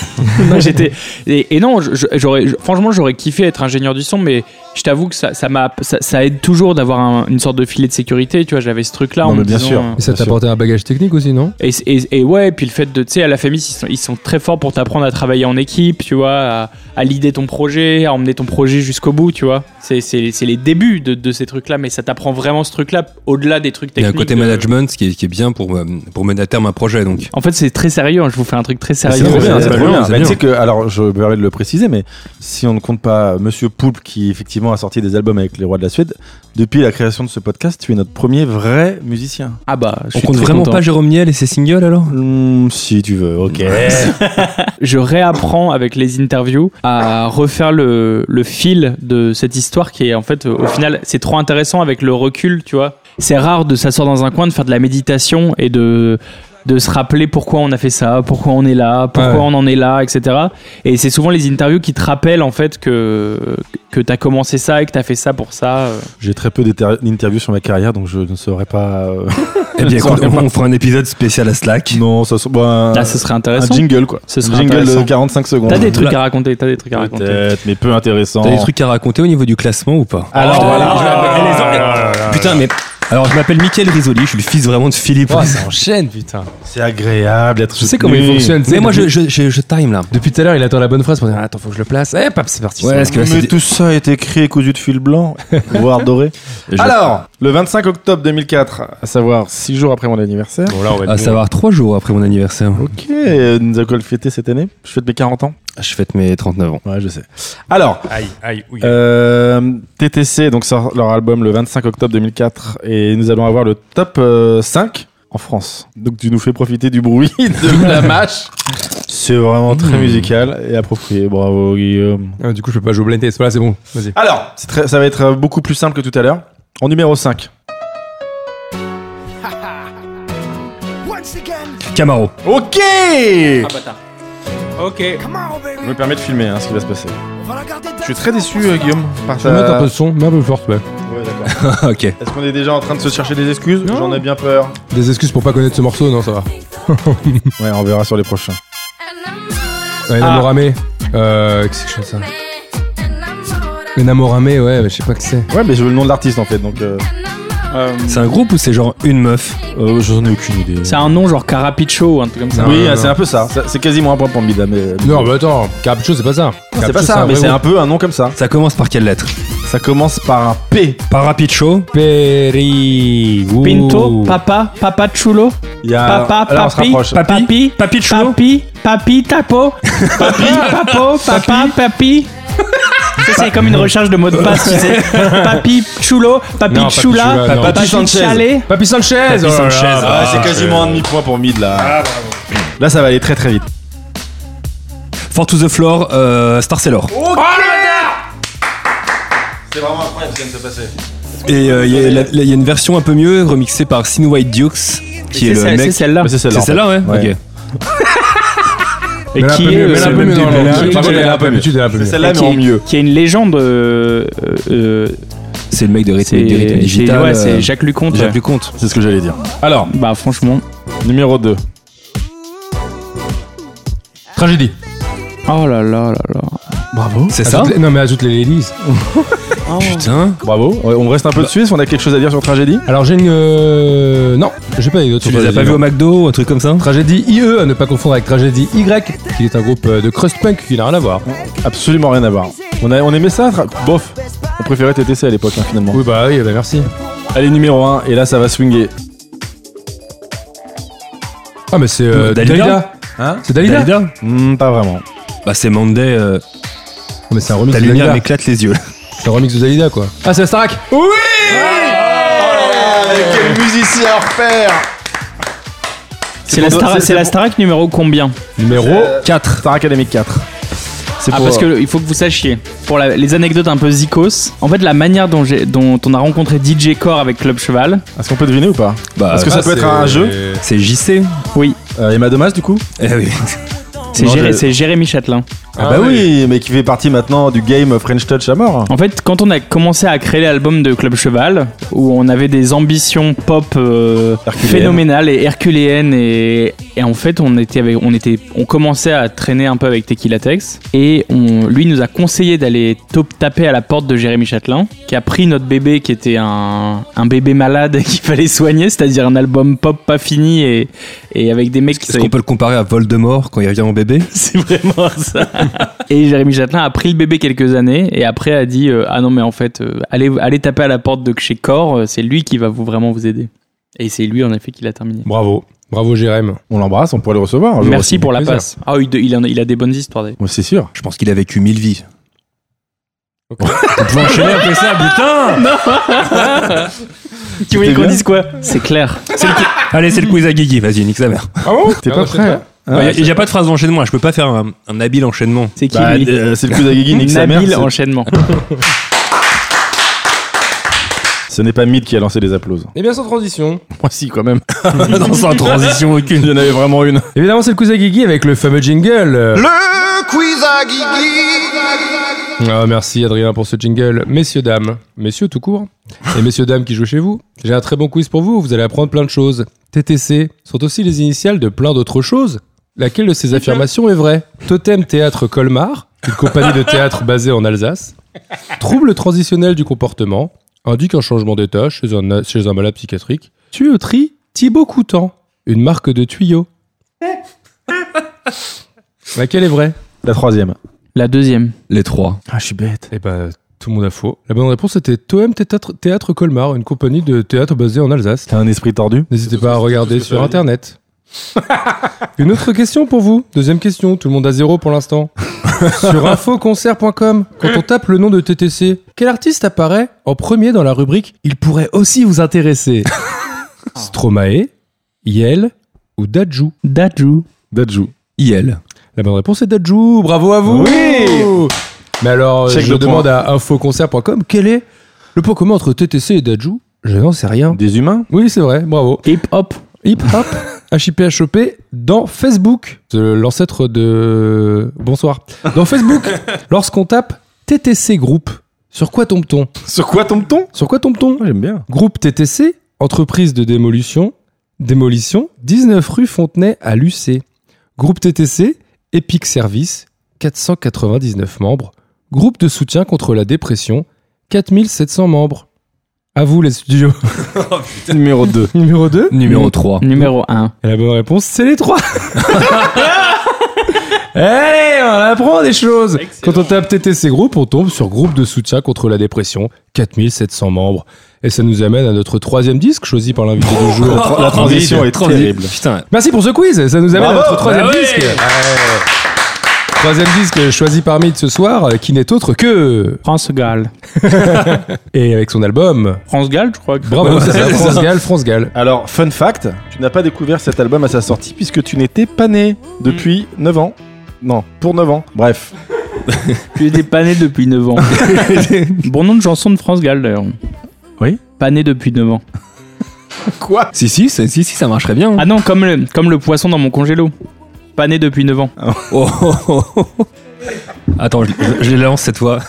Speaker 5: Non, j'étais et, et non, je- je- j'aurais je- franchement j'aurais kiffé être ingénieur du son, mais je t'avoue que ça ça m'a ça, ça aide toujours d'avoir un- une sorte de filet de sécurité. Tu vois, j'avais ce truc là.
Speaker 4: Non,
Speaker 5: en
Speaker 4: mais
Speaker 5: me
Speaker 4: bien
Speaker 5: disant,
Speaker 4: sûr.
Speaker 5: euh,
Speaker 2: Et ça
Speaker 4: Bien sûr.
Speaker 2: t'a apporté un bagage technique aussi, non
Speaker 5: Et, et, et ouais, et puis le fait de, tu sais, à la FEMIS, ils sont, ils sont très forts pour t'apprendre à travailler en équipe, tu vois, à, à l'idée ton projet, à emmener ton projet jusqu'au bout, tu vois. C'est c'est- c'est les débuts de, de ces trucs-là, mais ça t'apprend vraiment ce truc-là au-delà des trucs
Speaker 1: Il y a
Speaker 5: techniques.
Speaker 1: un côté
Speaker 5: de-
Speaker 1: management qui est, qui est bien pour, euh, pour mener à terme un projet. Donc.
Speaker 5: En fait, c'est très sérieux, hein, je vous fais un truc très
Speaker 4: Ah, C'est
Speaker 5: sérieux.
Speaker 4: trop bien,
Speaker 5: Euh,
Speaker 1: Ah, c'est bien,
Speaker 4: c'est trop bien.
Speaker 1: c'est
Speaker 4: Mais
Speaker 1: bien.
Speaker 4: tu sais que, alors, je me permets de le préciser, mais si on ne compte pas Monsieur Poulpe, qui effectivement a sorti des albums avec les rois de la Suède, depuis la création de ce podcast, tu es notre premier vrai musicien.
Speaker 5: Ah bah, je
Speaker 1: On
Speaker 5: suis
Speaker 1: compte
Speaker 5: très
Speaker 1: vraiment
Speaker 5: content.
Speaker 1: pas Jérôme Niel et ses singles alors
Speaker 4: Hmm, si tu veux, ok.
Speaker 5: je réapprends avec les interviews à refaire le, le fil de cette histoire qui est en fait euh, au final c'est trop intéressant avec le recul tu vois c'est rare de s'asseoir dans un coin de faire de la méditation et de de se rappeler pourquoi on a fait ça pourquoi on est là pourquoi
Speaker 2: Ouais.
Speaker 5: on en est là etc et c'est souvent les interviews qui te rappellent en fait que que t'as commencé ça et que t'as fait ça pour ça euh.
Speaker 4: J'ai très peu d'inter- d'interviews sur ma carrière, donc je ne saurais pas. euh,
Speaker 1: Eh bien,
Speaker 4: Ça
Speaker 1: écoute,
Speaker 4: aurait
Speaker 1: on,
Speaker 4: pas-
Speaker 1: on fera un épisode spécial à Slack.
Speaker 4: non, ça se- bah, un-
Speaker 5: ah ce serait
Speaker 4: un
Speaker 5: intéressant
Speaker 4: jingle quoi.
Speaker 5: Ce
Speaker 4: un
Speaker 5: serait
Speaker 4: jingle de
Speaker 5: intéressant.
Speaker 4: 45 secondes.
Speaker 5: t'as des trucs à raconter t'as des trucs à raconter
Speaker 4: Peut-être, mais peu intéressant.
Speaker 1: T'as des trucs à raconter au niveau du classement ou pas
Speaker 4: Alors voilà.
Speaker 5: Oh,
Speaker 1: Putain, mais. Alors, je m'appelle Mickaël Risoli, je suis le fils vraiment de Philippe.
Speaker 2: Oh, ça enchaîne, putain.
Speaker 4: C'est agréable d'être.
Speaker 2: Je sais comment il
Speaker 4: soutenu.
Speaker 2: fonctionne. tu sais,
Speaker 1: mais moi, je, je,
Speaker 2: depuis-
Speaker 1: je- je time là.
Speaker 2: Depuis tout à l'heure, il attend la bonne phrase pour dire Attends, faut que je le place. Eh, pap, c'est parti.
Speaker 1: Ouais,
Speaker 2: c'est
Speaker 1: parce que là,
Speaker 4: Mais
Speaker 1: c'est.
Speaker 4: tout ça est écrit et cousu de fil blanc, voire doré. Alors, le 25 octobre 2004, à savoir 6 jours après mon anniversaire.
Speaker 2: bon. Bon, là, on va être
Speaker 1: À
Speaker 2: bon.
Speaker 1: savoir trois jours après mon anniversaire.
Speaker 4: Ok, euh, nous avons quoi le fêter cette année Je fête mes 40 ans.
Speaker 1: Ah, Je fête mes 39 ans.
Speaker 4: Ouais, je sais. Alors,
Speaker 2: Aïe, aïe, oui.
Speaker 4: euh, TTC, donc sort leur album le 25 octobre 2004, et nous allons avoir le top euh, 5 en France. Donc tu nous fais profiter du bruit de la mâche. C'est vraiment
Speaker 2: Hmm.
Speaker 4: très musical et approprié. Bravo Guillaume.
Speaker 2: Ah, du coup, je peux pas jouer au blind test. Voilà, c'est bon. Vas-y.
Speaker 4: Alors, c'est très- ça va être euh, beaucoup plus simple que tout à l'heure. En numéro 5.
Speaker 1: Camaro.
Speaker 4: Ok Je
Speaker 5: Ah, bâtard. ok
Speaker 4: me permets de filmer hein, ce qui va se passer. Je suis très déçu, euh,
Speaker 6: euh,
Speaker 4: Guillaume, par
Speaker 2: Je vais mettre un
Speaker 4: ta...
Speaker 2: peu de son, mais un peu forte, ouais.
Speaker 4: Ouais, d'accord.
Speaker 1: ok.
Speaker 4: Est-ce qu'on est déjà en train de se chercher des excuses
Speaker 2: Non.
Speaker 4: J'en ai bien peur.
Speaker 2: Des excuses pour pas connaître ce morceau, non, ça va.
Speaker 4: Ouais, on verra sur les prochains.
Speaker 2: Ouais, Enamorame. Euh, qu'est-ce que je chante ça Enamorame, ouais, mais je sais pas que c'est.
Speaker 4: Ouais, mais je veux le nom de l'artiste en fait, donc. euh,
Speaker 1: C'est un groupe ou c'est genre une meuf
Speaker 4: J'en ai aucune idée.
Speaker 5: c'est un nom genre Carapicho ou un truc comme ça
Speaker 2: Non,
Speaker 4: oui, hein,
Speaker 2: non,
Speaker 4: c'est
Speaker 2: non.
Speaker 4: un peu ça. Ça- C'est quasiment un point pour Mida, mais. euh,
Speaker 2: Non, mais attends, Carapucho, c'est pas ça.
Speaker 4: c'est
Speaker 2: Carapucho,
Speaker 4: pas ça,
Speaker 2: un
Speaker 4: mais
Speaker 2: vrai
Speaker 4: c'est un
Speaker 2: groupe.
Speaker 4: peu un nom comme ça.
Speaker 1: Ça commence par quelle lettre
Speaker 4: Ça commence par un P.
Speaker 1: Parapicho
Speaker 2: Perry. ouh.
Speaker 5: Pinto, papa, papa chulo,
Speaker 4: Il y a.
Speaker 5: papa,
Speaker 4: Là, on se
Speaker 5: papi,
Speaker 4: rapproche.
Speaker 5: papi,
Speaker 1: Papi Chulo
Speaker 5: papi, papi, tapo, papi, papo, papa, papi. Ça, c'est comme une recherche de mot de passe, tu sais. Papi chulo, papi
Speaker 2: Non, papi chula,
Speaker 5: chula,
Speaker 2: non.
Speaker 5: papi,
Speaker 4: Papi Sanchez.
Speaker 5: chalet.
Speaker 2: Papi Sanchez. oh là là.
Speaker 4: Ah, c'est quasiment un demi-point pour Mid là. Là, ça va aller très très vite.
Speaker 1: Fort to the floor, euh, Starcellor.
Speaker 4: C'est vraiment incroyable ce qui vient de se passer.
Speaker 1: Et euh, il y, a la- la- y a une version un peu mieux, remixée par Sin White Dukes, qui est,
Speaker 5: C'est
Speaker 1: le
Speaker 5: celle- c'est
Speaker 1: mec.
Speaker 5: celle-là.
Speaker 4: C'est celle-là.
Speaker 1: C'est
Speaker 4: en fait.
Speaker 1: celle-là, ouais,
Speaker 4: Ouais.
Speaker 1: Ok.
Speaker 5: Et
Speaker 2: Mets-la un
Speaker 5: qui
Speaker 2: peu
Speaker 5: est,
Speaker 2: mieux,
Speaker 5: euh,
Speaker 2: Ah, mets-la un peu mieux dans
Speaker 4: début,
Speaker 2: l'ordre.
Speaker 4: là.
Speaker 2: Par contre,
Speaker 4: D'habitude,
Speaker 2: elle est un peu mieux.
Speaker 4: d'habitude,
Speaker 2: C'est
Speaker 4: C'est
Speaker 2: celle-
Speaker 4: celle-là,
Speaker 5: qui
Speaker 4: mais en
Speaker 5: est-
Speaker 4: mieux.
Speaker 5: Qui est une légende. euh, euh,
Speaker 1: C'est le mec de Rhythm
Speaker 5: C'est
Speaker 1: des rythmes
Speaker 5: c'est-
Speaker 1: Digital.
Speaker 5: ouais, c'est
Speaker 1: euh,
Speaker 5: Jacques Luconte.
Speaker 1: Jacques Luconte.
Speaker 4: C'est ce que j'allais dire.
Speaker 2: Alors,
Speaker 5: Bah, franchement.
Speaker 4: Numéro 2.
Speaker 2: tragédie.
Speaker 5: Oh là là là là.
Speaker 4: Bravo.
Speaker 1: Ah, C'est ça
Speaker 2: Ajoute les- Non, mais ajoute les ladies.
Speaker 1: Putain.
Speaker 4: Bravo. Ouais, on reste un peu dessus. Est-ce qu'on a quelque chose à dire sur Tragédie
Speaker 2: Alors, j'ai une. euh, Non, j'ai pas les autres.
Speaker 1: Tu les as pas vus au McDo ou un truc comme ça
Speaker 2: Tragédie IE, à ne pas confondre avec Tragédie Y, qui est un groupe euh, de crust punk qui n'a rien à voir.
Speaker 4: Absolument rien à voir. On, a, on aimait ça tra- Bof. On préférait TTC à l'époque, hein, finalement.
Speaker 2: Oui, bah oui, bah merci.
Speaker 4: Allez, numéro 1. Et là, ça va swinguer.
Speaker 2: Ah, mais c'est euh,
Speaker 1: Dalida
Speaker 2: Dalida. Hein C'est Dalida,
Speaker 4: Hmm, pas vraiment.
Speaker 1: Bah c'est Monday. euh,
Speaker 2: Non, Ah, Mais c'est un remix
Speaker 1: Ta
Speaker 2: de
Speaker 1: lumière
Speaker 2: Dalida.
Speaker 1: m'éclate les yeux.
Speaker 2: C'est un remix de Dalida, quoi. Ah, c'est Starak
Speaker 7: Quel musicien repère
Speaker 5: C'est la, Star- c'est la Starac numéro combien
Speaker 2: Numéro
Speaker 4: 4. Star Academy 4. C'est
Speaker 5: Ah,
Speaker 4: pour. euh,
Speaker 5: parce que il faut que vous sachiez, pour la- les anecdotes un peu zikos, en fait, la manière dont, j'ai- dont on a rencontré DJ Core avec Club Cheval,
Speaker 4: Est-ce qu'on peut deviner ou pas
Speaker 1: Bah,
Speaker 4: Parce que ça
Speaker 2: Ah,
Speaker 4: peut être
Speaker 2: c'est-
Speaker 4: un jeu.
Speaker 1: c'est JC.
Speaker 4: Euh, Emma Domas, du coup
Speaker 1: Eh oui.
Speaker 5: c'est
Speaker 4: Non,
Speaker 5: Jéré-
Speaker 4: je-
Speaker 5: c'est Jérémy Châtelain.
Speaker 4: Ah, bah oui, mais qui fait partie maintenant du game French Touch à mort.
Speaker 5: En fait, quand on a commencé à créer l'album de Club Cheval, où on avait des ambitions pop euh,
Speaker 4: Herculéennes.
Speaker 5: phénoménales et herculéennes, et, et en fait, on était, avec- on était, on commençait à traîner un peu avec Tequila Tex, et on, lui nous a conseillé d'aller top taper à la porte de Jérémy Châtelain, qui a pris notre bébé, qui était un, un bébé malade qu'il fallait soigner, c'est-à-dire un album pop pas fini et, et avec des mecs qui
Speaker 1: Est-ce
Speaker 5: savaient
Speaker 1: qu'on peut le comparer à Voldemort quand il revient en bébé
Speaker 5: c'est vraiment ça. et Jérémy Châtelain a pris le bébé quelques années et après a dit euh, Ah non, mais en fait, euh, allez, allez taper à la porte de chez Core, euh, c'est lui qui va vous, vraiment vous aider. Et c'est lui en effet qui l'a terminé.
Speaker 2: Bravo. Bravo, Jérém.
Speaker 4: On l'embrasse, on pourrait le recevoir. un jour
Speaker 5: Merci
Speaker 4: aussi.
Speaker 5: pour la
Speaker 2: plaisir.
Speaker 5: passe. Ah, oui, de- il, en a, il a des bonnes histoires. d'ailleurs.
Speaker 4: Ouais, C'est sûr.
Speaker 1: Je pense qu'il a vécu mille vies.
Speaker 2: Ok.
Speaker 1: On peut enchaîner après ça, putain
Speaker 5: Tu voulais
Speaker 4: C'était
Speaker 5: qu'on
Speaker 4: bien.
Speaker 5: dise quoi C'est clair.
Speaker 1: Allez, c'est le quiz à Guigui, vas-y, nique sa mère.
Speaker 2: Ah bon
Speaker 4: T'es pas prêt
Speaker 1: Il n'y a, pas de phrase d'enchaînement, là, je peux pas faire un, un habile enchaînement.
Speaker 5: C'est qui
Speaker 4: Bah,
Speaker 5: lui
Speaker 4: euh, C'est le coup d'Agigi, nique sa mère.
Speaker 5: Nabil
Speaker 4: c'est-
Speaker 5: enchaînement.
Speaker 4: Ce n'est pas Mid qui a lancé les applaudissements.
Speaker 2: Eh bien, sans transition.
Speaker 4: Moi, si, quand même.
Speaker 1: Non, sans transition
Speaker 4: Il
Speaker 1: aucune.
Speaker 4: y en avait vraiment une.
Speaker 2: Évidemment, c'est le Kusagigi avec le fameux jingle. euh,
Speaker 7: Le quiz à Guigui
Speaker 2: Ah, merci Adrien pour ce jingle. Messieurs, dames, messieurs tout court, et messieurs, dames qui jouent chez vous, j'ai un très bon quiz pour vous, vous allez apprendre plein de choses. TTC sont aussi les initiales de plein d'autres choses. Laquelle de ces affirmations est vraie Totem Théâtre Colmar, une compagnie de théâtre basée en Alsace. Trouble transitionnel du comportement, indique un changement d'état chez un, chez un malade psychiatrique. Tuyauterie Thibaut Coutan, une marque de tuyaux. Laquelle est vraie
Speaker 4: La troisième.
Speaker 5: La deuxième.
Speaker 1: Les trois.
Speaker 4: Ah, je suis bête.
Speaker 2: eh ben, tout le monde a faux. La bonne réponse était Toem Théâtre, Théâtre Colmar, une compagnie de théâtre basée en Alsace.
Speaker 4: T'as un esprit tordu
Speaker 2: N'hésitez pas à regarder sur Internet. une autre question pour vous. Deuxième question. Tout le monde à zéro pour l'instant. sur infoconcert.com, quand on tape le nom de TTC, quel artiste apparaît en premier dans la rubrique Il pourrait aussi vous intéresser Stromae, Yel ou Dajou
Speaker 5: Dajou.
Speaker 4: Dadju.
Speaker 1: IL.
Speaker 2: la bonne réponse est Dajou. Bravo à vous.
Speaker 4: Oui
Speaker 2: Mais alors, euh,
Speaker 4: Chèque
Speaker 2: je
Speaker 4: de
Speaker 2: demande à infoconcert.com quel est le point commun entre TTC et Dajou Je n'en sais rien.
Speaker 4: Des humains
Speaker 2: Oui, c'est vrai. Bravo.
Speaker 5: Hip hop.
Speaker 2: Hip hop, HIPHOP dans Facebook. C'est L'ancêtre de. Bonsoir. Dans Facebook, lorsqu'on tape TTC Group, sur quoi tombe-t-on
Speaker 4: Sur quoi tombe-t-on
Speaker 2: Sur quoi tombe-t-on
Speaker 4: Ah, J'aime bien.
Speaker 2: Groupe TTC, entreprise de démolition, démolition, 19 rue Fontenay à Lucé. Groupe TTC, Epic Service, 499 membres. Groupe de soutien contre la dépression, 4700 membres. À vous les studios.
Speaker 4: Numéro 2.
Speaker 2: Numéro 2
Speaker 1: Numéro 3.
Speaker 5: Numéro 1.
Speaker 2: Et la bonne réponse, c'est les trois. Allez, on apprend des choses. Quand on tape TTC Group, on tombe sur groupe de soutien contre la dépression, 4700 membres. Et ça nous amène à notre troisième disque choisi par l'invité du jour.
Speaker 4: La transition est
Speaker 1: Transi-
Speaker 4: terrible.
Speaker 1: Putain.
Speaker 2: Merci pour ce quiz. Ça nous amène à
Speaker 4: Bravo.
Speaker 2: notre troisième
Speaker 1: Bah oui.
Speaker 2: disque. Ouais. Troisième disque choisi parmi de ce soir, euh, qui n'est autre que
Speaker 5: France Gall.
Speaker 2: et avec son album.
Speaker 5: France Gall, je crois que.
Speaker 2: Bravo, c'est ça,
Speaker 1: c'est
Speaker 2: France
Speaker 1: ça.
Speaker 2: Gall, France Gall.
Speaker 4: Alors, fun fact, tu n'as pas découvert cet album à sa sortie puisque tu n'étais pas né depuis 9 ans. Non, pour 9 ans. Bref.
Speaker 5: Tu étais pas né depuis 9 ans. bon nom de chanson de France Gall d'ailleurs.
Speaker 4: Oui.
Speaker 5: Pas né depuis 9 ans.
Speaker 4: Quoi
Speaker 1: Si, si, ça- si, si, ça marcherait bien.
Speaker 5: Ah non, comme le, comme le poisson dans mon congélo. Pas né depuis 9 ans.
Speaker 4: Ah,
Speaker 1: Oh, oh, oh, oh. Attends, je, je- je les lance cette fois.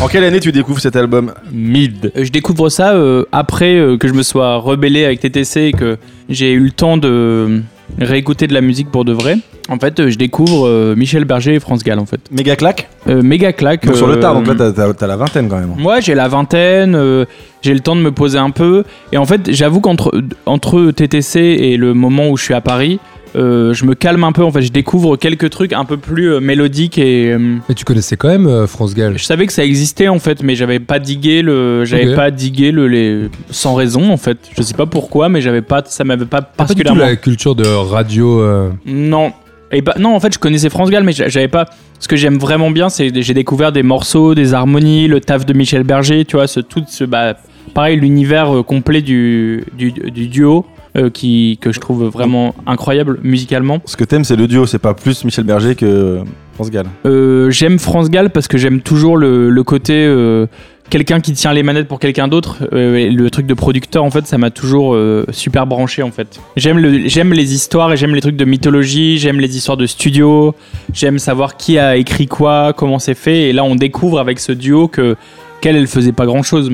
Speaker 4: En quelle année tu découvres cet album
Speaker 5: Mid. Je découvre ça euh, après euh, que je me sois rebellé avec TTC et que j'ai eu le temps de euh, réécouter de la musique pour de vrai. En fait, euh, je découvre euh, Michel Berger et France Gall en fait.
Speaker 4: Méga claque
Speaker 5: Euh, méga claque.
Speaker 4: Donc sur le
Speaker 5: euh,
Speaker 4: tard, donc là t'as- t'as t'as la vingtaine quand même.
Speaker 5: Moi, j'ai la vingtaine, euh, j'ai le temps de me poser un peu. Et en fait, j'avoue qu'entre entre TTC et le moment où je suis à Paris, euh, je me calme un peu. En fait, je découvre quelques trucs un peu plus euh, mélodiques et euh,
Speaker 2: Mais tu connaissais quand même euh, France Gall.
Speaker 5: je savais que ça existait en fait, mais j'avais pas digué le, j'avais
Speaker 2: Ok.
Speaker 5: pas digué le les sans raison en fait. Je sais pas pourquoi, mais j'avais pas, ça m'avait pas
Speaker 2: Ah, Pas du tout
Speaker 5: particulièrement.
Speaker 2: la culture de radio. euh,
Speaker 5: Non. Et bah, non, en fait, je connaissais France Gall, mais j'a- j'avais pas. Ce que j'aime vraiment bien, c'est j'ai découvert des morceaux, des harmonies, le taf de Michel Berger, tu vois, ce, tout ce. Bah, pareil, l'univers euh, complet du, du, du duo, euh, qui, que je trouve vraiment incroyable musicalement.
Speaker 4: Ce que t'aimes, c'est le duo, c'est pas plus Michel Berger que France Gall.
Speaker 5: Euh, j'aime France Gall parce que j'aime toujours le, le côté euh, quelqu'un qui tient les manettes pour quelqu'un d'autre. Euh, et le truc de producteur, en fait, ça m'a toujours euh, super branché, en fait. J'aime le, j'aime les histoires et j'aime les trucs de mythologie, j'aime les histoires de studio, j'aime savoir qui a écrit quoi, comment c'est fait. Et là, on découvre avec ce duo que qu'elle, elle faisait pas grand chose.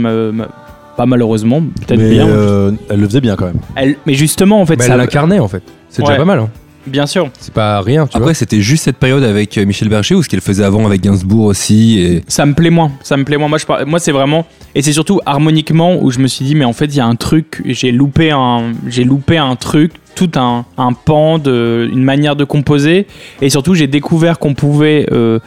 Speaker 5: pas malheureusement, peut-être
Speaker 4: Mais
Speaker 5: bien.
Speaker 4: euh, elle le faisait bien quand même.
Speaker 5: Elle- mais justement, en fait,
Speaker 2: bah,
Speaker 5: ça,
Speaker 2: elle l'incarnait en fait. C'est
Speaker 5: Ouais.
Speaker 2: déjà pas mal. hein.
Speaker 5: bien sûr.
Speaker 2: C'est pas rien, tu vois.
Speaker 1: Après, c'était juste cette période avec euh, Michel Berger ou ce qu'elle faisait avant avec Gainsbourg aussi et...
Speaker 5: ça me plaît moins. Ça me plaît moins. Moi, je par- moi, c'est vraiment. Et c'est surtout harmoniquement où je me suis dit, mais en fait, il y a un truc. J'ai loupé un. J'ai loupé un truc. Tout un, un pan de, une manière de composer. Et surtout, j'ai découvert qu'on pouvait. euh,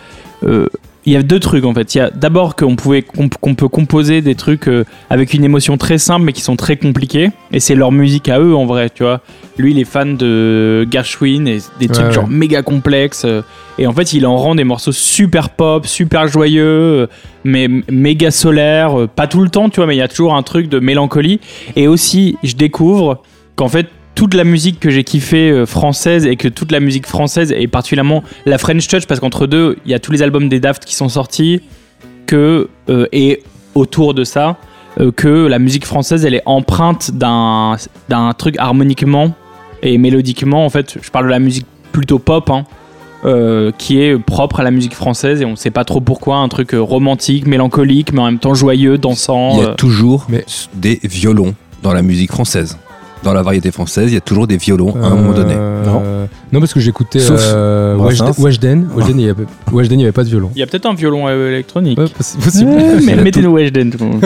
Speaker 5: euh, il y a deux trucs en fait. Il y a d'abord qu'on pouvait qu'on qu'on peut composer des trucs euh, avec une émotion très simple mais qui sont très compliqués. Et c'est leur musique à eux en vrai, tu vois. Lui, il est fan de Gershwin et des trucs
Speaker 2: Ouais,
Speaker 5: genre
Speaker 2: ouais.
Speaker 5: méga complexes. euh, Et en fait, il en rend des morceaux super pop, super joyeux, euh, mais m- méga solaires. euh, Pas tout le temps, tu vois, mais il y a toujours un truc de mélancolie. Et aussi, je découvre qu'en fait, toute la musique que j'ai kiffée euh, française et que toute la musique française et particulièrement la French Touch parce qu'entre deux il y a tous les albums des Daft qui sont sortis que euh, et autour de ça euh, que la musique française elle est empreinte d'un d'un truc harmoniquement et mélodiquement en fait je parle de la musique plutôt pop hein, euh, qui est propre à la musique française et on sait pas trop pourquoi un truc euh, romantique mélancolique mais en même temps joyeux dansant
Speaker 1: Il y
Speaker 5: euh,
Speaker 1: a toujours
Speaker 2: mais-
Speaker 1: des violons dans la musique française. Dans la variété française, il y a toujours des violons à un moment donné.
Speaker 2: Euh,
Speaker 4: Non.
Speaker 2: Non, parce que j'écoutais
Speaker 1: Sauf
Speaker 2: euh,
Speaker 4: Brassens.
Speaker 2: Wajden. Wajden, Wajden, il y avait- Wajden, il n'y avait pas de violon.
Speaker 5: il y a peut-être un violon euh, électronique
Speaker 2: Ouais, possi- possible.
Speaker 5: Ouais, mais
Speaker 1: Il a
Speaker 5: mettez-nous Weshden. tout le monde.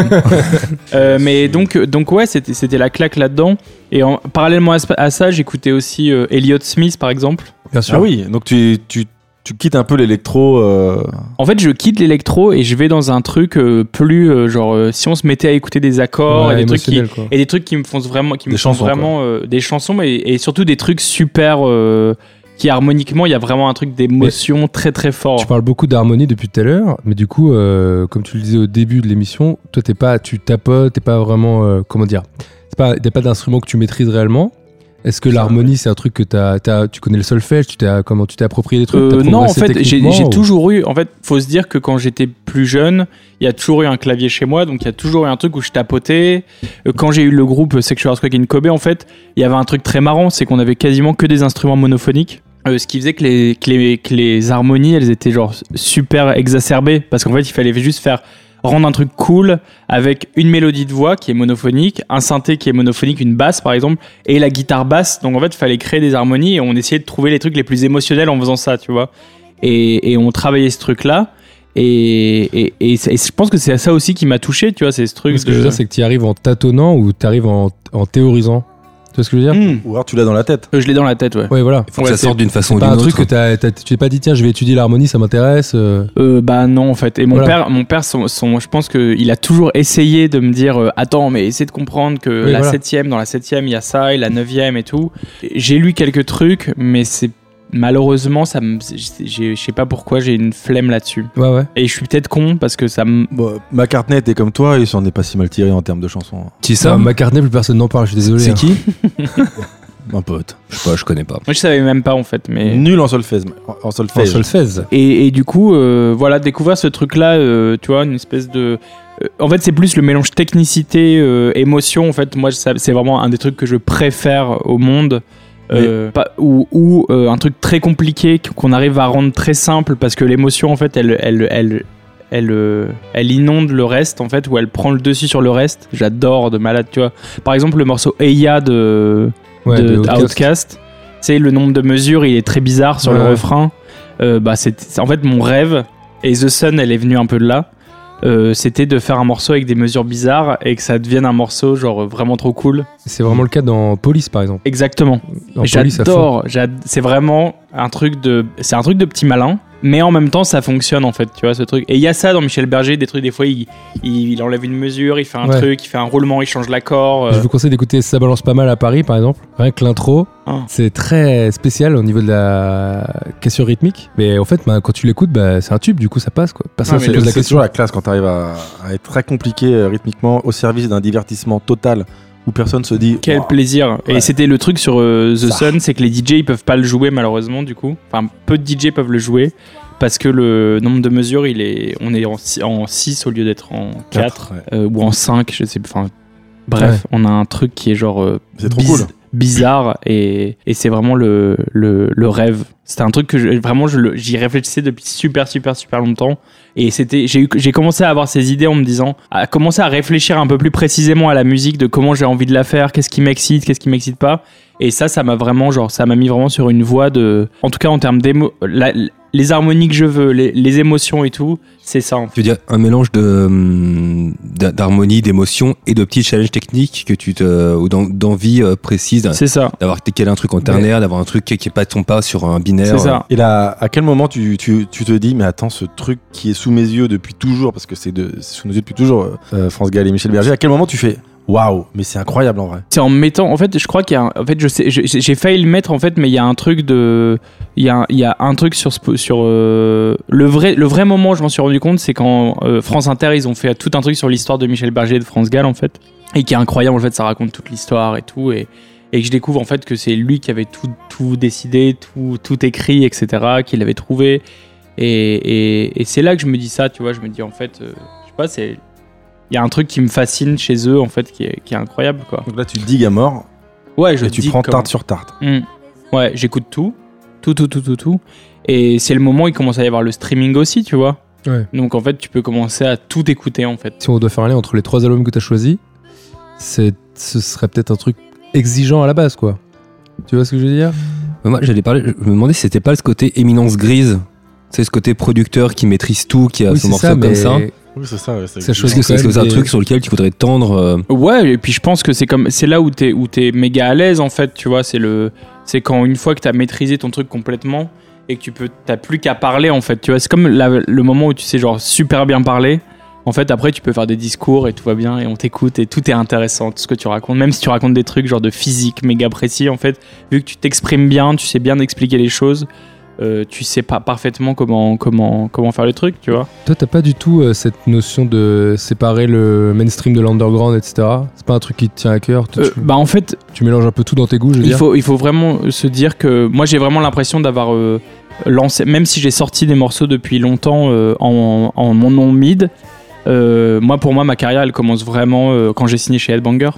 Speaker 5: Euh, mais donc, donc ouais, c'était c'était la claque là-dedans. Et en, parallèlement à, ce- à ça, j'écoutais aussi euh, Elliott Smith, par exemple.
Speaker 2: Bien sûr.
Speaker 4: Ah oui, donc tu, tu, tu quittes un peu l'électro. euh,
Speaker 5: En fait, je quitte l'électro et je vais dans un truc euh, plus euh, genre euh, si on se mettait à écouter des accords
Speaker 2: Ouais,
Speaker 5: et des trucs qui
Speaker 2: émotionnel, quoi.
Speaker 5: et des trucs qui me font vraiment qui me
Speaker 4: Des
Speaker 5: font
Speaker 4: chansons,
Speaker 5: vraiment euh, des chansons mais et surtout des trucs super euh, qui harmoniquement, il y a vraiment un truc d'émotion très très fort.
Speaker 2: Tu parles beaucoup d'harmonie depuis tout à l'heure, mais du coup, euh, comme tu le disais au début de l'émission, toi, t'es pas, tu tapotes, t'es pas vraiment, euh, comment dire, t'es pas, t'es pas d'instrument que tu maîtrises réellement. Est-ce que l'harmonie, c'est un truc que t'as, t'as- tu connais le solfège, tu t'es, comment tu t'es approprié les trucs
Speaker 5: Euh,
Speaker 2: t'as
Speaker 5: non, en
Speaker 2: progressé
Speaker 5: fait, j'ai
Speaker 2: techniquement,
Speaker 5: j'ai
Speaker 2: ou-
Speaker 5: toujours eu. En fait, faut se dire que quand j'étais plus jeune, il y a toujours eu un clavier chez moi, donc il y a toujours eu un truc où je tapotais. Euh, Quand j'ai eu le groupe Sexual Earthquake in Kobe, en fait, il y avait un truc très marrant, c'est qu'on avait quasiment que des instruments monophoniques. Euh, ce qui faisait que les, que, les, que les harmonies, elles étaient genre super exacerbées. Parce qu'en fait, il fallait juste faire rendre un truc cool avec une mélodie de voix qui est monophonique, un synthé qui est monophonique, une basse par exemple, et la guitare basse. Donc en fait, il fallait créer des harmonies et on essayait de trouver les trucs les plus émotionnels en faisant ça, tu vois. Et, et on travaillait ce truc-là. Et, et, et c'est- et je pense que c'est ça aussi qui m'a touché, tu vois, c'est ce truc.
Speaker 2: Ce que je veux
Speaker 5: de-
Speaker 2: dire, c'est que tu arrives en tâtonnant ou tu arrives en, en théorisant. Tu vois ce que je veux dire
Speaker 5: Hmm.
Speaker 4: Ou alors tu l'as dans la tête.
Speaker 5: Euh, Je l'ai dans la tête, ouais.
Speaker 2: Ouais, voilà.
Speaker 1: Il faut
Speaker 5: Ouais,
Speaker 1: que ça
Speaker 5: c'est-
Speaker 1: sorte d'une façon ou
Speaker 2: Pas
Speaker 1: d'une
Speaker 2: un
Speaker 1: autre.
Speaker 2: truc que t'as, t'as- tu t'es pas dit, tiens, je vais étudier l'harmonie, ça m'intéresse. euh,
Speaker 5: Euh, bah non en fait et mon
Speaker 2: Voilà.
Speaker 5: père mon père son, son- je pense que il a toujours essayé de me dire euh, attends mais essaie de comprendre que
Speaker 2: Oui,
Speaker 5: la
Speaker 2: voilà.
Speaker 5: septième dans la septième il y a ça et la neuvième et tout j'ai lu quelques trucs mais c'est malheureusement ça me- j'ai- je sais pas pourquoi j'ai une flemme là-dessus
Speaker 2: Ouais, ouais.
Speaker 5: et je suis peut-être con parce que ça me
Speaker 4: Bon, McCartney était comme toi, il s'en est pas si mal tiré en termes de chansons. hein.
Speaker 1: Qui
Speaker 2: Ça,
Speaker 1: ça
Speaker 2: McCartney, plus personne n'en parle, je suis désolé. hein.
Speaker 1: C'est qui
Speaker 4: Un pote.
Speaker 1: Je sais pas, je connais pas.
Speaker 5: moi je savais même pas en fait mais
Speaker 4: Nul en solfège. En, en
Speaker 2: En
Speaker 4: solfège.
Speaker 2: solfège.
Speaker 5: Et, et du coup, euh, voilà, découvrir ce truc-là, euh, tu vois, une espèce de. euh, en fait, c'est plus le mélange technicité, euh, émotion. En fait, moi, ça- c'est vraiment un des trucs que je préfère au monde. Euh, pas- ou ou, euh, un truc très compliqué qu'on arrive à rendre très simple parce que l'émotion, en fait, elle. elle, elle elle, euh, elle inonde le reste en fait ou elle prend le dessus sur le reste j'adore de malade tu vois par exemple le morceau Eya de,
Speaker 2: Ouais,
Speaker 5: de,
Speaker 2: de Outcast.
Speaker 5: Outcast. Tu sais, le nombre de mesures, il est très bizarre sur le
Speaker 2: Ouais.
Speaker 5: refrain. Euh, bah, c'est c'est en fait mon rêve. Et The Sun, elle est venue un peu de là. euh, c'était de faire un morceau avec des mesures bizarres et que ça devienne un morceau genre euh, vraiment trop cool.
Speaker 2: C'est vraiment le cas dans Police, par exemple.
Speaker 5: Exactement.
Speaker 2: Dans
Speaker 5: Et
Speaker 2: Police, à fond.
Speaker 5: J'adore. j'ad- C'est vraiment un truc de, c'est un truc de petit malin. Mais en même temps, ça fonctionne en fait, tu vois ce truc. Et il y a ça dans Michel Berger, des trucs des fois, il, il, il enlève une mesure, il fait un
Speaker 2: Ouais.
Speaker 5: truc, il fait un roulement, il change l'accord. euh.
Speaker 2: Je vous conseille d'écouter Ça balance pas mal à Paris, par exemple. Rien que l'intro,
Speaker 5: Ah.
Speaker 2: c'est très spécial au niveau de la question rythmique. Mais en fait, bah, quand tu l'écoutes, bah, c'est un tube, du coup, ça passe. Quoi. Personne
Speaker 5: Ouais,
Speaker 2: se
Speaker 5: mais
Speaker 2: pose
Speaker 4: C'est
Speaker 2: la question.
Speaker 4: toujours la classe quand t'arrives à, à être très compliqué euh, rythmiquement au service d'un divertissement total où personne se dit
Speaker 5: Quel
Speaker 4: Ouah,
Speaker 5: plaisir
Speaker 4: Ouais.
Speaker 5: Et c'était le truc sur euh, The Sun, c'est que les DJ ils peuvent pas le jouer malheureusement du coup. Enfin, peu de DJ peuvent le jouer parce que le nombre de mesures, il est, on est en 6 au lieu d'être en 4
Speaker 4: Quatre, ouais.
Speaker 5: ou en 5, je sais. Enfin, bref, on a un truc qui est genre euh,
Speaker 4: C'est trop
Speaker 5: biz-
Speaker 4: cool.
Speaker 5: bizarre et, et c'est vraiment le, le, le rêve. C'était un truc que je- vraiment je le- j'y réfléchissais depuis super super super longtemps et c'était j'ai eu- j'ai commencé à avoir ces idées en me disant à commencer à réfléchir un peu plus précisément à la musique de comment j'ai envie de la faire, qu'est-ce qui m'excite, qu'est-ce qui m'excite pas et ça ça m'a vraiment genre ça m'a mis vraiment sur une voie de en tout cas en termes d'émo la- les harmonies que je veux, les, les émotions et tout, c'est ça. en fait.
Speaker 1: Tu veux dire un mélange de hum, d'a- d'harmonie, d'émotion et de petits challenges techniques que tu te ou d'en- d'envie euh, précise d'un-
Speaker 5: C'est ça.
Speaker 1: d'avoir calé un truc en ternaire, d'avoir un truc qui qui est pas ton pas sur un
Speaker 5: C'est
Speaker 1: binaire. euh.
Speaker 5: ça.
Speaker 4: Et là, à quel moment tu, tu, tu te dis, mais attends, ce truc qui est sous mes yeux depuis toujours, parce que c'est de- c'est sous nos yeux depuis toujours, euh, France Gall et Michel Berger, à quel moment tu fais, waouh, mais c'est incroyable en vrai
Speaker 5: C'est en mettant. En fait, je crois qu'il y a. un- En fait, je sais. je- J'ai j'ai failli le mettre en fait, mais il y a un truc de. Il y a, un- il y a un truc sur ce- sur euh, le vrai le vrai moment. Je m'en suis rendu compte, c'est quand euh, France Inter ils ont fait tout un truc sur l'histoire de Michel Berger et de France Gall en fait, et qui est incroyable. En fait, ça raconte toute l'histoire et tout, et et que je découvre en fait que c'est lui qui avait tout tout décidé, tout tout écrit, etc. Qu'il avait trouvé, et et, et c'est là que je me dis ça. Tu vois, je me dis en fait, euh, je sais pas, c'est il y a un truc qui me fascine chez eux en fait, qui est qui est incroyable quoi.
Speaker 4: Donc là, tu digues à mort
Speaker 5: Ouais, je
Speaker 4: et tu
Speaker 5: dis
Speaker 4: prends
Speaker 5: comme-
Speaker 4: tarte sur tarte.
Speaker 5: Hmm. Ouais, j'écoute tout, tout, tout, tout, tout, tout. Et c'est le moment où il commence à y avoir le streaming aussi, tu vois.
Speaker 2: Ouais.
Speaker 5: Donc en fait, tu peux commencer à tout écouter en fait.
Speaker 2: Si on doit faire un lien entre les trois albums que tu as choisis, c'est- ce serait peut-être un truc exigeant à la base, quoi. Tu vois ce que je veux dire
Speaker 1: Mais Moi, j'allais parler, je me demandais si c'était pas ce côté éminence grise. C'est ce côté producteur qui maîtrise tout, qui a son morceau comme ça.
Speaker 4: Oui, c'est ça.
Speaker 2: C'est chose
Speaker 1: Est-ce que
Speaker 2: quand
Speaker 1: est-ce que c'est un
Speaker 2: même des-
Speaker 1: truc sur lequel tu voudrais tendre euh,
Speaker 5: Ouais, et puis je pense que c'est comme c'est là où t'es où t'es méga à l'aise en fait, tu vois. C'est le c'est quand une fois que t'as maîtrisé ton truc complètement et que tu peux t'as plus qu'à parler en fait, tu vois. C'est comme la- le moment où tu sais genre super bien parler. En fait, après, tu peux faire des discours et tout va bien et on t'écoute et tout est intéressant, tout ce que tu racontes. Même si tu racontes des trucs genre de physique méga précis, en fait, vu que tu t'exprimes bien, tu sais bien expliquer les choses, euh, tu sais pas parfaitement comment comment comment faire le truc, tu vois.
Speaker 2: Toi, t'as pas du tout euh, cette notion de séparer le mainstream de l'underground, etc. C'est pas un truc qui te tient à cœur. Tu,
Speaker 5: Euh,
Speaker 2: tu-
Speaker 5: bah en fait,
Speaker 2: tu mélanges un peu tout dans tes goûts, je veux
Speaker 5: Il
Speaker 2: dire.
Speaker 5: faut, il faut vraiment se dire que moi j'ai vraiment l'impression d'avoir euh, lancé, même si j'ai sorti des morceaux depuis longtemps euh, en, en mon nom mid, euh, moi pour moi ma carrière elle commence vraiment euh, quand j'ai signé chez Headbanger.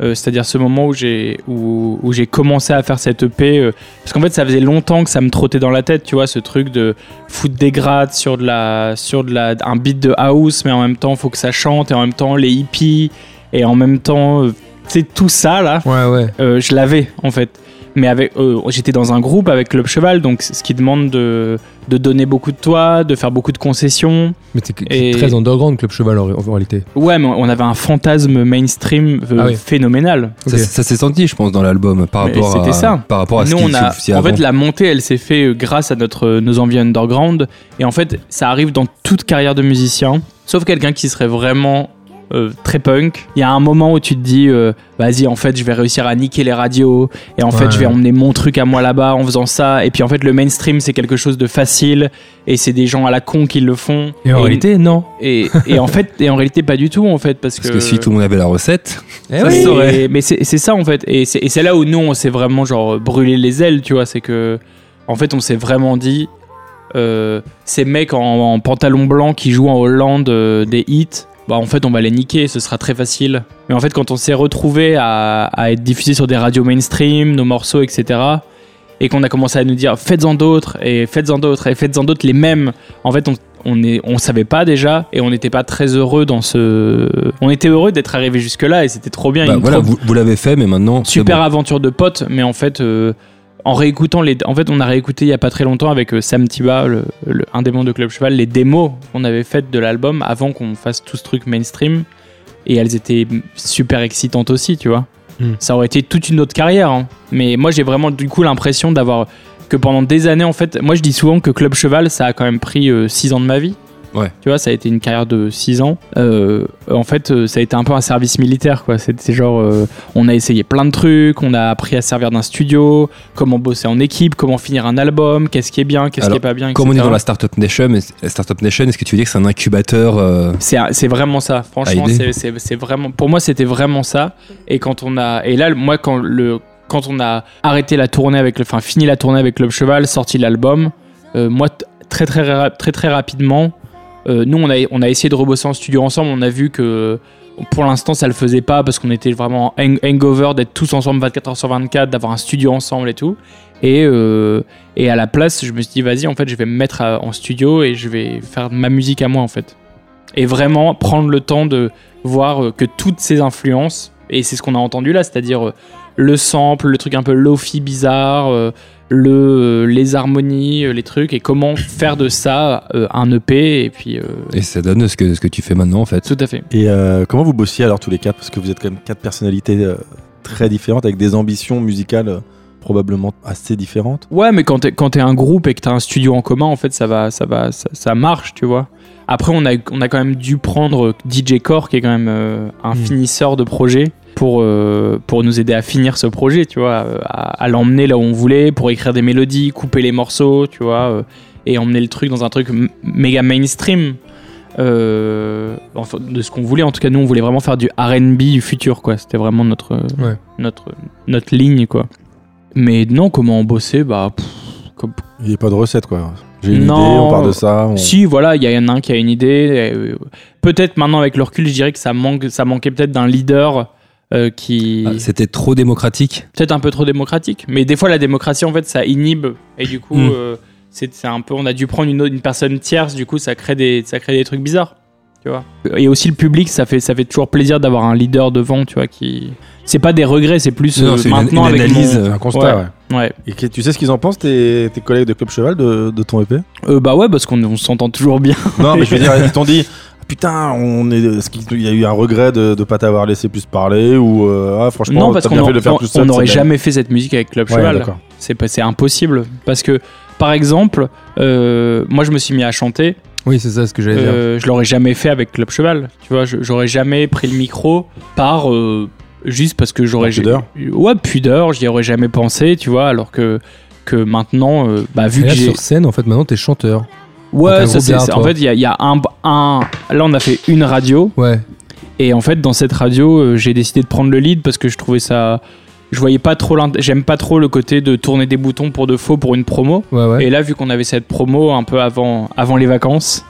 Speaker 5: Euh, C'est-à-dire ce moment où j'ai où, où j'ai commencé à faire cette EP euh, parce qu'en fait ça faisait longtemps que ça me trottait dans la tête tu vois ce truc de foutre des grades sur de la sur de la un beat de house mais en même temps faut que ça chante et en même temps les hippies et en même temps euh, tu sais tout ça là
Speaker 2: Ouais, ouais.
Speaker 5: euh, je l'avais en fait. Mais avec, euh, j'étais dans un groupe avec Club Cheval, donc c- ce qui demande de, de donner beaucoup de toi, de faire beaucoup de concessions.
Speaker 2: Mais t'es que-
Speaker 5: Et-
Speaker 2: très underground, Club Cheval, en, en réalité.
Speaker 5: Ouais, mais on avait un fantasme mainstream euh,
Speaker 2: Ah oui.
Speaker 5: phénoménal.
Speaker 1: Ça,
Speaker 2: Ok.
Speaker 1: ça s'est senti, je pense, dans l'album par
Speaker 5: Mais
Speaker 1: rapport
Speaker 5: c'était
Speaker 1: à
Speaker 5: ça.
Speaker 1: par rapport à Oh, ce
Speaker 5: Nous,
Speaker 1: qu'il
Speaker 5: on a,
Speaker 1: faisait
Speaker 5: en
Speaker 1: avant.
Speaker 5: fait, la montée, elle s'est faite euh, grâce à notre, euh, nos envies underground. Et en fait, ça arrive dans toute carrière de musicien, sauf quelqu'un qui serait vraiment euh, très punk. Il y a un moment où tu te dis, euh, vas-y, en fait, je vais réussir à niquer les radios. Et en fait,
Speaker 2: Ouais.
Speaker 5: je vais emmener mon truc à moi là-bas en faisant ça. Et puis, en fait, le mainstream, c'est quelque chose de facile. Et c'est des gens à la con qui le font.
Speaker 2: Et en réalité, non.
Speaker 5: et, et en fait, et en réalité, pas du tout, en fait, parce,
Speaker 1: Parce que si tout le monde avait la recette,
Speaker 2: Eh
Speaker 5: ça
Speaker 2: oui.
Speaker 5: se saurait. Mais c'est c'est ça en fait. Et c'est et c'est là où nous on s'est vraiment genre brûlé les ailes, tu vois. C'est que en fait on s'est vraiment dit euh, ces mecs en, en pantalon blanc qui jouent en Hollande euh, des hits. Bah en fait on va les niquer, ce sera très facile. Mais en fait quand on s'est retrouvé à, à être diffusé sur des radios mainstream, nos morceaux, etc. Et qu'on a commencé à nous dire faites-en d'autres et faites-en d'autres et faites-en d'autres les mêmes. En fait on, on, est, on savait pas déjà et on n'était pas très heureux dans ce. On était heureux d'être arrivé jusque là et c'était trop bien.
Speaker 1: bah
Speaker 5: une
Speaker 1: voilà,
Speaker 5: trop
Speaker 1: vous, vous l'avez fait, mais maintenant c'est
Speaker 5: super
Speaker 1: bon.
Speaker 5: aventure de potes, mais en fait, euh, en réécoutant les. En fait, on a réécouté il y a pas très longtemps avec euh, Sam Tiba, le, le- un des membres de Club Cheval, les démos qu'on avait faites de l'album avant qu'on fasse tout ce truc mainstream. Et elles étaient super excitantes aussi, tu vois.
Speaker 1: Hmm.
Speaker 2: Mm.
Speaker 5: Ça aurait été toute une autre carrière. hein. Mais moi, j'ai vraiment du coup l'impression d'avoir. Que pendant des années, en fait, moi je dis souvent que Club Cheval, ça a quand même pris 6 ans de ma vie.
Speaker 1: Ouais.
Speaker 5: Tu vois, ça a été une carrière de 6 ans. Euh, en fait, euh, ça a été un peu un service militaire, quoi. C'était genre. euh, on a essayé plein de trucs, on a appris à servir d'un studio, comment bosser en équipe, comment finir un album, qu'est-ce qui est bien, qu'est-ce qui
Speaker 1: Alors,
Speaker 5: est pas bien.
Speaker 1: Comme on est
Speaker 5: etc.
Speaker 1: dans la Startup Nation, est- la Startup Nation, est-ce que tu veux dire que c'est un incubateur euh,
Speaker 5: C'est c'est vraiment ça, franchement.
Speaker 1: À aider.
Speaker 5: c'est- c'est- c'est vraiment, pour moi, c'était vraiment ça. Et quand on a, et là, moi, quand le, quand on a arrêté la tournée avec, le- enfin, fini la tournée avec Club Cheval, sorti l'album, euh, moi, t- très très ra- très très rapidement, euh, nous, on a, on a essayé de rebosser en studio ensemble. On a vu que pour l'instant, ça le faisait pas parce qu'on était vraiment en hang- hangover d'être tous ensemble 24 h sur 24, d'avoir un studio ensemble et tout. Et, euh, et à la place, je me suis dit, vas-y, en fait, je vais me mettre à- en studio et je vais faire ma musique à moi, en fait. Et vraiment prendre le temps de voir euh, que toutes ces influences, et c'est ce qu'on a entendu là, c'est-à-dire euh, le sample, le truc un peu lofi bizarre, euh, le, euh, les harmonies, euh, les trucs, et comment faire de ça euh, un EP, et puis. euh,
Speaker 1: Et ça donne ce que, ce que tu fais maintenant en fait.
Speaker 5: tout à fait.
Speaker 4: Et euh, comment vous bossiez alors tous les quatre Parce que vous êtes quand même quatre personnalités euh, très différentes, avec des ambitions musicales euh, probablement assez différentes.
Speaker 5: Ouais, mais quand t'es, quand t'es un groupe et que t'as un studio en commun, en fait, ça va, ça va, ça, ça marche, tu vois. Après, on a, on a quand même dû prendre DJ Core, qui est quand même euh, un finisseur de projet, pour, euh, pour nous aider à finir ce projet, tu vois, euh, à, à l'emmener là où on voulait, pour écrire des mélodies, couper les morceaux, tu vois, euh, et emmener le truc dans un truc m- méga mainstream. euh, enfin, de ce qu'on voulait en tout cas nous on voulait vraiment faire du R&B du futur quoi c'était vraiment notre
Speaker 2: Ouais.
Speaker 5: notre notre ligne quoi mais non comment on bossait bah pff, comme-
Speaker 4: Il n'y a pas de recette quoi. J'ai une
Speaker 5: Non.
Speaker 4: idée, on part de ça. on-
Speaker 5: si, voilà, il y en a un qui a une idée. euh, Peut-être maintenant, avec le recul, je dirais que ça, manque, ça manquait peut-être d'un leader euh, qui.
Speaker 1: Ah, C'était trop démocratique.
Speaker 5: peut-être un peu trop démocratique. Mais des fois, la démocratie, en fait, ça inhibe. Et du coup,
Speaker 1: Mm.
Speaker 5: euh, c'est c'est un peu. On a dû prendre une, autre- une personne tierce. Du coup, ça crée des, ça crée des trucs bizarres. Tu vois. Et aussi, le public, ça fait, ça fait toujours plaisir d'avoir un leader devant, tu vois, qui. C'est pas des regrets, c'est plus euh,
Speaker 1: c'est une-
Speaker 5: maintenant
Speaker 1: une
Speaker 5: avec mon-
Speaker 1: analyse.
Speaker 4: C'est un constat, ouais.
Speaker 5: Ouais.
Speaker 4: Et que- tu sais ce qu'ils en pensent, tes, tes collègues de Club Cheval, de, de ton E EP
Speaker 5: Euh, bah ouais, parce qu'on on s'entend toujours bien.
Speaker 4: Non, mais je veux dire, ils t'ont dit ah, Putain, on est, est-ce qu'il il y a eu un regret de ne pas t'avoir laissé plus parler Ou euh, ah, franchement,
Speaker 5: non, parce
Speaker 4: t'as
Speaker 5: qu'on
Speaker 4: bien fait
Speaker 5: en-
Speaker 4: de le faire
Speaker 5: on-
Speaker 4: tout seul
Speaker 5: on n'aurait
Speaker 4: c'est bien.
Speaker 5: jamais fait cette musique avec Club
Speaker 4: Ouais,
Speaker 5: Cheval.
Speaker 4: d'accord.
Speaker 5: c'est pas- c'est impossible parce que par exemple euh, moi je me suis mis à chanter
Speaker 2: Oui, c'est ça ce que
Speaker 4: hein.
Speaker 2: j'allais dire.
Speaker 5: euh, je l'aurais jamais fait avec Club Cheval tu vois je- j'aurais jamais pris le micro par euh, juste parce que j'aurais
Speaker 4: Par pudeur
Speaker 5: ouais pudeur j'y aurais jamais pensé tu vois alors que que maintenant euh, bah vu
Speaker 2: Et là,
Speaker 5: que j'ai
Speaker 2: sur scène, en fait, maintenant, t'es chanteur. T'as un
Speaker 5: ouais ça
Speaker 2: groupe
Speaker 5: c'est
Speaker 2: d'art,
Speaker 5: c'est- en
Speaker 2: toi.
Speaker 5: fait il y a, il y a un, un là on a fait une radio
Speaker 2: Ouais.
Speaker 5: et en fait, dans cette radio, euh, j'ai décidé de prendre le lead parce que je trouvais ça. Je voyais pas trop. l'int- J'aime pas trop le côté de tourner des boutons pour de faux pour une promo.
Speaker 2: Ouais, ouais.
Speaker 5: Et là, vu qu'on avait cette promo un peu avant, avant les vacances,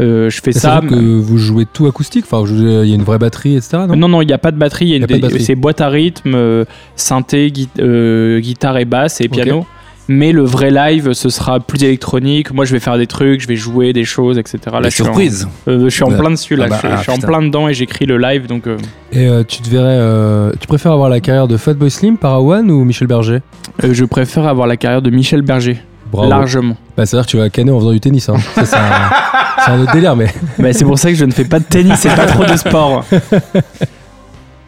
Speaker 5: euh, je fais
Speaker 2: Mais
Speaker 5: ça.
Speaker 2: surtout que vous jouez tout acoustique. Enfin, vous jouez- il y a une vraie batterie, etc. Non,
Speaker 5: Non, non, il n'y a pas de batterie. il y
Speaker 2: Y
Speaker 5: a
Speaker 2: a
Speaker 5: une
Speaker 2: pas de
Speaker 5: des-
Speaker 2: batterie.
Speaker 5: C'est boîte à rythme, euh, synthé, gui- euh, guitare et basse et
Speaker 2: Ok.
Speaker 5: piano. Mais le vrai live, ce sera plus électronique. Moi, je vais faire des trucs, je vais jouer des choses, etc. Là,
Speaker 1: la
Speaker 5: je suis en-
Speaker 1: surprise.
Speaker 5: euh, je suis en
Speaker 1: Ouais.
Speaker 5: plein dessus, là.
Speaker 1: Ah bah,
Speaker 5: je, je
Speaker 1: ah,
Speaker 5: suis en
Speaker 1: putain.
Speaker 5: plein dedans et j'écris le live, donc. euh,
Speaker 2: Et euh, tu te verrais. euh, tu préfères avoir la carrière de Fatboy Slim, Parawan ou Michel Berger
Speaker 5: euh, je préfère avoir la carrière de Michel Berger.
Speaker 2: Bravo.
Speaker 5: Largement.
Speaker 2: Bah, c'est-à-dire que tu vas canner en faisant du tennis. Hein. Ça, c'est un, c'est un autre délire, mais.
Speaker 5: Bah, c'est pour ça que je ne fais pas de tennis et pas trop de sport.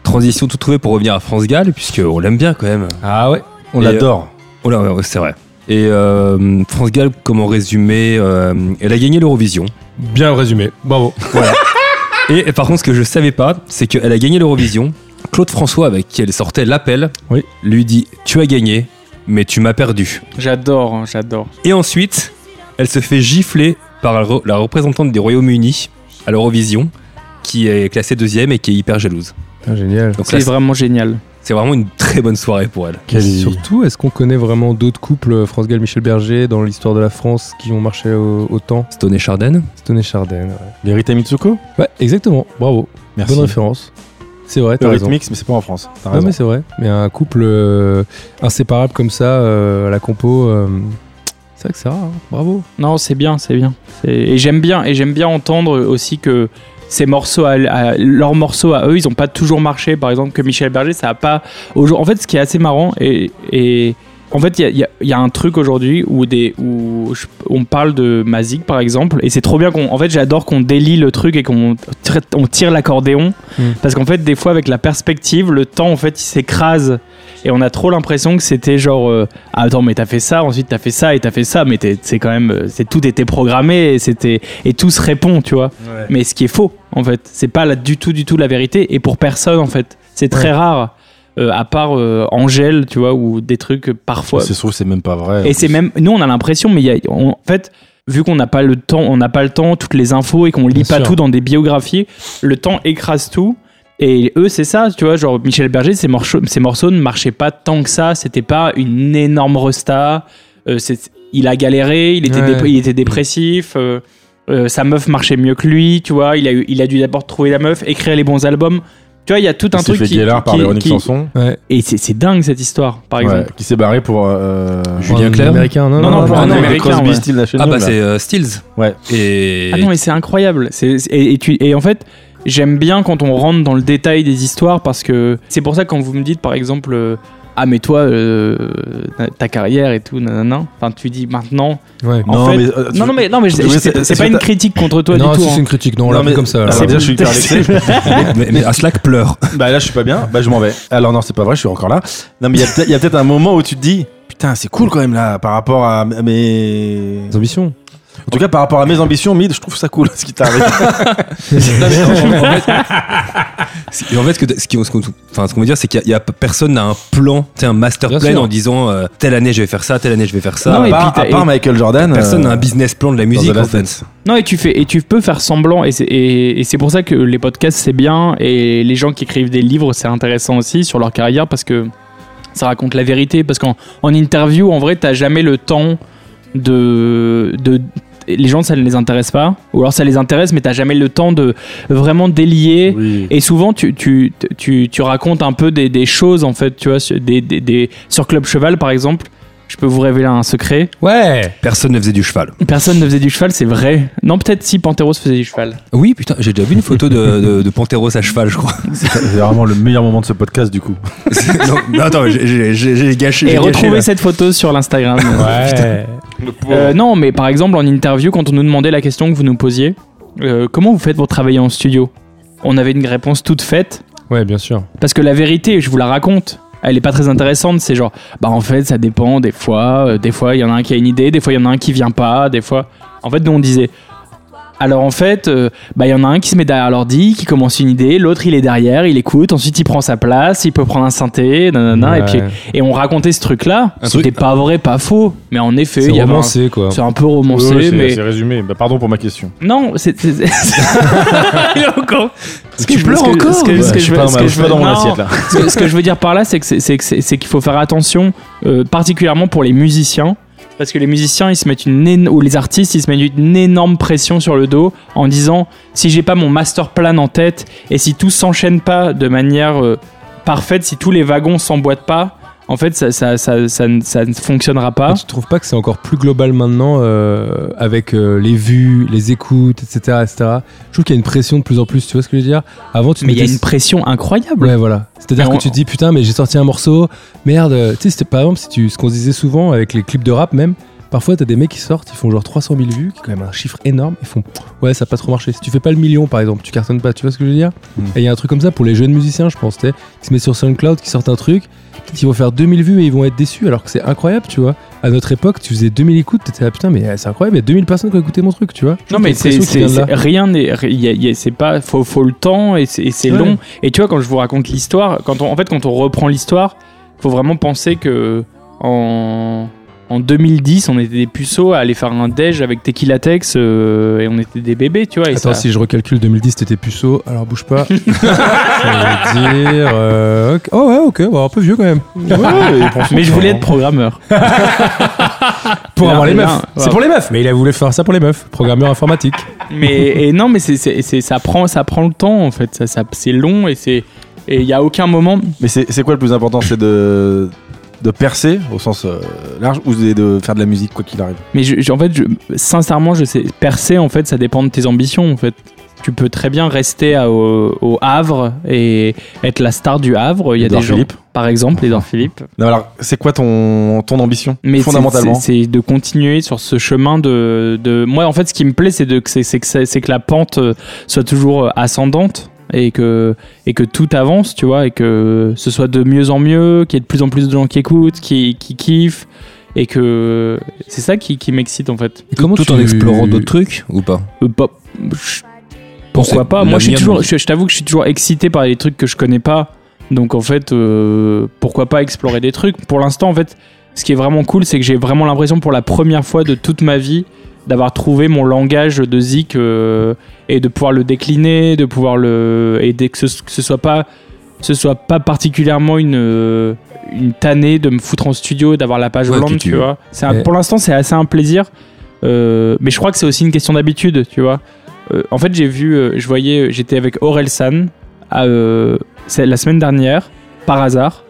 Speaker 1: Transition tout trouvée pour revenir à France Gall, puisque on l'aime bien quand même.
Speaker 2: Ah ouais
Speaker 4: On
Speaker 1: Et,
Speaker 4: l'adore.
Speaker 1: Oh là, ouais, c'est vrai. Et euh, France Gall, comment résumer euh, Elle a gagné l'Eurovision.
Speaker 2: Bien résumé. Bravo.
Speaker 1: Et, et par contre, ce que je savais pas, c'est qu'elle a gagné l'Eurovision. Claude François, avec qui elle sortait l'appel,
Speaker 4: Oui.
Speaker 1: lui dit Tu as gagné, mais tu m'as perdu.
Speaker 5: J'adore, hein, j'adore.
Speaker 1: Et ensuite, elle se fait gifler par la re- la représentante des Royaumes-Unis à l'Eurovision, qui est classée deuxième et qui est hyper jalouse.
Speaker 2: Putain, Ah, génial.
Speaker 1: Donc
Speaker 5: C'est
Speaker 1: là,
Speaker 5: vraiment génial.
Speaker 1: c'est vraiment une très bonne soirée pour elle.
Speaker 4: Quelle-
Speaker 2: Surtout, est-ce qu'on connaît vraiment d'autres couples, euh, France Gall, Michel Berger, dans l'histoire de la France, qui ont marché au- autant
Speaker 1: Stoney Charden
Speaker 2: Stoney Chardin. Ouais.
Speaker 4: Les Rita Mitsuko
Speaker 2: Ouais, exactement. Bravo.
Speaker 4: Merci.
Speaker 2: Bonne référence. C'est vrai,
Speaker 4: Le
Speaker 2: t'as raison.
Speaker 4: Rhythmix, mais c'est pas en France. T'as
Speaker 2: Non,
Speaker 4: raison.
Speaker 2: mais c'est vrai. Mais un couple euh, inséparable comme ça, euh, à la compo, euh, c'est vrai que c'est rare. hein. Bravo.
Speaker 5: Non, c'est bien, c'est bien. C'est- Et j'aime bien, et j'aime bien entendre aussi que ces morceaux, à, à- leurs morceaux à eux, ils n'ont pas toujours marché. Par exemple, que Michel Berger, ça a pas. aujourd'hui- En fait, ce qui est assez marrant et, et En fait, il y a- il y, a- il y a un truc aujourd'hui où, des, où je- on parle de Mazik, par exemple, et c'est trop bien qu'on. En fait, j'adore qu'on délie le truc et qu'on tire, on tire l'accordéon.
Speaker 2: Mm.
Speaker 5: Parce qu'en fait, des fois, avec la perspective, le temps, en fait, il s'écrase. Et on a trop l'impression que c'était genre. euh, ah, attends, mais t'as fait ça, ensuite t'as fait ça et t'as fait ça, mais t'es- c'est quand même. euh, c'est Tout était programmé et, c'était- et tout se répond, tu vois. Mais ce qui est faux, en fait, c'est pas là, du tout, du tout la vérité. Et pour personne, en fait. C'est très rare. euh, à part euh, Angèle, tu vois, ou des trucs euh, parfois.
Speaker 4: C'est sûr, c'est même pas vrai.
Speaker 5: Et c'est même, nous on a l'impression, mais il y a- on- en fait, vu qu'on n'a pas le temps, on n'a pas le temps, toutes les infos et qu'on lit
Speaker 2: Bien
Speaker 5: pas
Speaker 2: sûr.
Speaker 5: tout dans des biographies, le temps écrase tout. Et eux, c'est ça, tu vois, genre Michel Berger, ses morceaux, ses morceaux ne marchaient pas tant que ça. C'était pas une énorme resta. Euh, c'est- il a galéré, il était,
Speaker 2: Ouais.
Speaker 5: dépr- il était dépressif. euh, euh, sa meuf marchait mieux que lui, tu vois. Il a, eu- il a dû d'abord trouver la meuf, écrire les bons albums. Tu vois, il y a tout un
Speaker 4: Il s'est
Speaker 5: truc
Speaker 4: fait
Speaker 5: qui,
Speaker 4: Guélard par
Speaker 5: qui-
Speaker 4: Véronique
Speaker 5: qui-
Speaker 4: Sanson,
Speaker 2: Ouais.
Speaker 5: Et c'est c'est dingue cette histoire, par
Speaker 4: ouais,
Speaker 5: exemple.
Speaker 4: qui s'est barré pour. euh,
Speaker 1: Julien
Speaker 2: Un
Speaker 1: Clerc
Speaker 2: Américain, non,
Speaker 5: Non, non, pour
Speaker 4: un
Speaker 5: un
Speaker 4: mec de
Speaker 5: Américain,
Speaker 4: Ah, Crosby,
Speaker 5: ouais.
Speaker 4: Stills, Nash et
Speaker 1: Ah bah
Speaker 4: Young, là.
Speaker 1: c'est euh, Stills.
Speaker 4: Ouais.
Speaker 1: Et
Speaker 5: Ah non, mais c'est incroyable. C'est- c'est- et, et tu- et en fait, j'aime bien quand on rentre dans le détail des histoires parce que c'est pour ça quand vous me dites par exemple euh, Ah, mais toi, euh, ta carrière et tout, nanana. Enfin, tu dis maintenant.
Speaker 2: Ouais.
Speaker 5: En fait-
Speaker 4: euh, tu-
Speaker 5: non, non, mais, non, mais
Speaker 4: tu
Speaker 5: c'est-
Speaker 4: veux-
Speaker 5: c'est
Speaker 4: c'est-
Speaker 5: c'est pas
Speaker 4: c'est-
Speaker 5: une critique contre toi
Speaker 2: non,
Speaker 5: du tout.
Speaker 2: si, c'est
Speaker 5: hein.
Speaker 2: une critique. Non, on
Speaker 4: Non,
Speaker 2: l'a
Speaker 4: mais-
Speaker 2: pris comme ça. alors.
Speaker 4: Alors, Bah, déjà, je suis hyper vexé.
Speaker 1: mais, mais Aslak pleure.
Speaker 4: Bah là, je suis pas bien. Bah je m'en vais. Alors non, c'est pas vrai, je suis encore là. Non, mais il y a peut-être- il y a peut-être un moment où tu te dis, putain, c'est cool quand même là, par rapport à m- à mes.
Speaker 2: Les ambitions.
Speaker 4: En tout cas, par rapport à mes ambitions, Mid, je trouve ça cool ce qui t'arrive.
Speaker 1: C'est- En fait, ce que- ce qu'on ce qu'on- enfin, ce qu'on veut dire, c'est qu'il y a- il y a personne n'a un plan, tu sais, un master
Speaker 2: Bien
Speaker 1: plan
Speaker 2: sûr.
Speaker 1: en disant euh, telle année je vais faire ça, telle année je vais faire ça.
Speaker 5: Non,
Speaker 4: à,
Speaker 5: et
Speaker 4: part,
Speaker 5: puis t'as-
Speaker 4: à part
Speaker 5: et-
Speaker 4: Michael Jordan.
Speaker 1: Personne n'a
Speaker 4: euh,
Speaker 1: un business plan de la musique
Speaker 4: Last
Speaker 1: en fait.
Speaker 4: Dance.
Speaker 5: Non, et tu, fais, et tu peux faire semblant, et c'est et- et c'est pour ça que les podcasts c'est bien, et les gens qui écrivent des livres c'est intéressant aussi sur leur carrière parce que ça raconte la vérité. Parce qu'en en interview, en vrai, t'as jamais le temps de. de les gens ça ne les intéresse pas, ou alors ça les intéresse, mais t'as jamais le temps de vraiment délier.
Speaker 4: Oui.
Speaker 5: Et souvent, tu, tu, tu, tu racontes un peu des, des choses en fait, tu vois, sur- des, des- des- sur Club Cheval par exemple. Je peux vous révéler un secret.
Speaker 2: Ouais.
Speaker 1: Personne ne faisait du cheval.
Speaker 5: Personne ne faisait du cheval, c'est vrai. Non, peut-être si Panteros faisait du cheval.
Speaker 1: Oui, putain, j'ai déjà vu une photo de, de, de Panteros à cheval, je crois.
Speaker 4: C'est vraiment le meilleur moment de ce podcast du coup.
Speaker 1: non, non, attends, j'ai- j'ai j'ai- j'ai gâché.
Speaker 5: Et
Speaker 1: j'ai gâché,
Speaker 5: retrouver
Speaker 1: là.
Speaker 5: cette photo sur l'Instagram.
Speaker 2: Ouais.
Speaker 5: Euh, non, mais par exemple, en interview, quand on nous demandait la question que vous nous posiez, euh, comment vous faites pour travailler en studio On avait une réponse toute faite.
Speaker 2: Ouais, bien sûr.
Speaker 5: Parce que la vérité, je vous la raconte, elle est pas très intéressante. C'est genre, bah en fait, ça dépend des fois. euh, des fois, il y en a un qui a une idée, des fois, il y en a un qui vient pas, des fois. En fait, nous, on disait. Alors en fait, euh, bah il y en a un qui se met derrière l'ordi, qui commence une idée, l'autre il est derrière, il écoute, ensuite il prend sa place, il peut prendre un synthé, nanana, et puis
Speaker 2: Ouais.
Speaker 5: et on racontait ce truc-là.
Speaker 1: Un
Speaker 5: C'était
Speaker 1: truc-
Speaker 5: pas vrai, pas faux. Mais en effet,
Speaker 2: C'est
Speaker 5: il y avait un-
Speaker 2: romancé, quoi.
Speaker 5: C'est un peu romancé,
Speaker 4: Oui, oui, c'est-
Speaker 5: mais.
Speaker 4: c'est résumé. Bah, pardon pour ma question.
Speaker 5: Non, c'est. c'est- c'est- Il est encore. Ce
Speaker 4: Tu
Speaker 5: je-
Speaker 4: pleures
Speaker 5: ce que-
Speaker 4: encore
Speaker 5: ce que- ce
Speaker 4: Ouais, je
Speaker 5: que je
Speaker 4: suis
Speaker 5: veux-
Speaker 4: pas dans
Speaker 5: ce
Speaker 4: ma-
Speaker 5: que
Speaker 4: je suis pas dans mon
Speaker 5: Non,
Speaker 4: assiette là.
Speaker 5: ce que- ce que je veux dire par là, c'est que c'est- c'est que c'est- c'est qu'il faut faire attention, euh, particulièrement pour les musiciens, parce que les musiciens, ils se mettent une éno- ou les artistes, ils se mettent une énorme pression sur le dos en disant si j'ai pas mon master plan en tête et si tout s'enchaîne pas de manière euh, parfaite, si tous les wagons s'emboîtent pas, en fait, ça, ça, ça, ça ne- ça ne fonctionnera pas.
Speaker 2: Et tu trouves pas que c'est encore plus global maintenant euh, avec euh, les vues, les écoutes, etc., etc. Je trouve qu'il y a une pression de plus en plus. Tu vois ce que je veux dire Avant, tu te
Speaker 5: Mais il y a
Speaker 2: mettais-
Speaker 5: une pression incroyable.
Speaker 2: Ouais, voilà. C'est-à-dire
Speaker 5: Mais
Speaker 2: que
Speaker 5: on-
Speaker 2: tu te dis putain, mais j'ai sorti un morceau. Merde. euh, Tu sais, c'était- par exemple, si tu, ce qu'on se disait souvent avec les clips de rap, même. Parfois, t'as des mecs qui sortent, ils font genre 300 000 vues, qui est quand même un chiffre énorme. Ils font ouais, ça a pas trop marché. Si tu fais pas le million, par exemple, tu cartonnes pas. Tu vois ce que je veux dire Et il y a un truc comme ça pour les jeunes musiciens, je pense. tu sais, Qui se mettent sur SoundCloud, qui sortent un truc, peut-être ils vont faire 2000 vues et ils vont être déçus, alors que c'est incroyable, tu vois. À notre époque, tu faisais 2000 écoutes, t'étais là putain, mais euh, c'est incroyable, il y a 2000 personnes qui ont écouté mon truc, tu vois. Je trouve
Speaker 5: Non mais
Speaker 2: qu'il y a
Speaker 5: c'est
Speaker 2: une pression qui
Speaker 5: c'est-
Speaker 2: vient de là.
Speaker 5: c'est- rien n'est il y a- il y a- c'est pas faut faut le temps et c'est et c'est
Speaker 2: Ouais.
Speaker 5: long et tu vois quand je vous raconte l'histoire quand on en fait quand on reprend l'histoire faut vraiment penser que en en 2010 on était des puceaux à aller faire un déj avec Tequila Tex euh, et on était des bébés tu vois et
Speaker 2: Attends,
Speaker 5: ça-
Speaker 2: si je recalcule 2010, t'étais puceau, alors bouge pas. ça veut dire. euh, ok- Oh ouais, ok, bon, un peu vieux quand même.
Speaker 5: mais je voulais être programmeur
Speaker 2: Pour
Speaker 5: Là,
Speaker 2: avoir les
Speaker 5: là,
Speaker 2: meufs.
Speaker 5: ouais.
Speaker 2: C'est pour les meufs. Mais il a voulu faire ça pour les meufs, programmeur informatique.
Speaker 5: mais et non mais c'est c'est- c'est- ça prend ça prend le temps en fait ça, ça- c'est long et c'est et il y a aucun moment
Speaker 4: Mais c'est c'est quoi le plus important C'est de de percer au sens euh, large ou de, de faire de la musique quoi qu'il arrive
Speaker 5: Mais je- je- en fait, je- sincèrement, je sais. Percer, en fait, ça dépend de tes ambitions. En fait, tu peux très bien rester à- au, au Havre et être la star du Havre. Il y a
Speaker 4: Édouard
Speaker 5: des gens,
Speaker 4: Philippe.
Speaker 5: par exemple, Edouard Philippe.
Speaker 4: Non, alors c'est quoi ton, ton ambition
Speaker 5: Mais c'est-
Speaker 4: fondamentalement
Speaker 5: c'est c'est de continuer sur ce chemin de, de- Moi, en fait, ce qui me plaît, c'est de c'est c'est que ça- c'est que la pente euh, soit toujours ascendante. Et que, et que tout avance, tu vois, et que ce soit de mieux en mieux, qu'il y ait de plus en plus de gens qui écoutent, qui, qui kiffent, et que c'est ça qui, qui m'excite en fait.
Speaker 2: Et comment
Speaker 1: Tout en
Speaker 2: tu-
Speaker 1: explorant d'autres trucs ou pas
Speaker 5: Euh, bah, je- pourquoi
Speaker 1: C'est
Speaker 5: pas Moi, je suis
Speaker 1: l'avenir
Speaker 5: toujours,
Speaker 1: de-
Speaker 5: je, je t'avoue que je suis toujours excité par les trucs que je connais pas. Donc, en fait, euh, pourquoi pas explorer des trucs Pour l'instant, en fait, ce qui est vraiment cool, c'est que j'ai vraiment l'impression, pour la première fois de toute ma vie, d'avoir trouvé mon langage de zik euh, et de pouvoir le décliner, de pouvoir le et dès que ce, que ce soit pas ce soit pas particulièrement une euh, une tannée de me foutre en studio, d'avoir la page
Speaker 1: Ouais,
Speaker 5: blanche,
Speaker 1: que tu-
Speaker 5: tu vois. C'est un-
Speaker 2: Et-
Speaker 5: pour l'instant, c'est assez un plaisir. Euh, mais je crois que c'est aussi une question d'habitude, tu vois. Euh, en fait, j'ai vu, euh, je voyais, j'étais avec Aurel San à, euh, c'est la semaine dernière, par hasard,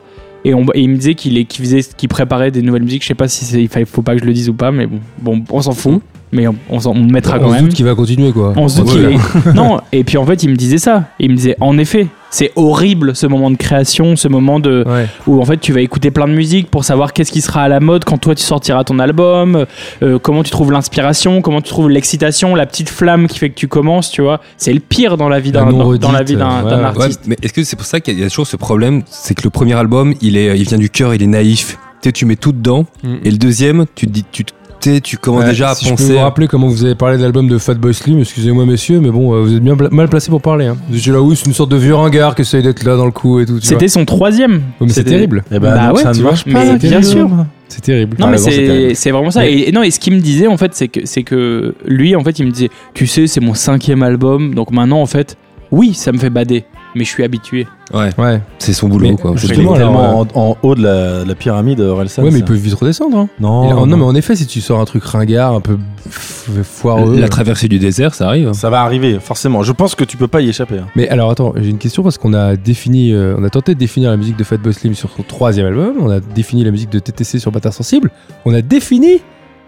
Speaker 5: et, on, et il me disait qu'il est- qu'il faisait, qu'il préparait des nouvelles musiques. Je sais pas si c'est- il fallait, faut pas que je le dise ou pas, mais bon, bon on s'en fout, mais on, on, s'en- on le mettra
Speaker 2: on
Speaker 5: quand
Speaker 2: se
Speaker 5: même.
Speaker 2: doute qu'il va continuer quoi.
Speaker 5: On se doute qu'il
Speaker 2: Ouais.
Speaker 5: est- Non, et puis en fait, il me disait ça. Il me disait, en effet, c'est horrible ce moment de création, ce moment de,
Speaker 2: Ouais.
Speaker 5: où en fait tu vas écouter plein de musique pour savoir qu'est-ce qui sera à la mode quand toi tu sortiras ton album, euh, comment tu trouves l'inspiration, comment tu trouves l'excitation, la petite flamme qui fait que tu commences, tu vois. C'est le pire dans la vie
Speaker 2: La
Speaker 5: d'un dans,
Speaker 2: non-redite,
Speaker 5: dans la vie d'un
Speaker 2: ouais,
Speaker 5: d'un
Speaker 2: ouais.
Speaker 1: Ouais,
Speaker 5: artiste.
Speaker 1: mais est-ce que c'est pour ça qu'il y a toujours ce problème C'est que le premier album, il, est, il vient du cœur, il est naïf. Tu sais, tu mets tout dedans. Et le deuxième, tu te dis, tu, te- tu sais, tu commences
Speaker 2: Ouais,
Speaker 1: déjà à
Speaker 2: si Je peux
Speaker 1: penser.
Speaker 2: vous
Speaker 1: à-
Speaker 2: rappeler comment vous avez parlé de l'album de Fatboy Slim, excusez-moi messieurs, mais bon, euh, vous êtes bien pla- mal placé pour parler. Hein. Vous étiez là, oui, c'est une sorte de vieux ringard qui essaye d'être là dans le coup et tout. tu vois.
Speaker 5: C'était son troisième.
Speaker 2: Ouais, mais c'est
Speaker 5: C'était-
Speaker 2: terrible.
Speaker 4: Eh
Speaker 5: Bah
Speaker 4: non,
Speaker 5: ouais,
Speaker 4: ça
Speaker 5: tu
Speaker 4: ne
Speaker 5: vois,
Speaker 4: marche pas.
Speaker 5: mais bien
Speaker 4: Guillaume.
Speaker 5: sûr.
Speaker 2: C'est terrible.
Speaker 5: Non
Speaker 4: Ah,
Speaker 5: mais
Speaker 4: là, bon, c'est
Speaker 5: c'est
Speaker 4: terrible.
Speaker 5: c'est vraiment ça.
Speaker 2: Mais-
Speaker 5: Et, et non et ce qu'il me disait en fait c'est que c'est que lui en fait il me disait tu sais c'est mon cinquième album donc maintenant en fait oui ça me fait bader mais je suis habitué.
Speaker 1: Ouais,
Speaker 2: Ouais.
Speaker 1: c'est son boulot,
Speaker 2: Mais-
Speaker 1: quoi.
Speaker 4: Je
Speaker 2: Justement,
Speaker 4: l'ai
Speaker 2: alors,
Speaker 4: tellement en, en haut de la, de la pyramide, Orelsan.
Speaker 2: ouais, mais
Speaker 4: ça.
Speaker 2: ils peuvent vite redescendre. Hein. Il-
Speaker 4: Oh, Non,
Speaker 2: non, mais en effet, si tu sors un truc ringard, un peu f- foireux. euh,
Speaker 1: La traversée du désert, ça arrive. hein.
Speaker 4: ça va arriver, forcément. Je pense que tu peux pas y échapper. hein.
Speaker 2: Mais alors attends, j'ai une question parce qu'on a défini, euh, on a tenté de définir la musique de Fatboy Slim sur son troisième album, on a défini la musique de TTC sur Bâtard Sensible, on a défini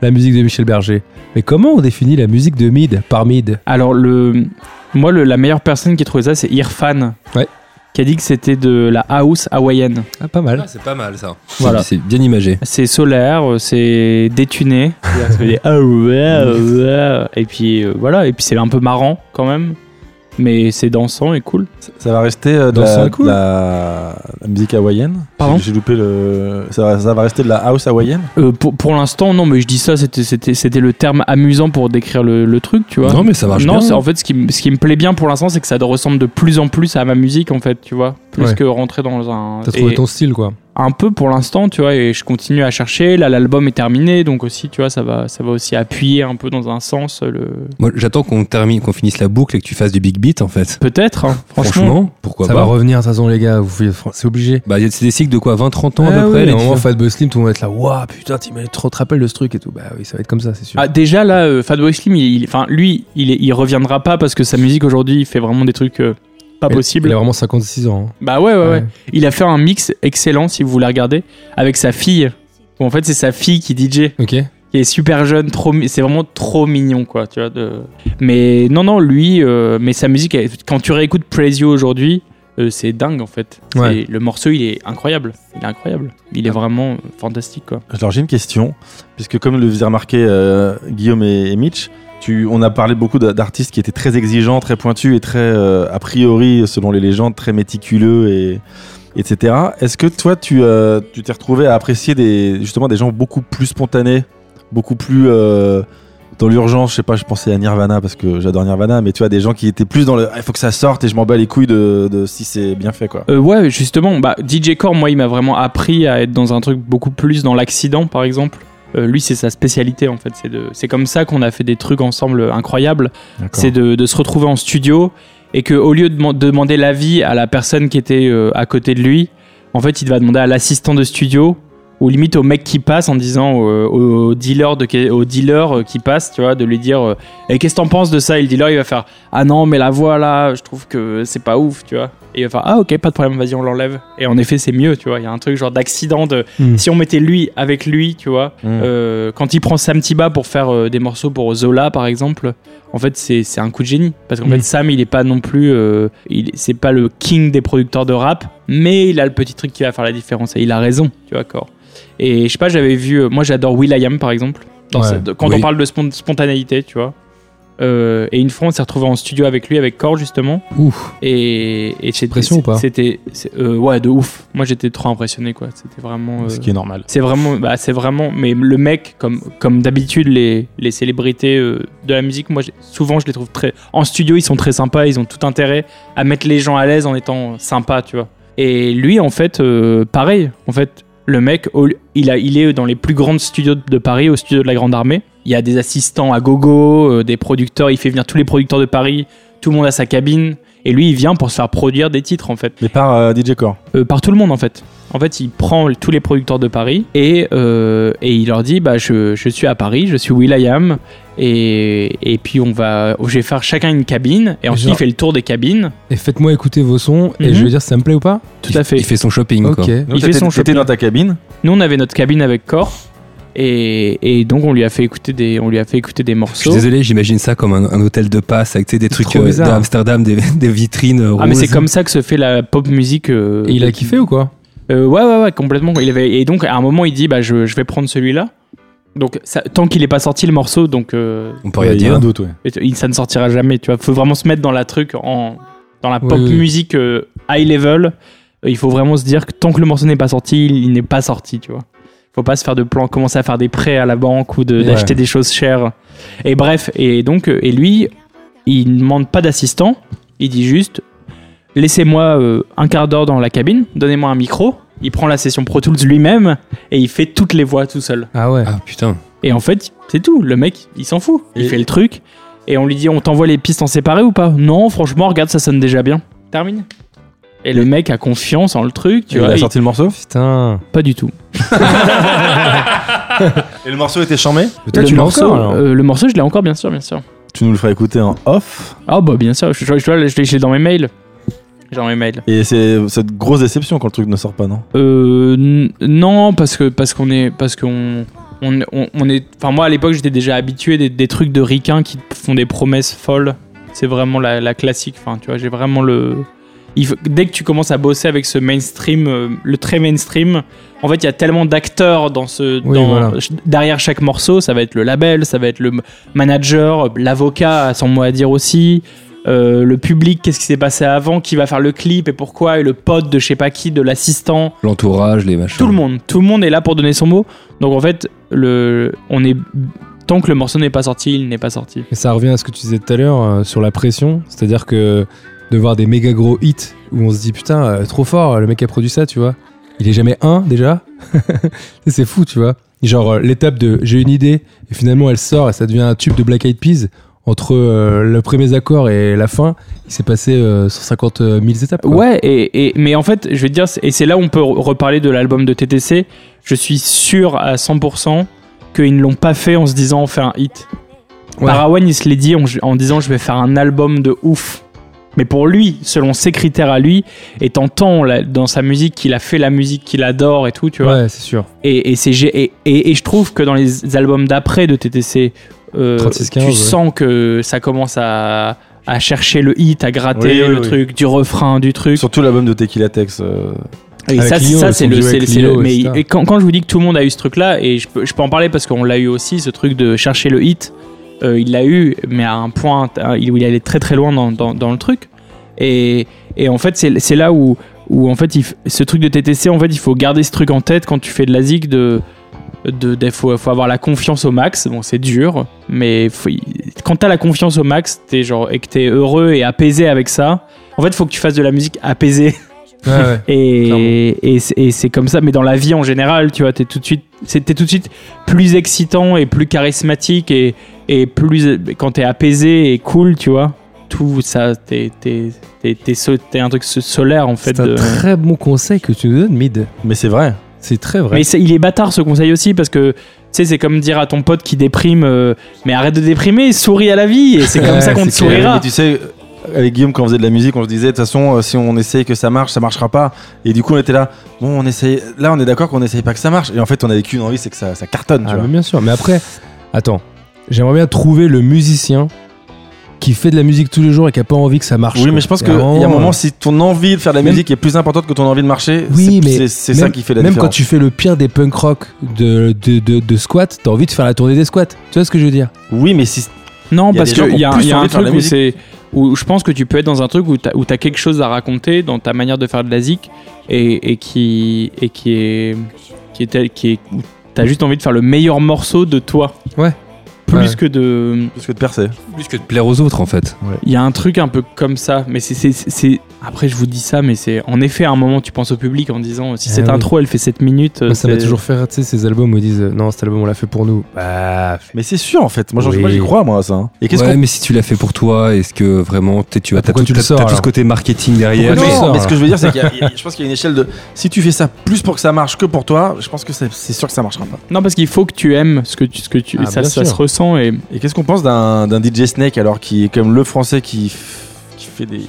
Speaker 2: la musique de Michel Berger. Mais comment on définit la musique de Mid par Mid
Speaker 5: Alors le moi le- la meilleure personne qui a trouvé ça c'est Irfan.
Speaker 2: Ouais.
Speaker 5: Qui a dit que c'était de la house hawaïenne.
Speaker 2: Ah, pas mal.
Speaker 1: c'est pas mal, ça.
Speaker 5: Voilà.
Speaker 1: C'est bien imagé.
Speaker 5: C'est solaire, euh, c'est détuné. Ça fait des ah ouais, ouais. et puis euh, voilà, et puis c'est un peu marrant quand même, mais c'est dansant et cool.
Speaker 4: Ça, ça va rester euh, de
Speaker 2: Dans
Speaker 4: la,
Speaker 2: un coup.
Speaker 4: de la- la musique hawaïenne.
Speaker 5: Pardon
Speaker 4: J'ai j'ai loupé le. Ça, va- ça va rester de la house hawaïenne.
Speaker 5: Euh, pour pour l'instant non, mais je dis ça, c'était c'était c'était le terme amusant pour décrire le, le truc, tu vois.
Speaker 1: Non, mais ça
Speaker 2: bah,
Speaker 1: marche
Speaker 5: Non,
Speaker 1: bien.
Speaker 5: c'est- en fait, ce qui, me- ce qui me plaît bien pour l'instant, c'est que ça ressemble de plus en plus à ma musique, en fait, tu vois. Plus
Speaker 2: Ouais.
Speaker 5: que rentrer dans un.
Speaker 2: T'as trouvé
Speaker 5: et-
Speaker 2: ton style quoi.
Speaker 5: un peu pour l'instant, tu vois, et je continue à chercher. Là, l'album est terminé, donc aussi, tu vois, ça va, ça va aussi appuyer un peu dans un sens. euh, Le...
Speaker 1: Moi, j'attends qu'on termine, qu'on finisse la boucle et que tu fasses du big beat, en fait.
Speaker 5: Peut-être, hein, franchement.
Speaker 1: Franchement, pourquoi
Speaker 2: Ça va
Speaker 1: pas
Speaker 2: revenir de toute façon les gars, vous pouvez- c'est obligé.
Speaker 1: Bah, il y a- c'est des cycles de quoi 20-30 ans à
Speaker 2: Ah
Speaker 1: peu
Speaker 2: oui,
Speaker 1: près les
Speaker 2: à un moment
Speaker 1: différents-
Speaker 2: Fatboy Slim, tout le monde va être là, waouh putain, t'imagines trop te rappelles de ce truc et tout. Bah oui, ça va être comme ça, c'est sûr.
Speaker 5: Ah, déjà, là, euh, Fatboy Slim, il, il- enfin, lui, il, est- il reviendra pas parce que sa musique aujourd'hui, il fait vraiment des trucs euh, pas
Speaker 2: Mais-
Speaker 5: possibles.
Speaker 2: Il a vraiment 56 ans. hein.
Speaker 5: Bah ouais, ouais, ouais,
Speaker 2: Ouais.
Speaker 5: Il a fait un mix excellent, si vous voulez regarder, avec sa fille. Bon, en fait, c'est sa fille qui DJ.
Speaker 2: Ok.
Speaker 5: qui est super jeune, trop, mi- c'est vraiment trop mignon quoi, tu vois. De... Mais non, non, lui, euh, mais sa musique, elle- quand tu réécoutes Praise You aujourd'hui, euh, c'est dingue en fait. C'est-
Speaker 2: Ouais.
Speaker 5: Le morceau, il est incroyable, il est incroyable, il est vraiment euh, fantastique quoi.
Speaker 4: Alors j'ai une question, puisque comme le faisait remarquer euh, Guillaume et, et Mitch, tu, on a parlé beaucoup d'a- d'artistes qui étaient très exigeants, très pointus et très, euh, a priori, selon les légendes, très méticuleux et etc. Est-ce que toi, tu euh, tu t'es retrouvé à apprécier des, justement des gens beaucoup plus spontanés, beaucoup plus euh, dans l'urgence, je sais pas, je pensais à Nirvana parce que j'adore Nirvana, mais tu as des gens qui étaient plus dans le, Ah, il faut que ça sorte et je m'en bats les couilles de, de si c'est bien fait quoi.
Speaker 5: Euh, ouais, justement, bah, DJ Core, moi, il m'a vraiment appris à être dans un truc beaucoup plus dans l'accident, par exemple. Euh, lui, c'est sa spécialité en fait. C'est de- c'est comme ça qu'on a fait des trucs ensemble euh, incroyables. C'est de, de se retrouver en studio et que au lieu de demand- de demander l'avis à la personne qui était euh, à côté de lui, en fait, il va demander à l'assistant de studio ou limite au mec qui passe en disant euh, au, au dealer de que- au dealer euh, qui passe, tu vois, de lui dire euh, et qu'est-ce que t'en penses de ça Et le dealer, il va faire ah non, mais la voix là, je trouve que c'est pas ouf, tu vois. Et il va faire Ah, ok, pas de problème, vas-y, on l'enlève. Et en effet, c'est mieux, tu vois. Il y a un truc genre d'accident de.
Speaker 2: Mm.
Speaker 5: Si on mettait lui avec lui, tu vois,
Speaker 2: Hmm.
Speaker 5: euh, quand il prend Sam Tiba pour faire euh, des morceaux pour Zola, par exemple, en fait, c'est c'est un coup de génie. Parce qu'en
Speaker 2: Mm.
Speaker 5: fait, Sam, il est pas non plus. euh, il- c'est pas le king des producteurs de rap, mais il a le petit truc qui va faire la différence. Et il a raison, tu vois, Cor. Et je sais pas, j'avais vu. euh, moi, j'adore Will I Am, par exemple. dans
Speaker 2: Ouais,
Speaker 5: cette- quand on
Speaker 1: oui.
Speaker 5: parle de spon- spontanéité, tu vois. Euh, et une fois, on s'est retrouvé en studio avec lui, avec Cor, justement.
Speaker 2: Ouf.
Speaker 5: Et, et c'était-
Speaker 2: Pression ou pas
Speaker 5: C'était. c'est- euh, ouais, de ouf. Moi, j'étais trop impressionné, quoi. C'était vraiment. euh,
Speaker 4: Ce qui est normal.
Speaker 5: c'est vraiment, bah, c'est vraiment. Mais le mec, comme, comme d'habitude, les, les célébrités euh, de la musique, moi, j'ai- souvent, je les trouve très. En studio, ils sont très sympas. Ils ont tout intérêt à mettre les gens à l'aise en étant sympa, tu vois. Et lui, en fait, euh, pareil. En fait, le mec, au- il, a, il est dans les plus grandes studios de Paris, au studio de la Grande Armée. Il y a des assistants à gogo, euh, des producteurs. Il fait venir tous les producteurs de Paris. Tout le monde a sa cabine. Et lui, il vient pour se faire produire des titres, en fait.
Speaker 4: Mais par euh, DJ Core.
Speaker 5: Euh, par tout le monde en fait. En fait, il prend tous les producteurs de Paris et, euh, et il leur dit bah, je, je suis à Paris, je suis Will I Am, et, et puis on va, je vais faire chacun une cabine, et ensuite
Speaker 2: genre-
Speaker 5: il fait le tour des cabines.
Speaker 2: Et faites-moi écouter vos sons et
Speaker 5: Mhm.
Speaker 2: je vais dire si ça me plaît ou pas.
Speaker 5: Tout à fait.
Speaker 1: Il fait son shopping, quoi.
Speaker 2: Ok.
Speaker 5: Il fait son
Speaker 4: T'étais
Speaker 5: shopping.
Speaker 4: dans ta cabine.
Speaker 5: Nous, on avait notre cabine avec Cor, et, et donc on lui a fait écouter des, on lui a fait écouter des
Speaker 1: Je suis
Speaker 5: morceaux.
Speaker 1: désolé, j'imagine ça comme un, un hôtel de passe avec tu sais, des trucs
Speaker 2: Trop
Speaker 1: euh,
Speaker 2: bizarre.
Speaker 1: d'Amsterdam, des, des vitrines euh,
Speaker 5: Ah mais c'est
Speaker 1: roses.
Speaker 5: comme ça que se fait la pop musique. euh,
Speaker 2: Et il a kiffé ou quoi
Speaker 5: Euh, ouais, ouais, ouais, complètement. Il avait... Et donc, à un moment, il dit bah, je, je vais prendre celui-là. Donc, ça- tant qu'il n'est pas sorti le morceau, donc euh,
Speaker 1: On peut rien
Speaker 4: Il y a un
Speaker 1: dire.
Speaker 4: doute, ouais.
Speaker 5: et- ça ne sortira jamais. Tu vois, faut vraiment se mettre dans la truc en dans la
Speaker 2: Oui,
Speaker 5: pop
Speaker 2: oui.
Speaker 5: musique euh, high level. Euh, Il faut vraiment se dire que tant que le morceau n'est pas sorti, il, il n'est pas sorti. Tu vois, faut pas se faire de plan, commencer à faire des prêts à la banque ou de-
Speaker 2: Ouais.
Speaker 5: d'acheter des choses chères. Et bref, et donc, euh, et lui, il ne demande pas d'assistant. Il dit juste laissez-moi euh, un quart d'heure dans la cabine, donnez-moi un micro. Il prend la session Pro Tools lui-même et il fait toutes les voix tout seul.
Speaker 2: Ah ouais.
Speaker 1: Ah putain.
Speaker 5: Et en fait, c'est tout. Le mec, il s'en fout. Il
Speaker 4: Et-
Speaker 5: fait le truc. Et on lui dit, on t'envoie les pistes en séparé ou pas Non, franchement, regarde, ça sonne déjà bien. Termine. Et le mec a confiance en le truc, tu
Speaker 4: il
Speaker 5: vois.
Speaker 4: a
Speaker 5: il-
Speaker 4: sorti le morceau.
Speaker 2: Putain.
Speaker 5: Pas du tout.
Speaker 4: Et le morceau était charmé.
Speaker 2: Toi,
Speaker 5: le,
Speaker 2: tu l'as
Speaker 5: morceau,
Speaker 2: encore, alors
Speaker 5: euh, le morceau, je l'ai encore, bien sûr, bien sûr.
Speaker 4: Tu nous le feras écouter en off.
Speaker 5: Ah bah bien sûr, je, je, je- je l'ai- je l'ai dans mes mails. J'ai Dans mes mails.
Speaker 4: Et c'est cette grosse déception quand le truc ne sort pas, non
Speaker 5: Euh, n- non, parce que parce qu'on est parce qu'on on, on- on est. Enfin moi à l'époque j'étais déjà habitué des, des trucs de ricains qui te font des promesses folles. C'est vraiment la, la classique. Enfin tu vois j'ai vraiment le. il faut- dès que tu commences à bosser avec ce mainstream, euh, le très mainstream, en fait il y a tellement d'acteurs dans ce
Speaker 2: Oui,
Speaker 5: dans-
Speaker 2: voilà.
Speaker 5: ch- derrière chaque morceau. Ça va être le label, ça va être le m- manager, euh, l'avocat a son mot à dire aussi. euh, le public, qu'est-ce qui s'est passé avant, qui va faire le clip et pourquoi, et le pote de je sais pas qui, de l'assistant,
Speaker 1: L'entourage, les machins.
Speaker 5: tout le monde, tout le monde est là pour donner son mot. Donc en fait, le, on est tant que le morceau n'est pas sorti, il n'est pas sorti.
Speaker 2: Et ça revient à ce que tu disais tout à l'heure euh, sur la pression, c'est-à-dire que de voir des méga gros hits où on se dit putain euh, trop fort, le mec qui a produit ça, tu vois, il est jamais un déjà, c'est fou, tu vois. Genre euh, l'étape de j'ai une idée et finalement elle sort et ça devient un tube de Black Eyed Peas entre euh, le premier accord et la fin, il s'est passé euh, 150 000 étapes. quoi.
Speaker 5: Ouais, et, et- mais en fait, je vais te dire, c'est- et c'est là où on peut re- reparler de l'album de TTC. Je suis sûr à 100% qu'ils ne l'ont pas fait en se disant on fait un hit.
Speaker 2: Ouais.
Speaker 5: Parawan, il se l'est dit en, en disant je vais faire un album de ouf. Mais pour lui, selon ses critères à lui, et t'entends là, dans sa musique qu'il a fait la musique qu'il adore et tout, tu vois.
Speaker 2: Ouais, c'est sûr.
Speaker 5: Et, et, c'est gé- et, et- et je trouve que dans les albums d'après de TTC, euh,
Speaker 2: 36-15,
Speaker 5: tu
Speaker 2: ouais.
Speaker 5: sens que ça commence à, à chercher le hit, à gratter
Speaker 4: Oui, oui,
Speaker 5: le
Speaker 4: oui.
Speaker 5: truc, du refrain, du truc.
Speaker 4: Surtout l'album de Tequila Tex. euh,
Speaker 5: Et
Speaker 2: Avec
Speaker 5: ça,
Speaker 2: Lio,
Speaker 5: ça
Speaker 2: son
Speaker 5: c'est le.
Speaker 2: duo
Speaker 5: c'est
Speaker 2: avec
Speaker 5: le- c'est le-
Speaker 2: Lio,
Speaker 5: mais
Speaker 2: etc.
Speaker 5: et quand, quand je vous dis que tout le monde a eu ce truc-là, et je peux, je peux en parler parce qu'on l'a eu aussi, ce truc de chercher le hit, euh, il l'a eu, mais à un point euh, où il allait très très loin dans, dans- dans le truc. Et, et en fait, c'est c'est là où, où en fait, il f- ce truc de TTC, en fait, il faut garder ce truc en tête quand tu fais de la zig de. De, de- faut, faut avoir la confiance au max, bon c'est dur, mais faut y- quand t'as la confiance au max, t'es genre et que t'es heureux et apaisé avec ça, en fait faut que tu fasses de la musique apaisée
Speaker 2: Ouais, ouais. Clairement.
Speaker 5: et, et c'est- et c'est comme ça, mais dans la vie en général, tu vois, t'es tout de suite, c'est- t'es tout de suite plus excitant et plus charismatique et, et plus quand t'es apaisé et cool, tu vois, tout ça, t'es t'es- t'es- t'es so- t'es un truc so- solaire en fait.
Speaker 2: C'est un
Speaker 5: de-
Speaker 2: très bon conseil que tu nous donnes, Mid.
Speaker 4: Mais c'est vrai.
Speaker 2: C'est très vrai.
Speaker 5: Mais c'est- il est bâtard ce conseil aussi parce que tu sais, c'est comme dire à ton pote qui déprime, euh, mais arrête de déprimer, souris à la vie et c'est comme
Speaker 2: Ouais,
Speaker 5: ça qu'on
Speaker 2: c'est
Speaker 5: te
Speaker 2: clair.
Speaker 5: sourira.
Speaker 4: Mais tu sais, avec Guillaume, quand on faisait de la musique, on se disait de toute façon, euh, si on essaye que ça marche, ça marchera pas. Et du coup, on était là, bon, on essaye. Là, on est d'accord qu'on n'essaye pas que ça marche. Et en fait, on avait qu'une envie, c'est que ça, ça cartonne. tu
Speaker 2: Ah,
Speaker 4: vois.
Speaker 2: mais bien sûr. Mais après, attends, j'aimerais bien trouver le musicien qui fait de la musique tous les jours et qui a pas envie que ça marche.
Speaker 4: Oui,
Speaker 2: quoi.
Speaker 4: mais je pense
Speaker 2: Et
Speaker 4: qu'il y a un moment,
Speaker 2: euh,
Speaker 4: si ton envie de faire de la
Speaker 2: Même-
Speaker 4: musique est plus importante que ton envie de marcher,
Speaker 2: Oui,
Speaker 4: c'est-
Speaker 2: mais
Speaker 4: c'est c'est ça
Speaker 2: même-
Speaker 4: qui fait la
Speaker 2: Même
Speaker 4: différence.
Speaker 2: quand tu fais le pire des punk rock de, de, de, de squat, t'as envie de faire la tournée des squats. Tu vois ce que je veux dire
Speaker 4: Oui, mais si.
Speaker 5: Non,
Speaker 4: Il y a
Speaker 5: parce
Speaker 4: des gens
Speaker 5: qu'il
Speaker 4: qui
Speaker 5: y a,
Speaker 4: ont plus
Speaker 5: il y a
Speaker 4: envie
Speaker 5: un
Speaker 4: de faire de
Speaker 5: truc
Speaker 4: la
Speaker 5: où c'est où je pense que tu peux être dans un truc où t'as as quelque chose à raconter dans ta manière de faire de la zik et, et qui et qui est qui est tel- qui est où t'as juste envie de faire le meilleur morceau de toi.
Speaker 2: Ouais.
Speaker 5: Plus
Speaker 2: Ouais.
Speaker 5: que de
Speaker 4: Parce que de percer.
Speaker 1: Plus que de plaire aux autres en fait.
Speaker 5: il y a un truc un peu comme ça, mais c'est- c'est. c'est- Après, je vous dis ça, mais c'est. En effet, à un moment, tu penses au public en disant si
Speaker 4: Eh
Speaker 2: Ah
Speaker 5: cette
Speaker 2: oui.
Speaker 5: intro, elle fait 7 minutes.
Speaker 2: Moi, ça
Speaker 5: c'est-
Speaker 2: m'a toujours fait, tu sais, ces albums où ils disent euh, non, cet album on l'a fait pour nous. Bah,
Speaker 4: Mais c'est sûr, en fait. Moi, j'en-
Speaker 2: Oui.
Speaker 4: moi, j'y crois, moi, à ça. hein. Et qu'est-ce
Speaker 1: ouais, mais si tu l'as fait pour toi, est-ce que vraiment t'es- tu as,
Speaker 2: Ah,
Speaker 1: t'as
Speaker 2: pourquoi
Speaker 1: tout,
Speaker 2: tu le
Speaker 1: t'as-
Speaker 2: sors,
Speaker 1: t'as tout ce
Speaker 2: alors
Speaker 1: côté marketing derrière
Speaker 2: tu
Speaker 4: Non,
Speaker 2: le sors,
Speaker 4: mais
Speaker 2: là
Speaker 4: ce que je veux dire, c'est qu'il y a- il y a- je pense qu'il y a une échelle de. Si tu fais ça plus pour que ça marche que pour toi, je pense que c'est c'est sûr que ça marchera pas.
Speaker 5: Non, parce qu'il faut que tu aimes ce que tu. Ce que tu
Speaker 2: Ah,
Speaker 5: ça,
Speaker 2: bien
Speaker 5: ça
Speaker 2: sûr.
Speaker 5: se ressent et.
Speaker 4: Et qu'est-ce qu'on pense d'un d'un DJ Snake alors qui est comme le français qui, f- qui fait des.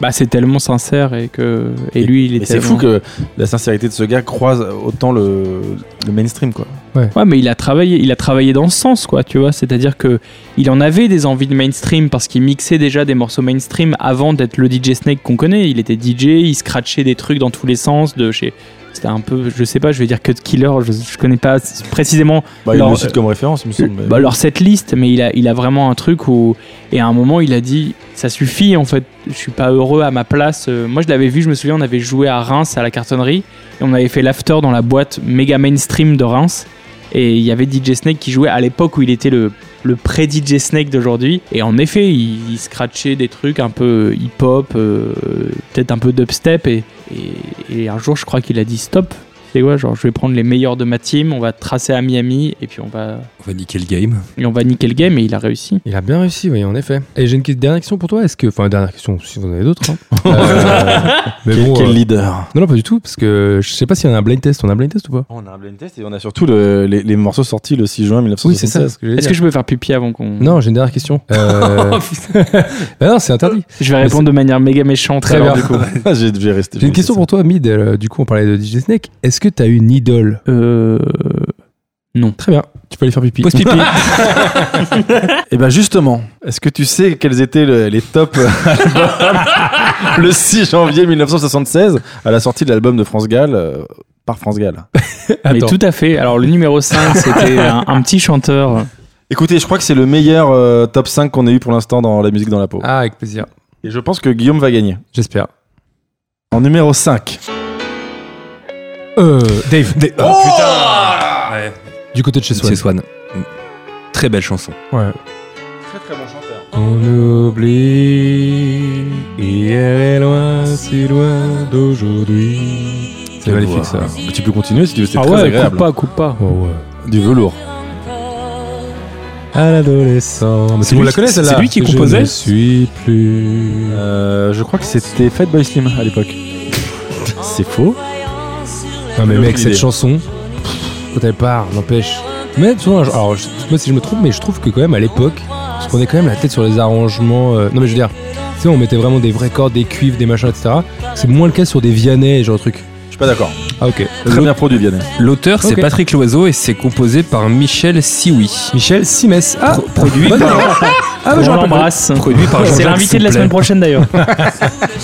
Speaker 5: Bah, c'est tellement sincère et que. Et,
Speaker 4: Et-
Speaker 5: lui, il est.
Speaker 4: Mais c'est
Speaker 5: tellement-
Speaker 4: fou que la sincérité de ce gars croise autant le, le mainstream quoi.
Speaker 5: Ouais, mais il a travaillé, il a travaillé dans ce sens, quoi, tu vois. C'est-à-dire que il en avait des envies de mainstream parce qu'il mixait déjà des morceaux mainstream avant d'être le DJ Snake qu'on connaît. Il était DJ, il scratchait des trucs dans tous les sens. De chez, c'était un peu, je sais pas, je vais dire Cut Killer. Je, je connais pas précisément
Speaker 4: Bah, il
Speaker 5: Non,
Speaker 4: le cite
Speaker 5: euh,
Speaker 4: comme référence, il me semble. mais-
Speaker 5: bah, alors cette liste, mais il a, il a vraiment un truc où, et à un moment, il a dit, ça suffit en fait, je suis pas heureux à ma place. Euh, moi, je l'avais vu, je me souviens, on avait joué à Reims à la cartonnerie, et on avait fait l'after dans la boîte méga mainstream de Reims, et il y avait DJ Snake qui jouait à l'époque où il était le, le pré-DJ Snake d'aujourd'hui, et en effet, il, il scratchait des trucs un peu hip-hop, euh, peut-être un peu dubstep, et, et, et un jour, je crois qu'il a dit stop. C'est quoi, genre, je vais prendre les meilleurs de ma team, on va tracer à Miami, et puis on va
Speaker 1: On va niquer le game.
Speaker 5: et on va niquer le game et il a réussi.
Speaker 2: Il a bien réussi, oui, en effet. Et j'ai une petite- dernière question pour toi. Est-ce que, enfin, dernière question, si vous en avez d'autres. hein. Euh, mais
Speaker 4: Quel,
Speaker 2: bon,
Speaker 4: quel
Speaker 2: euh,
Speaker 4: leader
Speaker 2: non, non, pas du tout, parce que je sais pas s'il y en a un blind test. On a un blind test ou pas
Speaker 4: Oh, On a un blind test et on a surtout le- les, les morceaux sortis le 6 juin 1976.
Speaker 2: Oui, c'est ça. ce que j'allais
Speaker 5: Est-ce
Speaker 2: dire.
Speaker 5: que je peux faire pipi avant qu'on.
Speaker 2: Non, j'ai une dernière question. Euh... bah non, c'est interdit.
Speaker 5: Je vais répondre de manière méga méchante.
Speaker 2: Très
Speaker 5: alors,
Speaker 2: bien.
Speaker 5: du coup.
Speaker 4: Ah, j'ai- je vais rester.
Speaker 2: J'ai une question pour toi, Mid. euh, du coup, on parlait de DJ Snake. Est-ce que t'as une idole
Speaker 5: Euh,
Speaker 2: Très bien. Tu peux aller faire pipi.
Speaker 1: Pose pipi.
Speaker 4: Et ben justement, est-ce que tu sais quels étaient le- les tops albums le 6 janvier 1976 à la sortie de l'album de France Gall euh, par France Gall
Speaker 5: mais
Speaker 2: Attends.
Speaker 5: tout à fait. Alors, le numéro 5, c'était un, un petit chanteur.
Speaker 4: Écoutez, je crois que c'est le meilleur euh, top 5 qu'on ait eu pour l'instant dans la musique dans la peau.
Speaker 2: Ah, avec plaisir.
Speaker 4: Et je pense que Guillaume va gagner.
Speaker 2: J'espère.
Speaker 4: En numéro 5.
Speaker 2: Euh, Dave,
Speaker 1: putain
Speaker 2: du côté de chez Swan.
Speaker 1: C'est Swan. Très belle chanson.
Speaker 2: Ouais.
Speaker 4: Très très bon chanteur.
Speaker 2: On oublie, hier est loin, si loin d'aujourd'hui. C'est magnifique ça.
Speaker 4: Mais tu peux continuer si tu veux, c'est
Speaker 5: Ah
Speaker 4: très
Speaker 5: ouais, coupe
Speaker 4: agréable.
Speaker 5: pas, coupe pas.
Speaker 2: Oh ouais.
Speaker 4: Du velours.
Speaker 2: À l'adolescent. Mais
Speaker 1: C'est lui- c'est
Speaker 2: celle-là.
Speaker 1: lui qui composait
Speaker 2: Je ne suis plus.
Speaker 4: Euh, je crois que c'était Fatboy Slim à l'époque. C'est faux.
Speaker 2: Non mais
Speaker 4: Aucune
Speaker 2: mec, cette
Speaker 4: idée.
Speaker 2: chanson, pff, quand elle part, n'empêche. Mais souvent, je- alors, je- moi si je me trompe, mais je trouve que quand même à l'époque, on se prenait quand même la tête sur les arrangements. euh, non mais je veux dire, tu sais, on mettait vraiment des vrais cordes, des cuivres, des machins, etc. C'est moins le cas sur des Vianney et genre de trucs.
Speaker 4: Je suis pas d'accord.
Speaker 2: Ah ok.
Speaker 4: Très bien produit, Vianney.
Speaker 1: L'auteur, c'est
Speaker 2: Ok.
Speaker 1: Patrick Loiseau et c'est composé par Michel Sioui.
Speaker 2: Michel Simès. Ah,
Speaker 1: Produit
Speaker 2: bonne
Speaker 1: par,
Speaker 2: idée. Ah, bah,
Speaker 5: on
Speaker 2: j'aurais pas cru.
Speaker 5: l'embrasse.
Speaker 1: produit par Jean-Jacques
Speaker 5: C'est l'invité de la
Speaker 1: Soupelet.
Speaker 5: semaine prochaine d'ailleurs.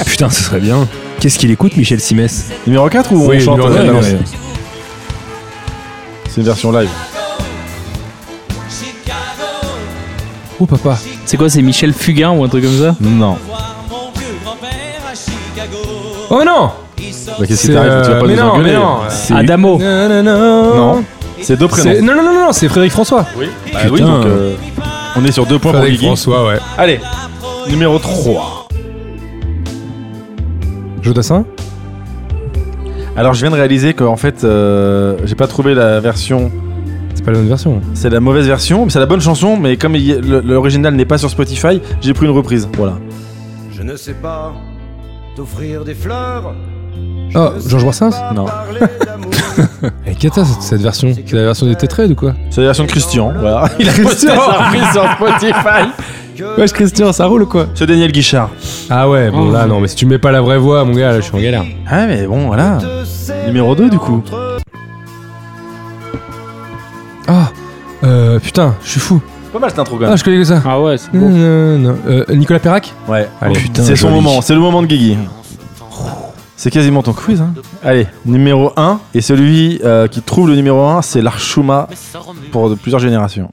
Speaker 1: Putain, ce serait bien. Qu'est-ce qu'il écoute, Michel Simès
Speaker 4: Numéro 4 ou
Speaker 2: Oui,
Speaker 4: on chante
Speaker 2: numéro
Speaker 4: euh,
Speaker 2: quatre,
Speaker 4: non,
Speaker 2: ouais.
Speaker 1: Bah,
Speaker 4: c'est- C'est une version live.
Speaker 2: Oh papa.
Speaker 5: C'est quoi, c'est Michel Fugain ou un truc comme ça
Speaker 4: Non.
Speaker 2: Oh non
Speaker 4: Bah, qu'est-ce qui t'arrive Tu vas pas
Speaker 2: euh, mais
Speaker 4: nous
Speaker 2: non,
Speaker 4: engueuler.
Speaker 2: mais non.
Speaker 4: C'est-
Speaker 5: Adamo.
Speaker 2: Non, non, Oh. non.
Speaker 4: Non. C'est deux
Speaker 2: C'est-
Speaker 4: prénoms.
Speaker 2: Non, non, non, non, c'est Frédéric François.
Speaker 4: Bah oui,
Speaker 1: Putain.
Speaker 4: donc, euh, on est sur deux points pour Guigui.
Speaker 2: François, ouais.
Speaker 4: Allez, numéro 3.
Speaker 2: Jodassin
Speaker 4: Alors, je viens de réaliser qu'en fait, euh, j'ai pas trouvé la version.
Speaker 2: C'est pas la bonne version.
Speaker 4: C'est la mauvaise version, mais c'est la bonne chanson, mais comme il y a- le- l'original n'est pas sur Spotify, j'ai pris une reprise. Voilà.
Speaker 8: Je ne sais pas t'offrir des fleurs.
Speaker 2: Ah, Georges Brassens
Speaker 4: Non.
Speaker 2: Et qu'est-ce que c'est, cette version C'est la version des Tetraids ou quoi
Speaker 4: C'est la version de Christian. Voilà. Il a posté sa reprise sur Spotify.
Speaker 2: Wesh Christian, ça roule ou quoi
Speaker 4: Ce Daniel Guichard.
Speaker 2: Ah ouais, bon
Speaker 5: Oh.
Speaker 2: là non, mais si tu mets pas la vraie voix, mon gars, là, je suis en galère.
Speaker 4: Ah, mais bon, voilà. Numéro 2, du coup.
Speaker 2: Ah, euh, putain, je suis fou.
Speaker 4: Pas mal cette intro, quand
Speaker 2: Ah,
Speaker 4: même.
Speaker 2: je connais que ça.
Speaker 5: Ah ouais, c'est
Speaker 2: Non,
Speaker 5: beau.
Speaker 2: non, non. Euh, Nicolas Perrac
Speaker 4: Ouais.
Speaker 2: Allez.
Speaker 4: c'est son
Speaker 1: joli.
Speaker 4: moment, c'est le moment de Guigui. C'est quasiment ton quiz. Hein. Allez, numéro 1. Et celui euh, qui trouve le numéro 1, c'est l'Archuma pour de- plusieurs générations.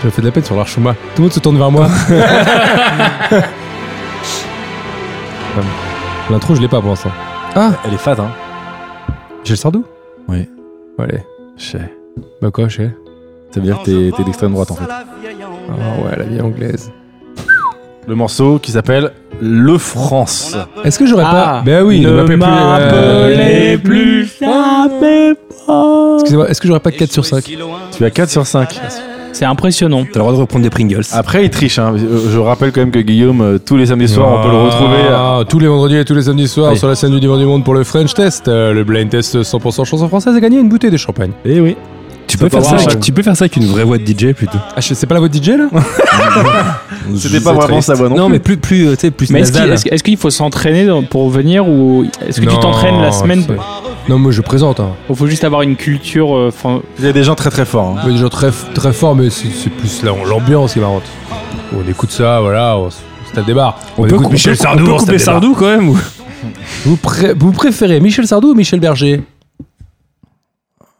Speaker 2: Ça me fait de la peine sur l'Archuma. Tout le monde se tourne vers moi.
Speaker 5: Ah.
Speaker 2: L'intro, je l'ai pas pour l'instant.
Speaker 4: Elle est fat, hein.
Speaker 2: J'ai le sardou
Speaker 4: Oui.
Speaker 2: Allez.
Speaker 4: Je sais.
Speaker 2: Bah quoi, je sais.
Speaker 4: Ça veut dire que t'es- t'es d'extrême droite en fait.
Speaker 2: Ah ouais, la vie anglaise.
Speaker 4: Le morceau qui s'appelle Le France.
Speaker 2: Est-ce que j'aurais pas.
Speaker 5: Ah.
Speaker 2: Bah oui,
Speaker 5: ne
Speaker 2: m'appelez plus,
Speaker 5: m'appelez
Speaker 2: euh,
Speaker 5: plus, frappez pas.
Speaker 2: Excusez-moi, est-ce que j'aurais pas 4 sur 5
Speaker 4: Tu as 4 sur 5.
Speaker 5: C'est impressionnant.
Speaker 1: T'as le droit de reprendre des Pringles.
Speaker 2: Ah,
Speaker 4: Après, il triche. Hein. Euh, Je rappelle quand même que Guillaume, euh, tous les samedis soirs, on peut le retrouver. euh,
Speaker 2: Ah, tous les vendredis et tous les samedis soirs
Speaker 4: Oui.
Speaker 2: sur la scène du Divan du Monde pour le French Test. Euh, le blind test 100% chanson française et gagner une bouteille de champagne.
Speaker 4: Eh oui.
Speaker 1: tu, peux
Speaker 2: ça
Speaker 1: faire ça
Speaker 2: va,
Speaker 1: avec,
Speaker 2: ouais.
Speaker 1: tu peux faire ça avec une vraie voix de DJ plutôt.
Speaker 2: Ah, je- c'est pas la voix de DJ là
Speaker 4: C'était pas
Speaker 1: C'est
Speaker 4: vraiment
Speaker 1: triste.
Speaker 4: sa voix non
Speaker 1: Non,
Speaker 4: plus.
Speaker 1: mais plus, plus, euh, tu sais, plus
Speaker 5: Mais est-ce qu'il
Speaker 1: nasal.
Speaker 5: est-ce- est-ce qu'il faut s'entraîner dans- pour venir ou est-ce que tu
Speaker 2: Non,
Speaker 5: t'entraînes la semaine
Speaker 2: c'est- Non, moi je présente. Hein.
Speaker 5: Il faut juste avoir une culture. euh, fran-
Speaker 4: Il y a des gens très très forts. hein.
Speaker 2: Ouais, des gens très, très forts, mais c'est c'est plus la- l'ambiance qui est marrante. On écoute ça, voilà, on, s- on se tape des barres. On,
Speaker 1: On peut,
Speaker 2: écoute
Speaker 1: cou-
Speaker 2: Michel
Speaker 1: on peut-
Speaker 2: Sardou,
Speaker 1: on peut
Speaker 2: on se tape
Speaker 1: couper
Speaker 2: des barres.
Speaker 1: Sardou quand même. ou-
Speaker 2: Vous, pré- vous préférez Michel Sardou ou Michel Berger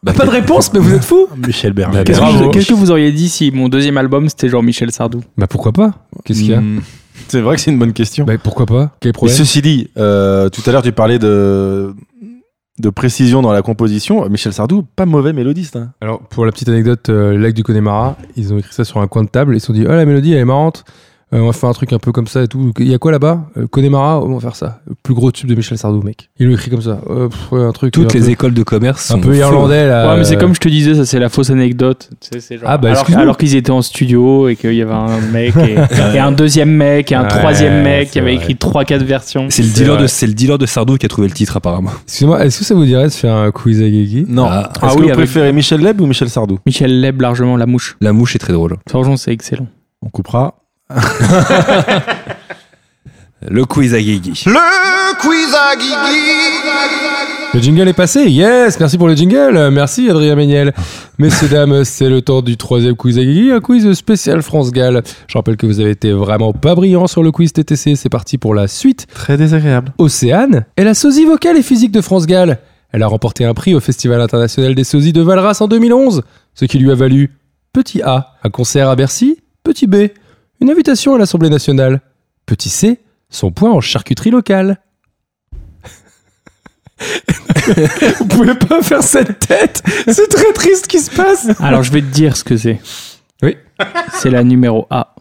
Speaker 2: Bah, Pas de réponse, mais vous êtes fou
Speaker 4: Michel Berger.
Speaker 2: Bah,
Speaker 5: Qu'est-ce que,
Speaker 2: Bravo.
Speaker 5: vous- qu'est-ce que vous auriez dit si mon deuxième album c'était genre Michel Sardou
Speaker 2: Bah pourquoi pas Qu'est-ce qu'il y a
Speaker 4: Hmm. C'est vrai que c'est une bonne question.
Speaker 2: Bah pourquoi pas Quel est le
Speaker 4: Mais
Speaker 2: problème
Speaker 4: ceci dit, euh, tout à l'heure tu parlais de de précision dans la composition. Euh, Michel Sardou, pas mauvais mélodiste. hein.
Speaker 2: Alors, pour la petite anecdote, euh, le lac du Connemara, ils ont écrit ça sur un coin de table. Ils se sont dit, oh, la mélodie, elle est marrante. Euh, on va faire un truc un peu comme ça et tout. Il y a quoi là-bas Euh, Connemara, on va faire ça. Le plus gros tube de Michel Sardou, mec. Ils l'ont écrit comme ça. Euh, pff, ouais, un truc.
Speaker 1: Toutes
Speaker 2: un
Speaker 1: les
Speaker 2: peu,
Speaker 1: écoles de commerce sont
Speaker 2: Un peu
Speaker 1: faux.
Speaker 2: irlandais, là.
Speaker 5: Ouais, mais c'est
Speaker 2: Euh,
Speaker 5: comme je te disais, ça c'est la fausse anecdote. Tu sais, c'est genre-
Speaker 2: Ah, bah,
Speaker 5: alors,
Speaker 2: excuse-moi.
Speaker 5: alors qu'ils étaient en studio et qu'il y avait un mec et, et un deuxième mec et un
Speaker 2: Ouais,
Speaker 5: troisième mec
Speaker 2: c'est
Speaker 5: qui avait
Speaker 2: vrai.
Speaker 5: écrit 3-4 versions.
Speaker 1: C'est le,
Speaker 2: C'est
Speaker 1: dealer
Speaker 2: vrai.
Speaker 1: de, c'est le dealer de Sardou qui a trouvé le titre apparemment.
Speaker 2: Excusez-moi, est-ce que ça vous dirait de faire un quiz à Guigui
Speaker 4: Non.
Speaker 1: Ah.
Speaker 4: Est-ce
Speaker 5: Ah
Speaker 4: que
Speaker 5: oui,
Speaker 4: vous
Speaker 5: avec-
Speaker 4: préférez Michel Leb ou Michel Sardou
Speaker 5: Michel Leb largement la mouche.
Speaker 1: La mouche est très drôle.
Speaker 5: Sorgeon, c'est excellent.
Speaker 4: On coupera.
Speaker 1: Le quiz à Guigui.
Speaker 7: Le quiz à Guigui.
Speaker 2: Le jingle est passé, yes Merci pour le jingle, Euh, merci Adrien Méniel. Messieurs, dames, c'est le temps du troisième quiz à Guigui, un quiz spécial France-Galles. Je rappelle que vous avez été vraiment pas brillant sur le quiz TTC, c'est parti pour la suite.
Speaker 4: Très désagréable.
Speaker 2: Océane est la sosie vocale et physique de France Gall. Elle a remporté un prix au Festival international des sosies de Valras en 2011, ce qui lui a valu petit A, un concert à Bercy, petit B, une invitation à l'Assemblée nationale, petit C, son point en charcuterie locale. Vous pouvez pas faire cette tête, c'est très triste ce qui se passe.
Speaker 5: Alors je vais te dire ce que c'est.
Speaker 2: Oui.
Speaker 5: C'est la numéro A.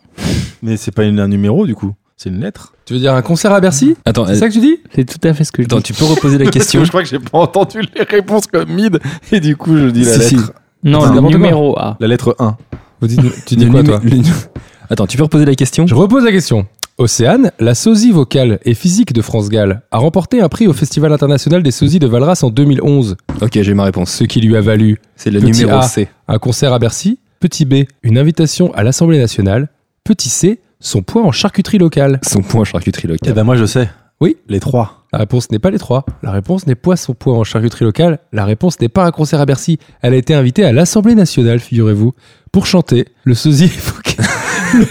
Speaker 4: Mais c'est pas une- un numéro du coup, c'est une lettre.
Speaker 2: Tu veux dire un concert à Bercy
Speaker 1: Attends,
Speaker 2: C'est
Speaker 1: euh,
Speaker 2: ça que tu dis
Speaker 5: C'est tout à fait ce que je
Speaker 1: attends,
Speaker 5: dis.
Speaker 1: tu peux reposer la
Speaker 4: Parce que
Speaker 1: question
Speaker 4: je crois que j'ai pas entendu les réponses comme mid et du coup je dis la
Speaker 1: Si, si.
Speaker 4: lettre.
Speaker 5: Non,
Speaker 2: c'est
Speaker 5: le
Speaker 2: n'importe quoi.
Speaker 5: numéro A.
Speaker 4: La lettre 1.
Speaker 2: Vous dites- Tu dis
Speaker 1: Le
Speaker 2: quoi
Speaker 1: numé-
Speaker 2: toi
Speaker 1: le nu- Attends, tu peux reposer la question
Speaker 2: Je repose la question. Océane, la sosie vocale et physique de France Gall, a remporté un prix au Festival international des sosies de Valras en 2011,
Speaker 1: Ok, j'ai ma réponse.
Speaker 2: ce qui lui a valu
Speaker 1: C'est le
Speaker 2: Petit
Speaker 1: numéro
Speaker 2: A.
Speaker 1: C.
Speaker 2: un concert à Bercy, petit B, une invitation à l'Assemblée nationale, petit C, son poids en charcuterie locale.
Speaker 1: Son point en charcuterie
Speaker 4: Eh
Speaker 1: locale.
Speaker 4: ben moi je sais.
Speaker 2: Oui.
Speaker 4: Les trois.
Speaker 2: La réponse n'est pas les trois. La réponse n'est pas son poids en charcuterie locale. La réponse n'est pas un concert à Bercy. Elle a été invitée à l'Assemblée nationale, figurez-vous, pour chanter le sosie vocal. le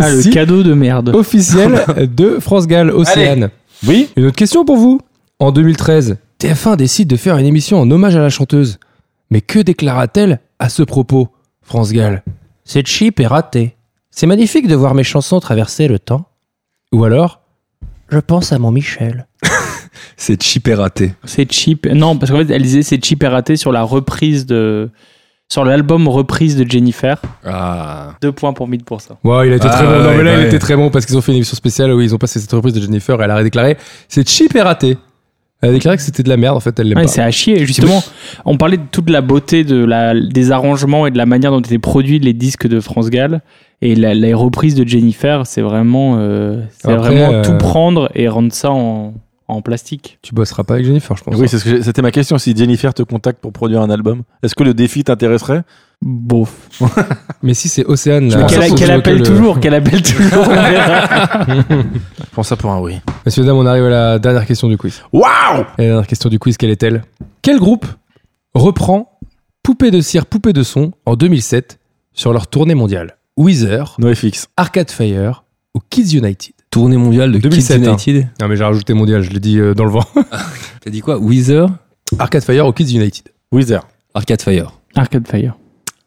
Speaker 5: Ah, le
Speaker 2: sosie
Speaker 5: cadeau de merde.
Speaker 2: officiel de France Gall, Océane.
Speaker 4: Oui.
Speaker 2: Une autre question pour vous. En 2013, TF1 décide de faire une émission en hommage à la chanteuse. Mais que déclara-t-elle à ce propos, France Gall C'est cheap et raté. C'est magnifique de voir mes chansons traverser le temps. Ou alors Je pense à mon Michel.
Speaker 1: C'est cheap et raté.
Speaker 5: C'est cheap. Non, parce qu'en fait, elle disait c'est cheap et raté sur la reprise de. Sur l'album reprise de Jennifer.
Speaker 1: Ah.
Speaker 5: Deux points pour 1000 pour ça.
Speaker 2: Wow, il était
Speaker 1: Ah
Speaker 2: très bon.
Speaker 1: ouais,
Speaker 2: Non, mais là,
Speaker 1: ouais.
Speaker 2: il était très bon parce qu'ils ont fait une émission spéciale où ils ont passé cette reprise de Jennifer et elle a déclaré C'est cheap et raté. Elle a déclaré que c'était de la merde en fait, elle l'aime
Speaker 5: Ouais,
Speaker 2: pas.
Speaker 5: c'est à chier. Justement, on parlait de toute la beauté de la, des arrangements et de la manière dont étaient produits les disques de France Gall. Et la- les reprises de Jennifer, c'est vraiment, euh, c'est
Speaker 2: Après,
Speaker 5: vraiment
Speaker 2: euh,
Speaker 5: tout prendre et rendre ça en. en plastique.
Speaker 2: Tu bosseras pas avec Jennifer, je pense. hein.
Speaker 4: Oui, c'est ce que j'ai- c'était ma question. Si Jennifer te contacte pour produire un album, est-ce que le défi t'intéresserait
Speaker 5: Beauf.
Speaker 2: Mais si Euh, c'est Océane, là.
Speaker 5: Qu'elle
Speaker 2: Sauf
Speaker 5: qu'elle
Speaker 2: que
Speaker 5: appelle
Speaker 2: le-
Speaker 5: toujours, qu'elle appelle toujours. on verra.
Speaker 4: Je pense ça pour un oui.
Speaker 2: Messieurs, dames, on arrive à la dernière question du quiz.
Speaker 4: Waouh
Speaker 2: Et la dernière question du quiz, quelle est-elle Quel groupe reprend Poupée de cire, poupée de son en 2007 sur leur tournée mondiale Weezer,
Speaker 4: NoFX.
Speaker 2: Arcade Fire ou Kids United
Speaker 1: Tournée mondiale de
Speaker 2: 2007,
Speaker 1: Kids
Speaker 2: hein.
Speaker 1: United.
Speaker 2: Non mais j'ai rajouté mondial, je l'ai dit euh, dans le vent.
Speaker 1: T'as dit quoi Weezer
Speaker 2: Arcade Fire ou Kids United
Speaker 4: Wizard.
Speaker 1: Arcade Fire.
Speaker 5: Arcade Fire.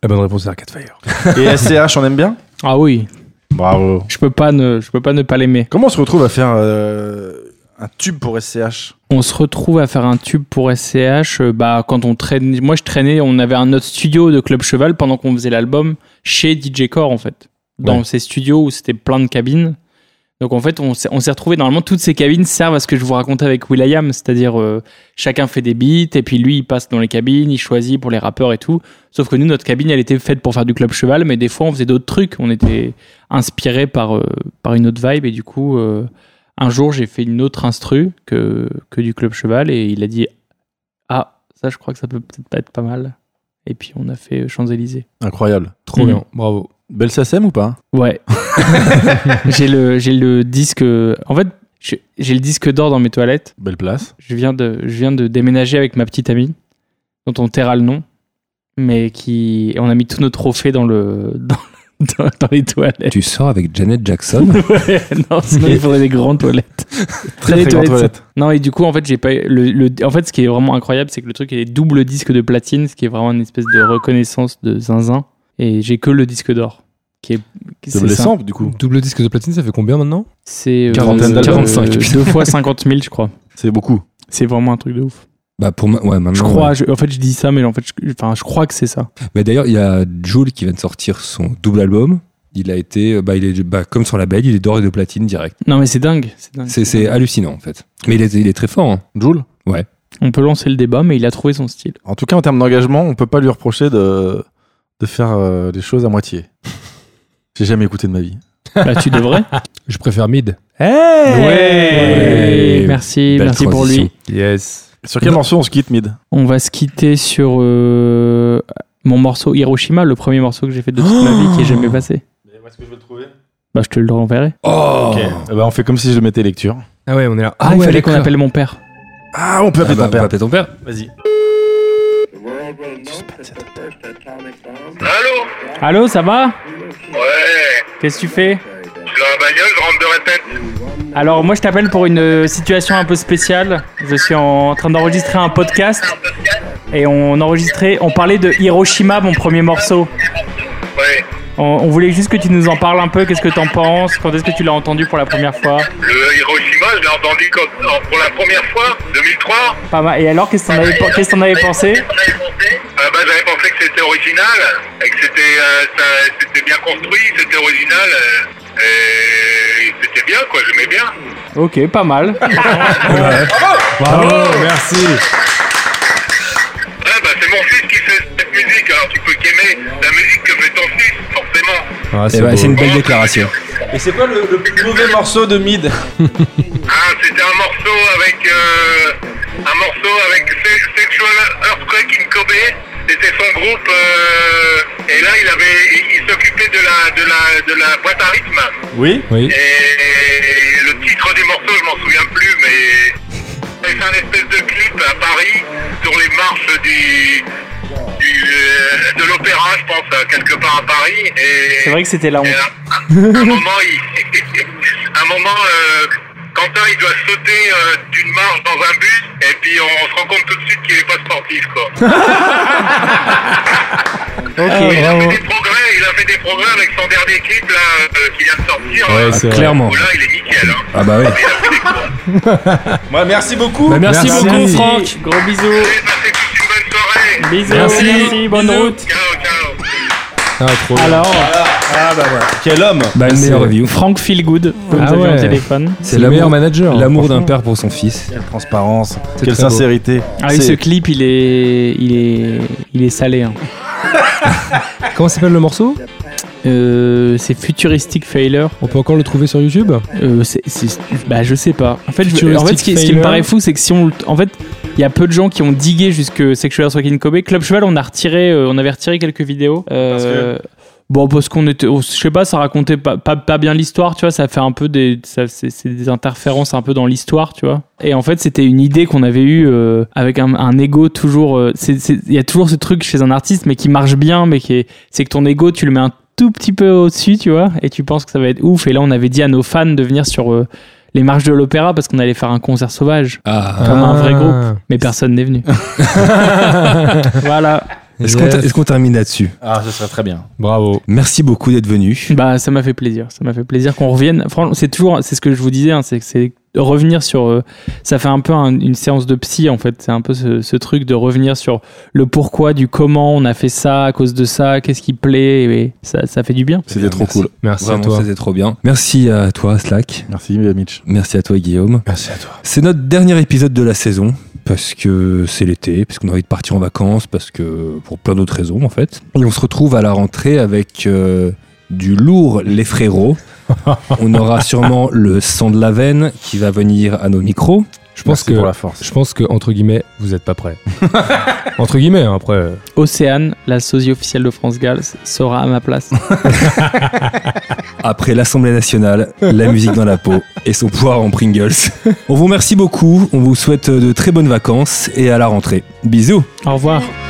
Speaker 2: La bonne réponse est Arcade Fire.
Speaker 4: Et SCH, on aime bien
Speaker 5: Ah oui,
Speaker 4: Bravo.
Speaker 5: je peux pas ne, je peux pas ne pas l'aimer.
Speaker 4: Comment on se retrouve à faire euh, un tube pour SCH
Speaker 5: On se retrouve à faire un tube pour SCH. euh, Bah, quand on traîne, moi je traînais, on avait un autre studio de Club Cheval pendant qu'on faisait l'album chez DJ Core en fait, dans ces studios où c'était plein de cabines. Donc en fait, on s'est on s'est retrouvés. Normalement, toutes ces cabines servent à ce que je vous racontais avec Will.i.am, c'est-à-dire euh, chacun fait des beats et puis lui il passe dans les cabines, il choisit pour les rappeurs et tout. Sauf que nous, notre cabine, elle était faite pour faire du Club Cheval, mais des fois on faisait d'autres trucs. On était inspiré par euh, par une autre vibe et du coup. euh, un jour, j'ai fait une autre instru que, que du Club Cheval et il a dit Ah, ça, je crois que ça peut peut-être pas être pas mal. Et puis, on a fait euh, Champs-Élysées.
Speaker 4: Incroyable.
Speaker 2: Trop
Speaker 5: Mhm.
Speaker 2: bien, Hmm. bravo.
Speaker 4: Belle SACEM ou pas
Speaker 5: Ouais. j'ai le, j'ai le disque. euh, En fait, j'ai j'ai le disque d'or dans mes toilettes.
Speaker 4: Belle place.
Speaker 5: Je viens, de, je viens de déménager avec ma petite amie, dont on taira le nom, mais qui. On a mis tous nos trophées dans, le, dans, dans- dans les toilettes.
Speaker 1: Tu sors avec Janet Jackson
Speaker 5: Ouais, non, sinon, il faudrait des grandes toilettes.
Speaker 4: Très,
Speaker 5: Les
Speaker 4: très grande
Speaker 5: toilettes,
Speaker 4: toilette.
Speaker 5: Non, et du coup, en fait, j'ai pas eu- le, le- en fait, ce qui est vraiment incroyable, c'est que le truc est double disque de platine, ce qui est vraiment une espèce de reconnaissance de zinzin. Et j'ai que le disque d'or, qui est.
Speaker 4: C'est
Speaker 5: qui- C'est ça.
Speaker 4: blessant, du coup.
Speaker 2: Double disque de platine, ça fait combien maintenant
Speaker 5: C'est.
Speaker 4: Quarantaine d'albums.
Speaker 5: 45. 2 fois 50 000, je crois.
Speaker 4: C'est beaucoup.
Speaker 5: C'est vraiment un truc de ouf.
Speaker 1: Bah pour ma... ouais, maintenant,
Speaker 5: Je crois,
Speaker 1: ouais.
Speaker 5: je- en fait, je dis ça, mais en fait, je, enfin, je crois que c'est ça.
Speaker 1: Mais d'ailleurs, il y a Jules qui vient de sortir son double album. Il a été, bah, il est, bah, comme son label, il est d'or et de platine direct.
Speaker 5: Non, mais c'est dingue. C'est dingue.
Speaker 1: C'est- C'est hallucinant en fait. Mais il est, il est très fort. hein.
Speaker 4: Joule
Speaker 5: On peut lancer le débat, mais il a trouvé son style.
Speaker 4: En tout cas, en termes d'engagement, on peut pas lui reprocher de, de faire euh, des choses à moitié. J'ai jamais écouté de ma vie.
Speaker 5: Bah, tu devrais.
Speaker 2: Je préfère Mid.
Speaker 5: Ouais.
Speaker 1: Ouais.
Speaker 5: Merci,
Speaker 1: Belle
Speaker 5: merci pour
Speaker 1: transition.
Speaker 5: lui.
Speaker 2: Yes.
Speaker 4: Sur quel morceau on se quitte, Mid
Speaker 5: On va se quitter sur euh, mon morceau Hiroshima, le premier morceau que j'ai fait de toute ma vie qui est jamais passé.
Speaker 4: Est-ce que je vais le trouver
Speaker 5: Bah, je te le renverrai.
Speaker 1: Oh
Speaker 4: Ok. Eh ben, on fait comme si je le mettais lecture.
Speaker 2: Ah ouais, on est là.
Speaker 5: Ah, il fallait qu'on appelle mon père.
Speaker 4: Ah, on peut
Speaker 1: Ah
Speaker 4: appeler
Speaker 1: bah,
Speaker 4: ton père.
Speaker 1: appelle ton père.
Speaker 4: Vas-y.
Speaker 9: Allô
Speaker 5: Allô, ça va
Speaker 9: Ouais,
Speaker 5: Qu'est-ce que tu fais
Speaker 9: je suis dans la bagnole, je rentre de répète.
Speaker 5: Alors, moi, je t'appelle pour une euh, situation un peu spéciale. Je suis en train d'enregistrer un podcast et on enregistrait, on parlait de Hiroshima, mon premier morceau.
Speaker 9: Ouais,
Speaker 5: On, on voulait juste que tu nous en parles un peu. Qu'est-ce que t'en penses Quand est-ce que tu l'as entendu pour la première fois
Speaker 9: le Hiroshima, je l'ai entendu quand, en- pour la première fois, 2003.
Speaker 5: Pas mal. Et alors, qu'est-ce que t'en avais, qu'est-ce que t'en avais pensé
Speaker 9: Ah bah, J'avais pensé que c'était original, et que c'était euh, ça- c'était bien construit, c'était original, euh, et c'était bien quoi, j'aimais bien.
Speaker 5: Ok, pas mal.
Speaker 2: merci.
Speaker 9: Ouais, bah, c'est mon fils qui fait cette musique, alors tu peux qu'aimer la musique que fait ton fils, forcément.
Speaker 2: Ah,
Speaker 1: Eh
Speaker 2: c'est
Speaker 1: bah, c'est
Speaker 2: beau.
Speaker 1: une belle déclaration.
Speaker 4: Et c'est quoi le, plus mauvais morceau de Mid
Speaker 9: Ah, c'était un morceau avec euh, un morceau avec Se- Sexual Earthquake in Kobe. C'était son groupe euh, et là il avait il, il s'occupait de la de la de la boîte à rythme
Speaker 4: Oui
Speaker 9: et, et le titre du morceau je m'en souviens plus mais c'est un espèce de clip à Paris sur les marches du, du, euh, de l'opéra je pense euh, quelque part à Paris et
Speaker 5: C'est vrai que c'était la honte.
Speaker 9: et à- à un moment, il, à un moment euh, Quentin, il doit sauter euh, d'une marche dans un bus, et puis on, se rend compte tout de suite qu'il est pas sportif, quoi. Mais il a fait des progrès, il a fait des progrès avec son dernier clip, là, euh, qui vient de sortir.
Speaker 2: Ouais,
Speaker 9: euh,
Speaker 2: c'est vrai.
Speaker 1: Clairement.
Speaker 9: où là, il est nickel, hein.
Speaker 1: Ah bah oui.
Speaker 9: Il a fait des progrès.
Speaker 4: Ouais, Merci beaucoup
Speaker 1: Bah, merci,
Speaker 2: Merci.
Speaker 1: beaucoup, Franck.
Speaker 5: Franck. Gros bisous.
Speaker 9: Passez tous une bonne soirée.
Speaker 5: Bisous.
Speaker 2: Merci.
Speaker 5: bonne
Speaker 2: Bisous.
Speaker 5: route.
Speaker 9: Ciao, ciao.
Speaker 2: Ah, trop bien.
Speaker 5: Alors,
Speaker 4: Quel homme
Speaker 1: Bah, une
Speaker 2: C'est-
Speaker 1: meilleure review.
Speaker 5: Franck Feelgood, que nous
Speaker 2: Ah
Speaker 5: avions au
Speaker 2: ouais.
Speaker 5: téléphone.
Speaker 2: c'est le meilleur manager. hein,
Speaker 1: L'amour d'un
Speaker 2: franchement.
Speaker 1: père pour son fils.
Speaker 4: Quelle transparence,
Speaker 2: C'est
Speaker 4: quelle
Speaker 2: très beau.
Speaker 4: sincérité.
Speaker 5: Ah oui,
Speaker 4: C'est-
Speaker 5: ce clip, il est, il est, il est salé. hein.
Speaker 2: Comment s'appelle le morceau
Speaker 5: Euh, c'est Futuristic Failure.
Speaker 2: On peut encore le trouver sur YouTube
Speaker 5: Euh, c'est- c'est- bah, je sais pas. En fait, je-
Speaker 2: Futuristic
Speaker 5: en fait ce, qui, ce qui me
Speaker 2: Failure.
Speaker 5: paraît fou, c'est que si on. le- En fait, il y a peu de gens qui ont digué jusque Sexual Assault in Kobe. Club Cheval, on, a retiré, euh, on avait retiré quelques vidéos. Euh, Bon, parce qu'on était. on- je sais pas, ça racontait pas, pas, pas bien l'histoire, tu vois. Ça fait un peu des. ça- C'est c'est des interférences un peu dans l'histoire, tu vois. Et en fait, c'était une idée qu'on avait eue euh, avec un, un ego toujours. euh, c'est- c'est- Il y a toujours ce truc chez un artiste, mais qui marche bien, mais qui est c'est que ton ego, tu le mets un tout petit peu au-dessus, tu vois, et tu penses que ça va être ouf. Et là, on avait dit à nos fans de venir sur euh, les marches de l'opéra parce qu'on allait faire un concert sauvage,
Speaker 1: Ah.
Speaker 5: comme un vrai
Speaker 2: Ah.
Speaker 5: groupe. Mais personne n'est venu. voilà.
Speaker 1: Est-ce qu'on
Speaker 2: Yes.
Speaker 1: est-ce qu'on termine là-dessus
Speaker 4: Ah, ce serait très bien.
Speaker 2: Bravo.
Speaker 1: Merci beaucoup d'être venu.
Speaker 5: Bah, ça m'a fait plaisir. Ça m'a fait plaisir qu'on revienne. Franchement, c'est toujours, c'est ce que je vous disais, hein, c'est que c'est de revenir sur. euh, ça fait un peu un- une séance de psy en fait. C'est un peu ce, ce truc de revenir sur le pourquoi, du comment on a fait ça, à cause de ça, qu'est-ce qui plaît. Et ça, ça fait du bien.
Speaker 4: C'était trop
Speaker 1: Merci.
Speaker 4: cool.
Speaker 2: Merci à
Speaker 1: Vraiment,
Speaker 2: toi.
Speaker 1: c'était trop bien. Merci à toi, Slack.
Speaker 4: Merci, Mitch.
Speaker 1: Merci à toi, Guillaume.
Speaker 4: Merci à toi.
Speaker 1: C'est notre dernier épisode de la saison parce que c'est l'été, parce qu'on a envie de partir en vacances, parce que pour plein d'autres raisons en fait. Et on se retrouve à la rentrée avec euh, du lourd les frérots. on aura sûrement le sang de la veine qui va venir à nos micros.
Speaker 2: Je pense que
Speaker 4: pour la force.
Speaker 2: je pense que entre guillemets, vous êtes pas prêts. entre guillemets, hein, après. euh,
Speaker 5: Océane, la sosie officielle de France Galles, sera à ma place.
Speaker 1: Après l'Assemblée nationale, la musique dans la peau et son poire en Pringles. On vous remercie beaucoup, on vous souhaite de très bonnes vacances et à la rentrée. Bisous
Speaker 5: Au revoir.
Speaker 6: Au revoir.